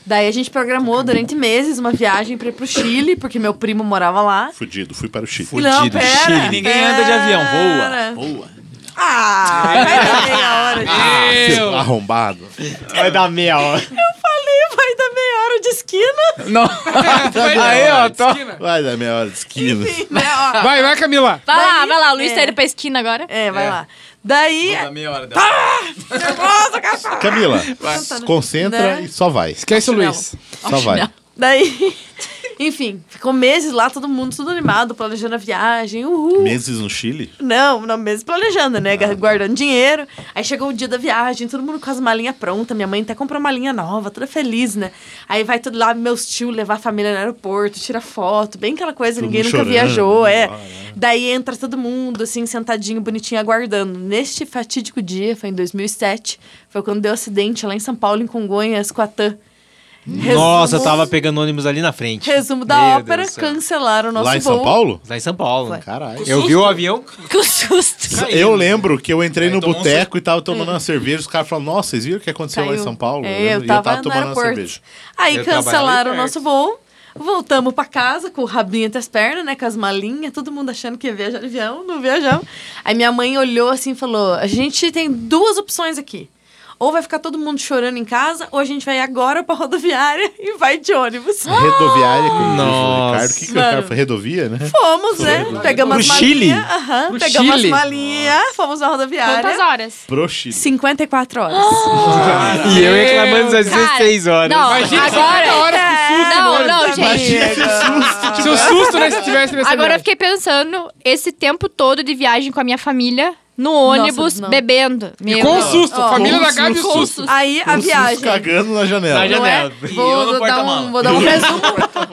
S5: Daí a gente programou durante meses uma viagem pra ir pro Chile, porque meu primo morava lá.
S2: Fudido, fui para o Chile.
S5: Não,
S4: Fudido.
S5: pera,
S4: Chile, ninguém anda de avião, voa. Ah.
S5: pera.
S12: Boa.
S5: Ah, vai dar meia hora. gente.
S2: Seu Arrombado.
S8: Vai dar meia hora.
S5: Falei, vai dar meia hora de esquina.
S8: Não. Aí, ó, tô...
S2: Vai dar meia hora de esquina.
S5: Né, ó.
S3: Vai, vai, Camila.
S6: Vai lá, vai lá, o Luiz
S5: é.
S6: tá indo pra esquina agora.
S5: É, vai lá. Daí,
S12: Da meia
S5: Ah,
S12: hora dela.
S5: nervosa, cachorro.
S2: Camila,
S5: Cantando.
S2: concentra
S5: Né?
S2: e só vai.
S3: Esquece o
S5: Chinelo.
S3: Luiz.
S2: Só vai.
S5: Daí, enfim, ficou meses lá, todo mundo tudo animado, planejando a viagem, uhul.
S2: Meses no Chile?
S5: Não, não, mesmo planejando, né? Guardando dinheiro. Aí chegou o dia da viagem, todo mundo com as malinhas prontas. Minha mãe até comprou uma malinha nova, toda feliz, né? Aí vai tudo lá, meus tios levar a família no aeroporto, tira foto, bem aquela coisa,
S2: Todo
S5: ninguém
S2: mundo
S5: nunca
S2: chorando,
S5: viajou, é.
S2: ah,
S5: Daí entra todo mundo, assim, sentadinho, bonitinho, aguardando. Neste fatídico dia, foi em 2007, foi quando deu acidente lá em São Paulo, em Congonhas, com a TAM.
S8: Nossa, eu
S5: Resumo-
S8: tava pegando ônibus ali na
S4: Tipo,
S8: frente.
S5: Resumo da
S8: Meu
S5: ópera,
S8: Deus do céu.
S5: cancelaram o nosso
S2: Lá em
S5: voo.
S2: São Paulo?
S8: Lá em São Paulo.
S5: Foi.
S2: Caralho.
S8: Eu vi o avião.
S6: Que susto.
S2: Eu lembro que eu entrei
S12: Aí
S2: no
S12: tomou um
S2: boteco e tava tomando uma cerveja. Os caras falaram, nossa, vocês viram o que aconteceu lá em
S5: É. Caiu.
S2: São Paulo?
S5: É,
S2: lembro,
S5: eu
S2: e
S5: tava,
S2: tava
S5: no
S2: tomando uma
S5: aeroporto.
S2: cerveja.
S5: Aí
S8: Eu trabalhava
S5: cancelaram o
S8: ali
S5: nosso
S8: perto.
S5: voo. Voltamos pra casa com o rabinho entre as pernas, né? Com as malinhas, todo mundo achando que ia viajar de avião, não viajamos. Aí minha mãe olhou assim e falou: A gente tem duas opções aqui. Ou vai ficar todo mundo chorando em casa, ou a gente vai agora pra rodoviária e vai de ônibus.
S2: Rodoviária com o
S8: Nossa.
S2: Ricardo. O que, que o cara
S5: Ah! Mano.
S2: foi? Rodovia, né?
S5: Fomos, né? Pegamos
S8: Pro
S5: as
S8: Chile?
S5: malinhas. aham,
S3: Pro
S5: pegamos
S3: Chile?
S5: as malinhas, fomos na
S6: Quantas
S5: rodoviária.
S6: horas?
S2: Pro Chile.
S5: 54 horas.
S8: E eu reclamando às
S6: Cara,
S8: 16 horas.
S6: Não,
S3: Imagina
S6: agora.
S3: 50 horas com susto no
S6: Não,
S3: ônibus.
S6: não, gente.
S3: Se o susto não estivesse nesse
S6: Agora eu fiquei pensando, esse tempo todo de viagem com a minha família, no ônibus,
S5: não.
S6: bebendo. Meu
S3: Com
S6: Deus. Ah,
S3: susto.
S5: Ó,
S3: família
S2: com
S3: da Gabi e
S6: susto.
S3: susto.
S5: Aí a
S2: Os
S5: viagem.
S2: cagando na janela.
S8: Na
S5: Não é?
S8: janela. E eu no
S5: Vou, dar
S8: porta-mala.
S5: um, vou dar um resumo.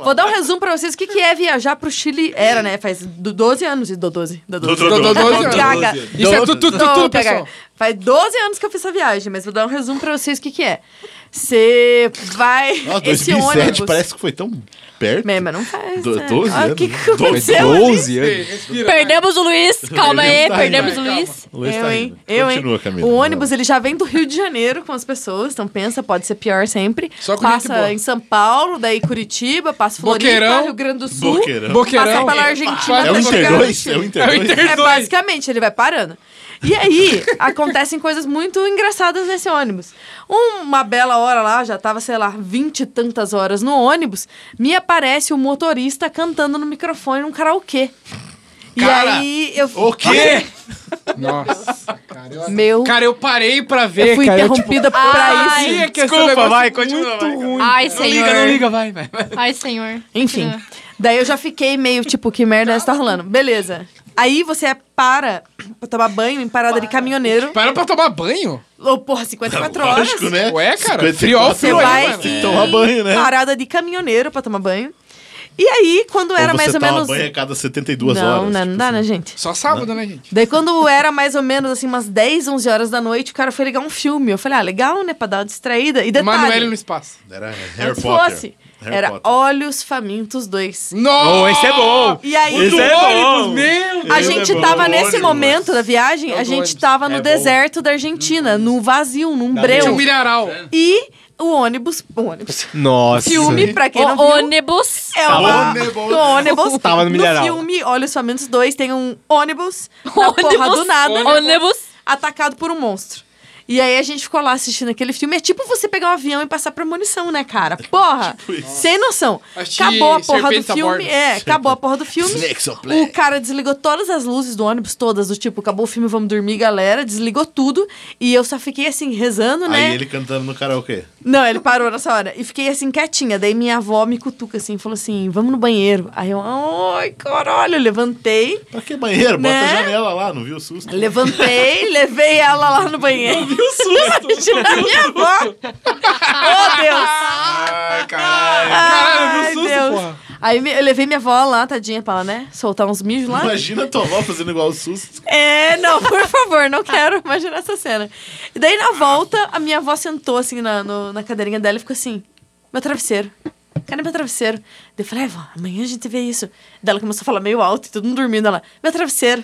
S5: vou dar um resumo pra vocês. O que, que é viajar pro Chile? Era, né? Faz do- 12 anos. e Do 12. Do 12.
S3: Do- do- 12 anos.
S5: Gaga.
S3: Isso é tudo, tudo, tudo,
S5: Não, pega.
S3: pessoal.
S5: Faz 12 anos que eu fiz essa viagem, mas vou dar um resumo pra vocês o que, que é. Você vai.
S2: Nossa,
S5: esse
S2: 2007
S5: ônibus.
S2: parece que foi tão perto.
S5: Mas mas não faz.
S2: Do-
S5: né?
S2: 12
S5: Ah, O que,
S2: anos.
S5: que aconteceu? ali?
S8: 12 anos.
S6: Perdemos o Luiz, calma aí,
S2: Tá,
S6: perdemos
S2: vai,
S6: o Luiz.
S2: O Luiz
S5: Eu,
S2: tá
S5: hein?
S2: rindo.
S5: Eu,
S2: Continua,
S5: hein?
S2: Camila.
S5: O ônibus, é ele já vem do Rio de Janeiro com as pessoas, então pensa, pode ser pior sempre.
S3: Só com gente boa.
S5: passa em São Paulo, daí Curitiba, passa Floripa,
S3: Boqueirão.
S5: Rio Grande do Sul,
S2: Boqueirão.
S3: Boqueirão.
S5: passa pela Argentina,
S2: É o
S5: até
S3: tá
S2: Inter
S5: chegar no
S2: 2?
S5: Chile.
S2: É o Inter 2?
S5: É, basicamente, ele vai parando. E aí, acontecem coisas muito engraçadas nesse ônibus. Uma bela hora lá, já tava, sei lá, vinte e tantas horas no ônibus, me aparece o motorista cantando no microfone num karaokê.
S3: Cara,
S5: e aí eu
S2: O quê?
S3: Nossa, cara. Eu...
S5: Meu
S3: Cara, eu parei pra ver,
S5: eu fui
S3: cara. eu, tipo,
S5: interrompida pra
S6: Ai,
S5: isso.
S3: sabia que esse
S8: Desculpa,
S3: negócio
S8: vai,
S3: é
S8: continua,
S3: Muito
S8: vai,
S3: ruim.
S6: Ai, senhor.
S8: Liga, não liga, vai, vai. vai.
S6: Ai, senhor.
S5: Enfim.
S2: É.
S5: Daí eu já fiquei meio tipo, que merda essa tá rolando? Beleza. Aí você para pra tomar banho em parada de caminhoneiro.
S3: Parou pra tomar banho?
S5: Ô, porra, 54 horas.
S2: Lógico, né?
S3: Ué, cara,
S2: 54
S3: friol,
S5: Você
S3: friol,
S2: horas,
S5: vai
S2: Tem
S5: em
S2: que tomar banho, né?
S5: Parada de caminhoneiro pra tomar banho. E aí, quando era
S2: Ou
S5: mais
S2: você
S5: ou
S2: toma
S5: menos.
S2: banho a cada 72 horas.
S5: Não, né? não
S2: tipo
S5: dá,
S2: assim.
S5: né, gente?
S3: Só sábado, né, gente?
S5: Daí quando era mais ou menos assim, umas 10, 11 horas da noite, o cara foi ligar um filme. Eu falei, ah, legal, né? Pra dar uma distraída. E
S2: é
S5: detalhe,
S3: Manoel no espaço.
S2: Tipo, Era Harry
S5: antes
S2: Potter.
S5: fosse,
S2: Harry
S5: era
S2: Potter.
S5: Olhos Famintos 2.
S3: Nossa!
S8: Oh, esse é bom.
S5: E aí,
S8: Esse é bom.
S3: ônibus, meu!
S5: A
S2: Eu
S5: gente
S2: lembro
S8: um
S5: tava
S2: do
S5: nesse
S2: ônibus.
S5: momento da viagem,
S6: É um
S5: a gente tava no deserto da Argentina,
S6: Hum.
S5: no vazio,
S3: Tinha
S5: num
S3: um
S5: breu.
S3: milharal.
S5: E o ônibus, o ônibus,
S8: Nossa.
S5: filme, pra quem não
S6: O
S5: viu,
S6: ônibus.
S5: é uma,
S2: ônibus.
S5: o ônibus.
S8: Tava no
S5: No
S8: milharal.
S5: filme Olhos Famintos 2 tem um ônibus, na
S6: Ônibus.
S5: porra do nada, né?
S6: Ônibus.
S5: atacado por um monstro. E aí a gente ficou lá assistindo aquele filme. É tipo você pegar um avião e passar pra munição, né, cara? Porra!
S3: Tipo
S5: sem noção.
S3: Assisti
S5: Acabou a porra do
S3: Serpentes a
S5: filme.
S3: Bordo.
S5: É, acabou a porra do filme.
S2: Snakes on
S5: O
S2: play.
S5: cara desligou todas as luzes do ônibus, todas, do tipo, acabou o filme, vamos dormir, galera. Desligou tudo. E eu só fiquei assim, rezando, né?
S2: Aí ele cantando no karaokê.
S5: Não, ele parou nessa hora. E fiquei assim, quietinha. Daí minha avó me cutuca assim, falou assim: vamos no banheiro. Aí eu, ai, caralho, levantei.
S2: Pra que banheiro? Bota
S5: Né?
S2: a janela lá, não viu o susto?
S5: Levantei, levei ela lá no banheiro. Não o susto! minha avó! Oh, Deus!
S2: Ah,
S5: Ah,
S12: Ai, caralho.
S5: Caralho,
S3: susto, porra.
S5: Aí me- eu levei minha avó lá, tadinha, pra ela, né? Soltar uns mijos lá.
S2: Imagina a tua avó fazendo igual o susto.
S5: É, não, por favor, não quero imaginar essa cena. E daí na volta, a minha avó sentou assim na, no- na cadeirinha dela e ficou assim: meu travesseiro. Cadê meu travesseiro? Daí eu falei, "Ai, vó, amanhã a gente vê isso. Daí ela começou a falar meio alto e todo mundo dormindo. Ela, meu travesseiro.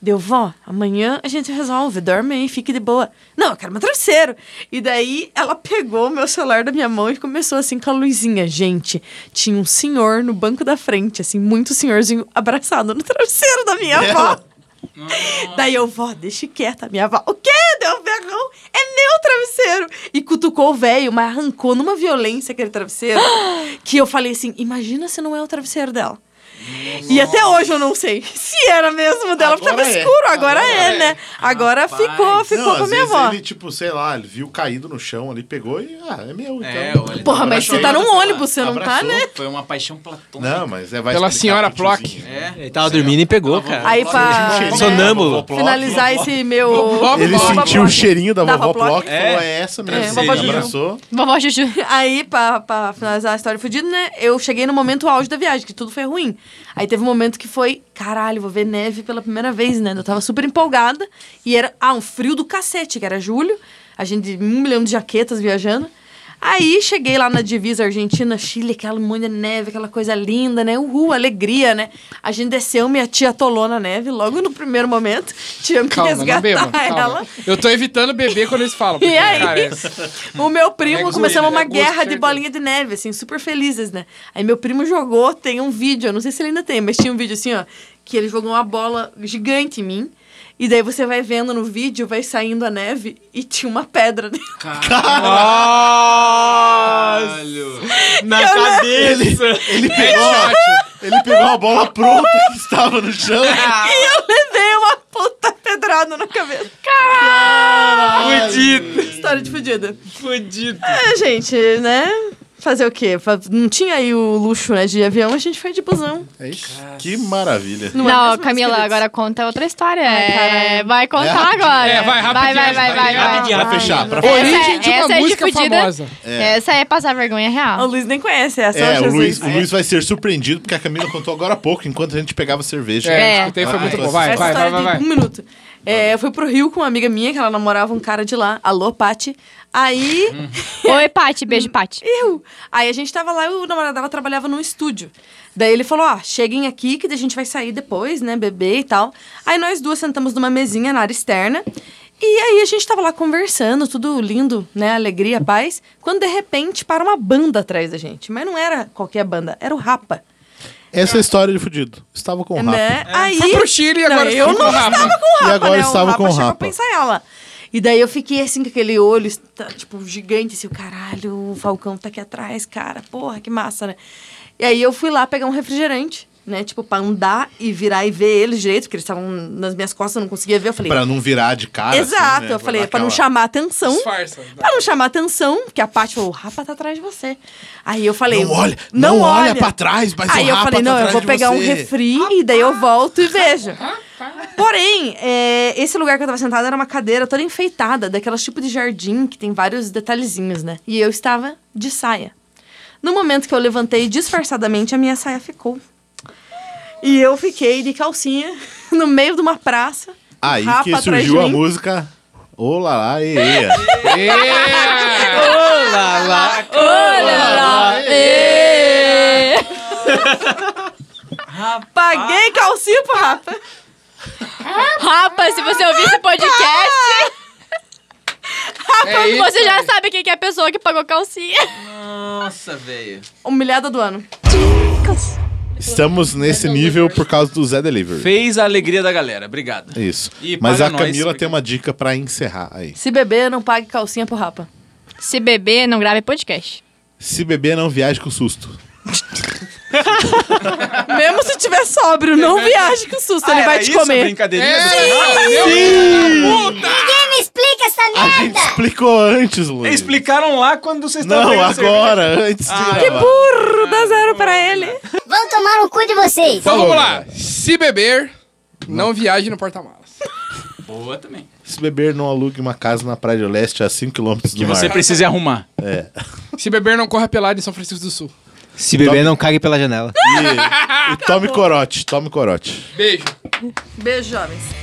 S5: Deu, vó, amanhã a gente resolve, dorme aí, fique de boa. Não, eu quero meu travesseiro. E daí ela pegou o meu celular da minha mão e começou assim com a luzinha. Gente, tinha um senhor no banco da frente, assim, muito senhorzinho abraçado no travesseiro da minha avó. Daí eu, vó, deixa quieta, minha avó. O quê? Deu berrão? É meu travesseiro. E cutucou o velho, mas arrancou numa violência aquele travesseiro. que eu falei assim: imagina se não é o travesseiro dela. E até hoje eu não sei se era mesmo dela, porque tava
S2: Agora é.
S5: escuro, agora, é,
S12: é.
S5: né? Agora
S12: Rapaz.
S5: ficou, ficou
S2: não,
S5: com a
S2: às
S5: minha
S2: vezes
S5: avó.
S2: ele, tipo, sei lá, ele viu caído no chão ali, pegou e, ah, é meu, então.
S12: É, olha,
S5: Porra,
S12: Agora
S5: mas você
S12: chega,
S5: tá num
S12: sei lá,
S5: ônibus, você não tá,
S2: abraçou.
S5: né?
S12: Foi uma paixão platônica.
S2: Não, mas é vai
S3: Pela senhora
S2: Plock.
S3: Plock.
S12: É.
S8: Ele tava dormindo e pegou, cara.
S2: um
S5: Aí pra né,
S8: Sonâmbulo.
S5: finalizar esse meu.
S3: Vovó
S2: Ele
S3: Vovó
S2: sentiu o
S5: Plock.
S2: cheirinho da
S5: Da
S2: vovó
S5: vovó
S2: Plock e
S8: Plock.
S2: falou, é essa
S5: É,
S2: mesmo.
S5: vovó
S2: Ele
S5: Juju.
S2: abraçou.
S6: Vovó Juju.
S5: Aí, pra, pra finalizar a história fodida, né? Eu cheguei no momento auge da viagem, que tudo foi ruim. Aí teve um momento que foi, caralho, vou ver neve pela primeira vez, né? Eu tava super empolgada. E era, ah, um frio do cacete, que era julho. A gente, um milhão de jaquetas viajando. Aí cheguei lá na divisa Argentina, Chile, aquela monte de neve, aquela coisa linda, né? Uhul, alegria, né? A gente desceu, minha tia atolou na neve logo no primeiro momento. Tivemos que
S3: Calma, não
S5: resgatar
S3: beba. calma.
S5: ela.
S3: Eu tô evitando beber quando eles falam.
S5: E aí?
S3: cara, é-
S5: O meu primo
S3: Pega
S5: começamos
S3: zoeira,
S5: uma
S2: é
S3: né?
S5: guerra
S3: Gosto,
S5: de
S3: certeza.
S5: bolinha de neve, assim, super felizes, né? Aí meu primo jogou, tem um vídeo, eu não sei se ele ainda tem, mas tinha um vídeo assim, ó, que ele jogou uma bola gigante em mim. E daí você vai vendo no vídeo, vai saindo a neve e tinha uma pedra dentro.
S12: Caralho.
S8: Na cabeça!
S2: Ele pegou, ele pegou a bola pronta que estava no chão.
S5: E eu levei uma puta pedrada na cabeça.
S8: Fudido!
S5: História de fodida.
S8: Fudido!
S5: É, gente, né? Fazer o quê? Fa- Não tinha aí o luxo, né, de avião, a gente foi de busão.
S2: É isso. Que maravilha.
S5: Não, é
S6: Não,
S5: mesmo, meus
S6: Camila,
S5: queridos?
S6: agora conta outra história.
S5: caralho.
S6: É, vai
S2: É
S6: contar
S2: rapidinho.
S6: agora.
S3: É, vai,
S6: Vai, vai,
S3: rapidinho,
S6: vai, vai.
S3: rapidinho,
S6: vai.
S2: Pra fechar, pra fechar.
S3: Origem de
S6: Essa- essa
S3: uma
S6: é de
S3: música
S6: fudida.
S3: famosa.
S6: Essa é passar vergonha
S5: Ah, O
S6: real.
S5: Luiz nem conhece essa,
S2: É, o
S5: Jesus.
S2: Luiz, o Luiz vai ser surpreendido porque a Camila contou agora há pouco, enquanto a gente pegava cerveja.
S3: É,
S6: É.
S3: escutei, foi
S2: Ah,
S3: muito
S2: então
S3: bom. Vai,
S5: Essa
S3: vai, vai,
S5: história
S3: vai.
S5: tem
S3: vai.
S5: um minuto. É, eu fui pro Rio com uma amiga minha, que ela namorava um cara de lá. Alô, Pati. Aí.
S3: Uhum.
S6: Oi, Pati. Beijo, Pati.
S5: eu. Aí a gente tava lá e o namorado dela trabalhava num estúdio. Daí ele falou: ó, cheguem aqui que daí a gente vai sair depois, né, beber e tal. Aí nós duas sentamos numa mesinha na área externa. E aí a gente tava lá conversando, tudo lindo, né? Alegria, paz. Quando de repente para uma banda atrás da gente. Mas não era qualquer banda, era o Rapa.
S2: Essa é a história de fudido. Estava com o Rafa.
S5: Né? Aí...
S3: Fui pro Chile e
S5: Não,
S3: agora
S5: eu
S3: fui pro
S5: não
S3: Rapa.
S5: estava com o Rapa,
S2: E agora
S5: né?
S2: estava
S5: o Rapa
S2: com o
S5: chegou
S2: Rapa.
S5: pra ensaiar lá. E daí eu fiquei assim com aquele olho, tá, tipo, gigante, assim, o caralho, o Falcão tá aqui atrás, cara, porra, que massa, né? E aí eu fui lá pegar um refrigerante, né? Tipo, pra andar e virar e ver eles direito, porque eles estavam nas minhas costas, eu não conseguia ver. Eu falei,
S2: Pra não virar de cara.
S5: exato,
S2: assim, né?
S5: eu falei,
S2: Dar
S5: pra não
S2: aquela-
S5: chamar atenção.
S3: Disfarça.
S5: Pra não chamar atenção, porque a Paty falou, o Rapa tá atrás de você. Aí eu falei,
S2: Não olha, não, olha pra trás, mas
S5: Aí
S2: o
S5: eu
S2: Rafa
S5: falei,
S2: tá
S5: não, eu
S2: atrás
S5: vou
S2: de
S5: pegar um
S2: você.
S5: refri e daí eu volto e vejo. Porém, é, esse lugar que eu tava sentada era uma cadeira toda enfeitada, daquelas tipo de jardim que tem vários detalhezinhos, né? E eu estava de saia. No momento que eu levantei disfarçadamente, a minha saia ficou. E eu fiquei de calcinha no meio de uma praça. um
S2: Aí
S5: Rapa
S2: que
S5: atrás
S2: surgiu
S5: de
S2: a
S5: mim.
S2: música Olá lá, e e.
S3: É,
S8: Olá, lá!
S4: Ah.
S5: Paguei calcinha pro Rafa.
S6: Rapa, se você ouvir esse podcast,
S3: É isso.
S6: você já sabe quem que é a pessoa que pagou calcinha.
S12: Nossa, velho.
S5: Humilhada do ano.
S2: Estamos nesse nível por causa do Zé Delivery.
S4: Fez a alegria da galera, obrigado.
S2: Isso.
S4: E
S2: Mas
S4: paga
S2: a
S4: nós,
S2: Camila
S4: porque-
S2: tem uma dica pra encerrar aí.
S5: Se beber, não pague calcinha pro rapa.
S6: Se beber, não grave podcast.
S2: Se beber, não viaje com susto.
S5: Mesmo se tiver sóbrio, não viaje com susto, ele
S4: Ah,
S5: vai
S4: era
S5: te
S4: isso a
S5: comer. É.
S4: brincadeirinha do
S3: é,
S7: Ninguém me explica essa
S2: A gente
S7: merda!
S2: explicou antes, Luiz.
S4: Explicaram lá quando vocês estavam
S2: Não,
S4: pegando cerveja.
S2: agora, antes de gravar.
S5: Burro, dá zero
S4: Ah,
S5: pra ele.
S7: Vão tomar no cu de vocês!
S3: Então vamos lá. Se beber, não viaje no porta-malas.
S4: Boa também.
S2: Se beber, não alugue uma casa na Praia do Leste a 5km do
S4: Que
S2: mar.
S4: você precisa arrumar.
S3: Se beber, não corra pelado em São Francisco do Sul.
S8: Se beber, não cague pela janela.
S2: E, e tome corote, tome corote.
S3: Beijo.
S5: Beijo, jovens.